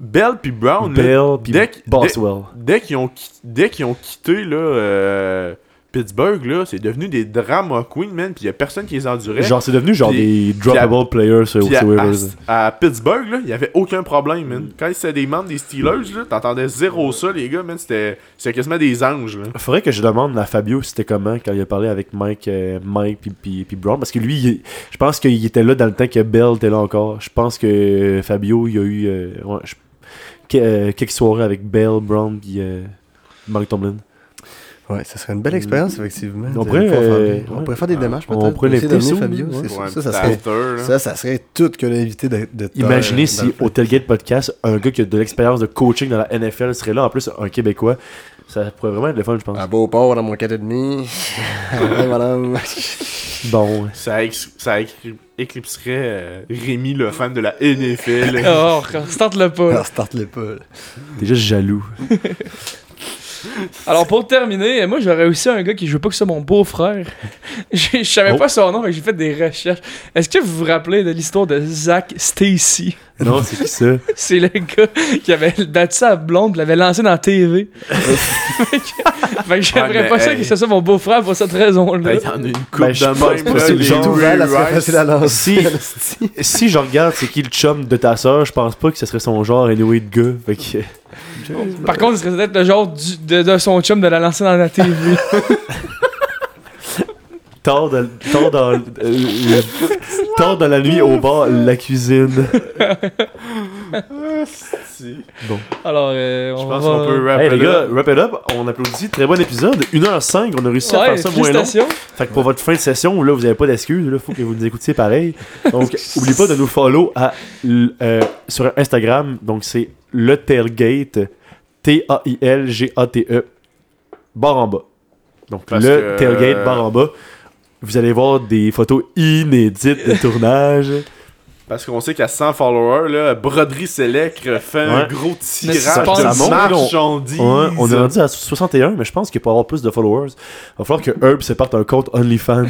Speaker 4: Bell puis Brown, là,
Speaker 1: Bell, puis
Speaker 4: dès qu'- dès-
Speaker 1: Boswell.
Speaker 4: dès qu'ils ont, qui- dès qu'ils ont quitté là, euh, Pittsburgh, là, c'est devenu des drama queens, man, puis il y a personne qui les endurait.
Speaker 1: Genre, c'est devenu genre des
Speaker 4: Puis-
Speaker 1: droppable players euh, sur
Speaker 4: Puis à,
Speaker 1: sur waivers.
Speaker 4: à- à Pittsburgh, là, il n'y avait aucun problème, man. Quand c'était des membres des Steelers, là, t'entendais zéro ça, les gars, man. C'était c'était quasiment des anges, là.
Speaker 1: Faudrait que je demande à Fabio c'était comment quand il a parlé avec Mike, euh, Mike puis, puis, puis Brown. Parce que lui, il- je pense qu'il était là dans le temps que Bell était là encore. Je pense que euh, Fabio, il y a eu euh, ouais, je- que- euh, quelques soirées avec Bell, Brown puis euh, Mike Tomlin.
Speaker 3: Ouais, ça serait une belle expérience, effectivement.
Speaker 1: On
Speaker 3: de
Speaker 1: pourrait,
Speaker 3: pouvoir
Speaker 1: euh,
Speaker 3: faire- on
Speaker 1: ouais.
Speaker 3: pourrait faire des démarches,
Speaker 1: On
Speaker 3: peut-être.
Speaker 1: pourrait
Speaker 3: essayer
Speaker 1: l'inviter
Speaker 3: d'amener
Speaker 1: sous,
Speaker 3: Fabio,
Speaker 1: ouais.
Speaker 3: c'est
Speaker 4: Pour
Speaker 3: sûr.
Speaker 4: un
Speaker 3: Ça, ça
Speaker 4: petit
Speaker 3: serait,
Speaker 4: after, là.
Speaker 3: ça, ça serait tout que l'invité de, de
Speaker 1: Imaginez
Speaker 3: dans
Speaker 1: si
Speaker 3: le-
Speaker 1: au Tailgate Podcast, un gars qui a de l'expérience de coaching dans la NFL serait là. En plus, un Québécois. Ça pourrait vraiment être le fun, je pense.
Speaker 3: À Beauport, dans mon 4,5. Ouais, madame.
Speaker 1: Bon.
Speaker 4: Ça, ex- ça écri- éclipserait euh, Rémi, le fan de la NFL.
Speaker 2: Oh, starte le
Speaker 4: Ah,
Speaker 2: pas. là.
Speaker 3: Alors, start le pas. là.
Speaker 1: T'es juste jaloux.
Speaker 2: Alors pour terminer, moi j'aurais aussi un gars qui joue pas que ça, mon beau-frère. je je savais
Speaker 1: Oh.
Speaker 2: pas son nom, mais j'ai fait des recherches. Est-ce que vous vous rappelez de l'histoire de Zach Stacy
Speaker 1: Non, c'est qui ça?
Speaker 2: C'est le gars qui avait battu sa blonde, l'avait lancé dans la TV. fait que- fait que j'aimerais
Speaker 4: Ouais, mais,
Speaker 2: pas ça
Speaker 4: hey.
Speaker 2: que ce soit mon beau-frère pour cette raison-là.
Speaker 4: Hey, Y'en a une coupe
Speaker 1: Ben, je
Speaker 4: de
Speaker 1: pense
Speaker 4: même,
Speaker 1: pas
Speaker 4: là,
Speaker 1: que c'est le
Speaker 4: les
Speaker 1: genre.
Speaker 4: Ray
Speaker 3: Ouvert, là, c'est
Speaker 4: Rice.
Speaker 3: facile à lancer.
Speaker 1: Si, si je regarde c'est qui le chum de ta sœur, je pense pas que ce serait son genre anyway de gars. Fait que... euh,
Speaker 2: Par contre, ce serait peut-être le genre du- de, de son chum de la lancer dans la TV.
Speaker 1: Tard, de- tard dans, euh, euh, tard dans la nuit au bar, la cuisine.
Speaker 4: Si.
Speaker 2: Alors, euh, on
Speaker 4: Je pense
Speaker 2: va-
Speaker 4: qu'on peut
Speaker 1: Hey les
Speaker 4: rappeler.
Speaker 1: gars, wrap it up, on applaudit. Très bon épisode. 1h05, on a réussi à
Speaker 2: Ouais,
Speaker 1: faire ça moins long.
Speaker 2: félicitations.
Speaker 1: Fait que pour votre fin de session, là, vous avez pas d'excuses, là, faut que vous nous écoutiez pareil. Donc, oubliez pas de nous follow à, l- euh, sur Instagram. Donc, c'est le tailgate, T-A-I-L-G-A-T-E, E, barre en bas. Donc,
Speaker 4: Parce
Speaker 1: le
Speaker 4: que-
Speaker 1: tailgate, barre en bas. Vous allez voir des photos inédites de tournage.
Speaker 4: Parce qu'on sait qu'à 100 followers, là, Broderie Select fait un
Speaker 1: Ouais.
Speaker 4: gros tirage
Speaker 2: ça
Speaker 1: monte,
Speaker 4: de
Speaker 1: là, on-
Speaker 4: marchandises.
Speaker 1: Ouais, on est rendu à 61, mais je pense qu'il peut y avoir plus de followers. Il va falloir que Herb se parte un compte OnlyFans.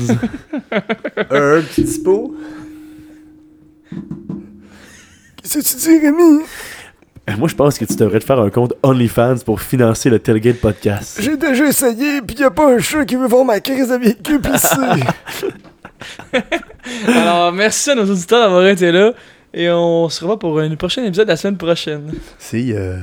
Speaker 3: Herb, qui dispo.
Speaker 5: Qu'est-ce que tu dis, Rémi?
Speaker 1: Et Moi, je pense que tu devrais te faire un compte OnlyFans pour financer le tailgate podcast.
Speaker 5: J'ai déjà essayé, pis y a pas un chat qui veut voir ma crise de vécu pisser.
Speaker 2: Alors, merci à nos auditeurs d'avoir été là. Et on se revoit pour un prochain épisode la semaine prochaine.
Speaker 3: C'est. euh,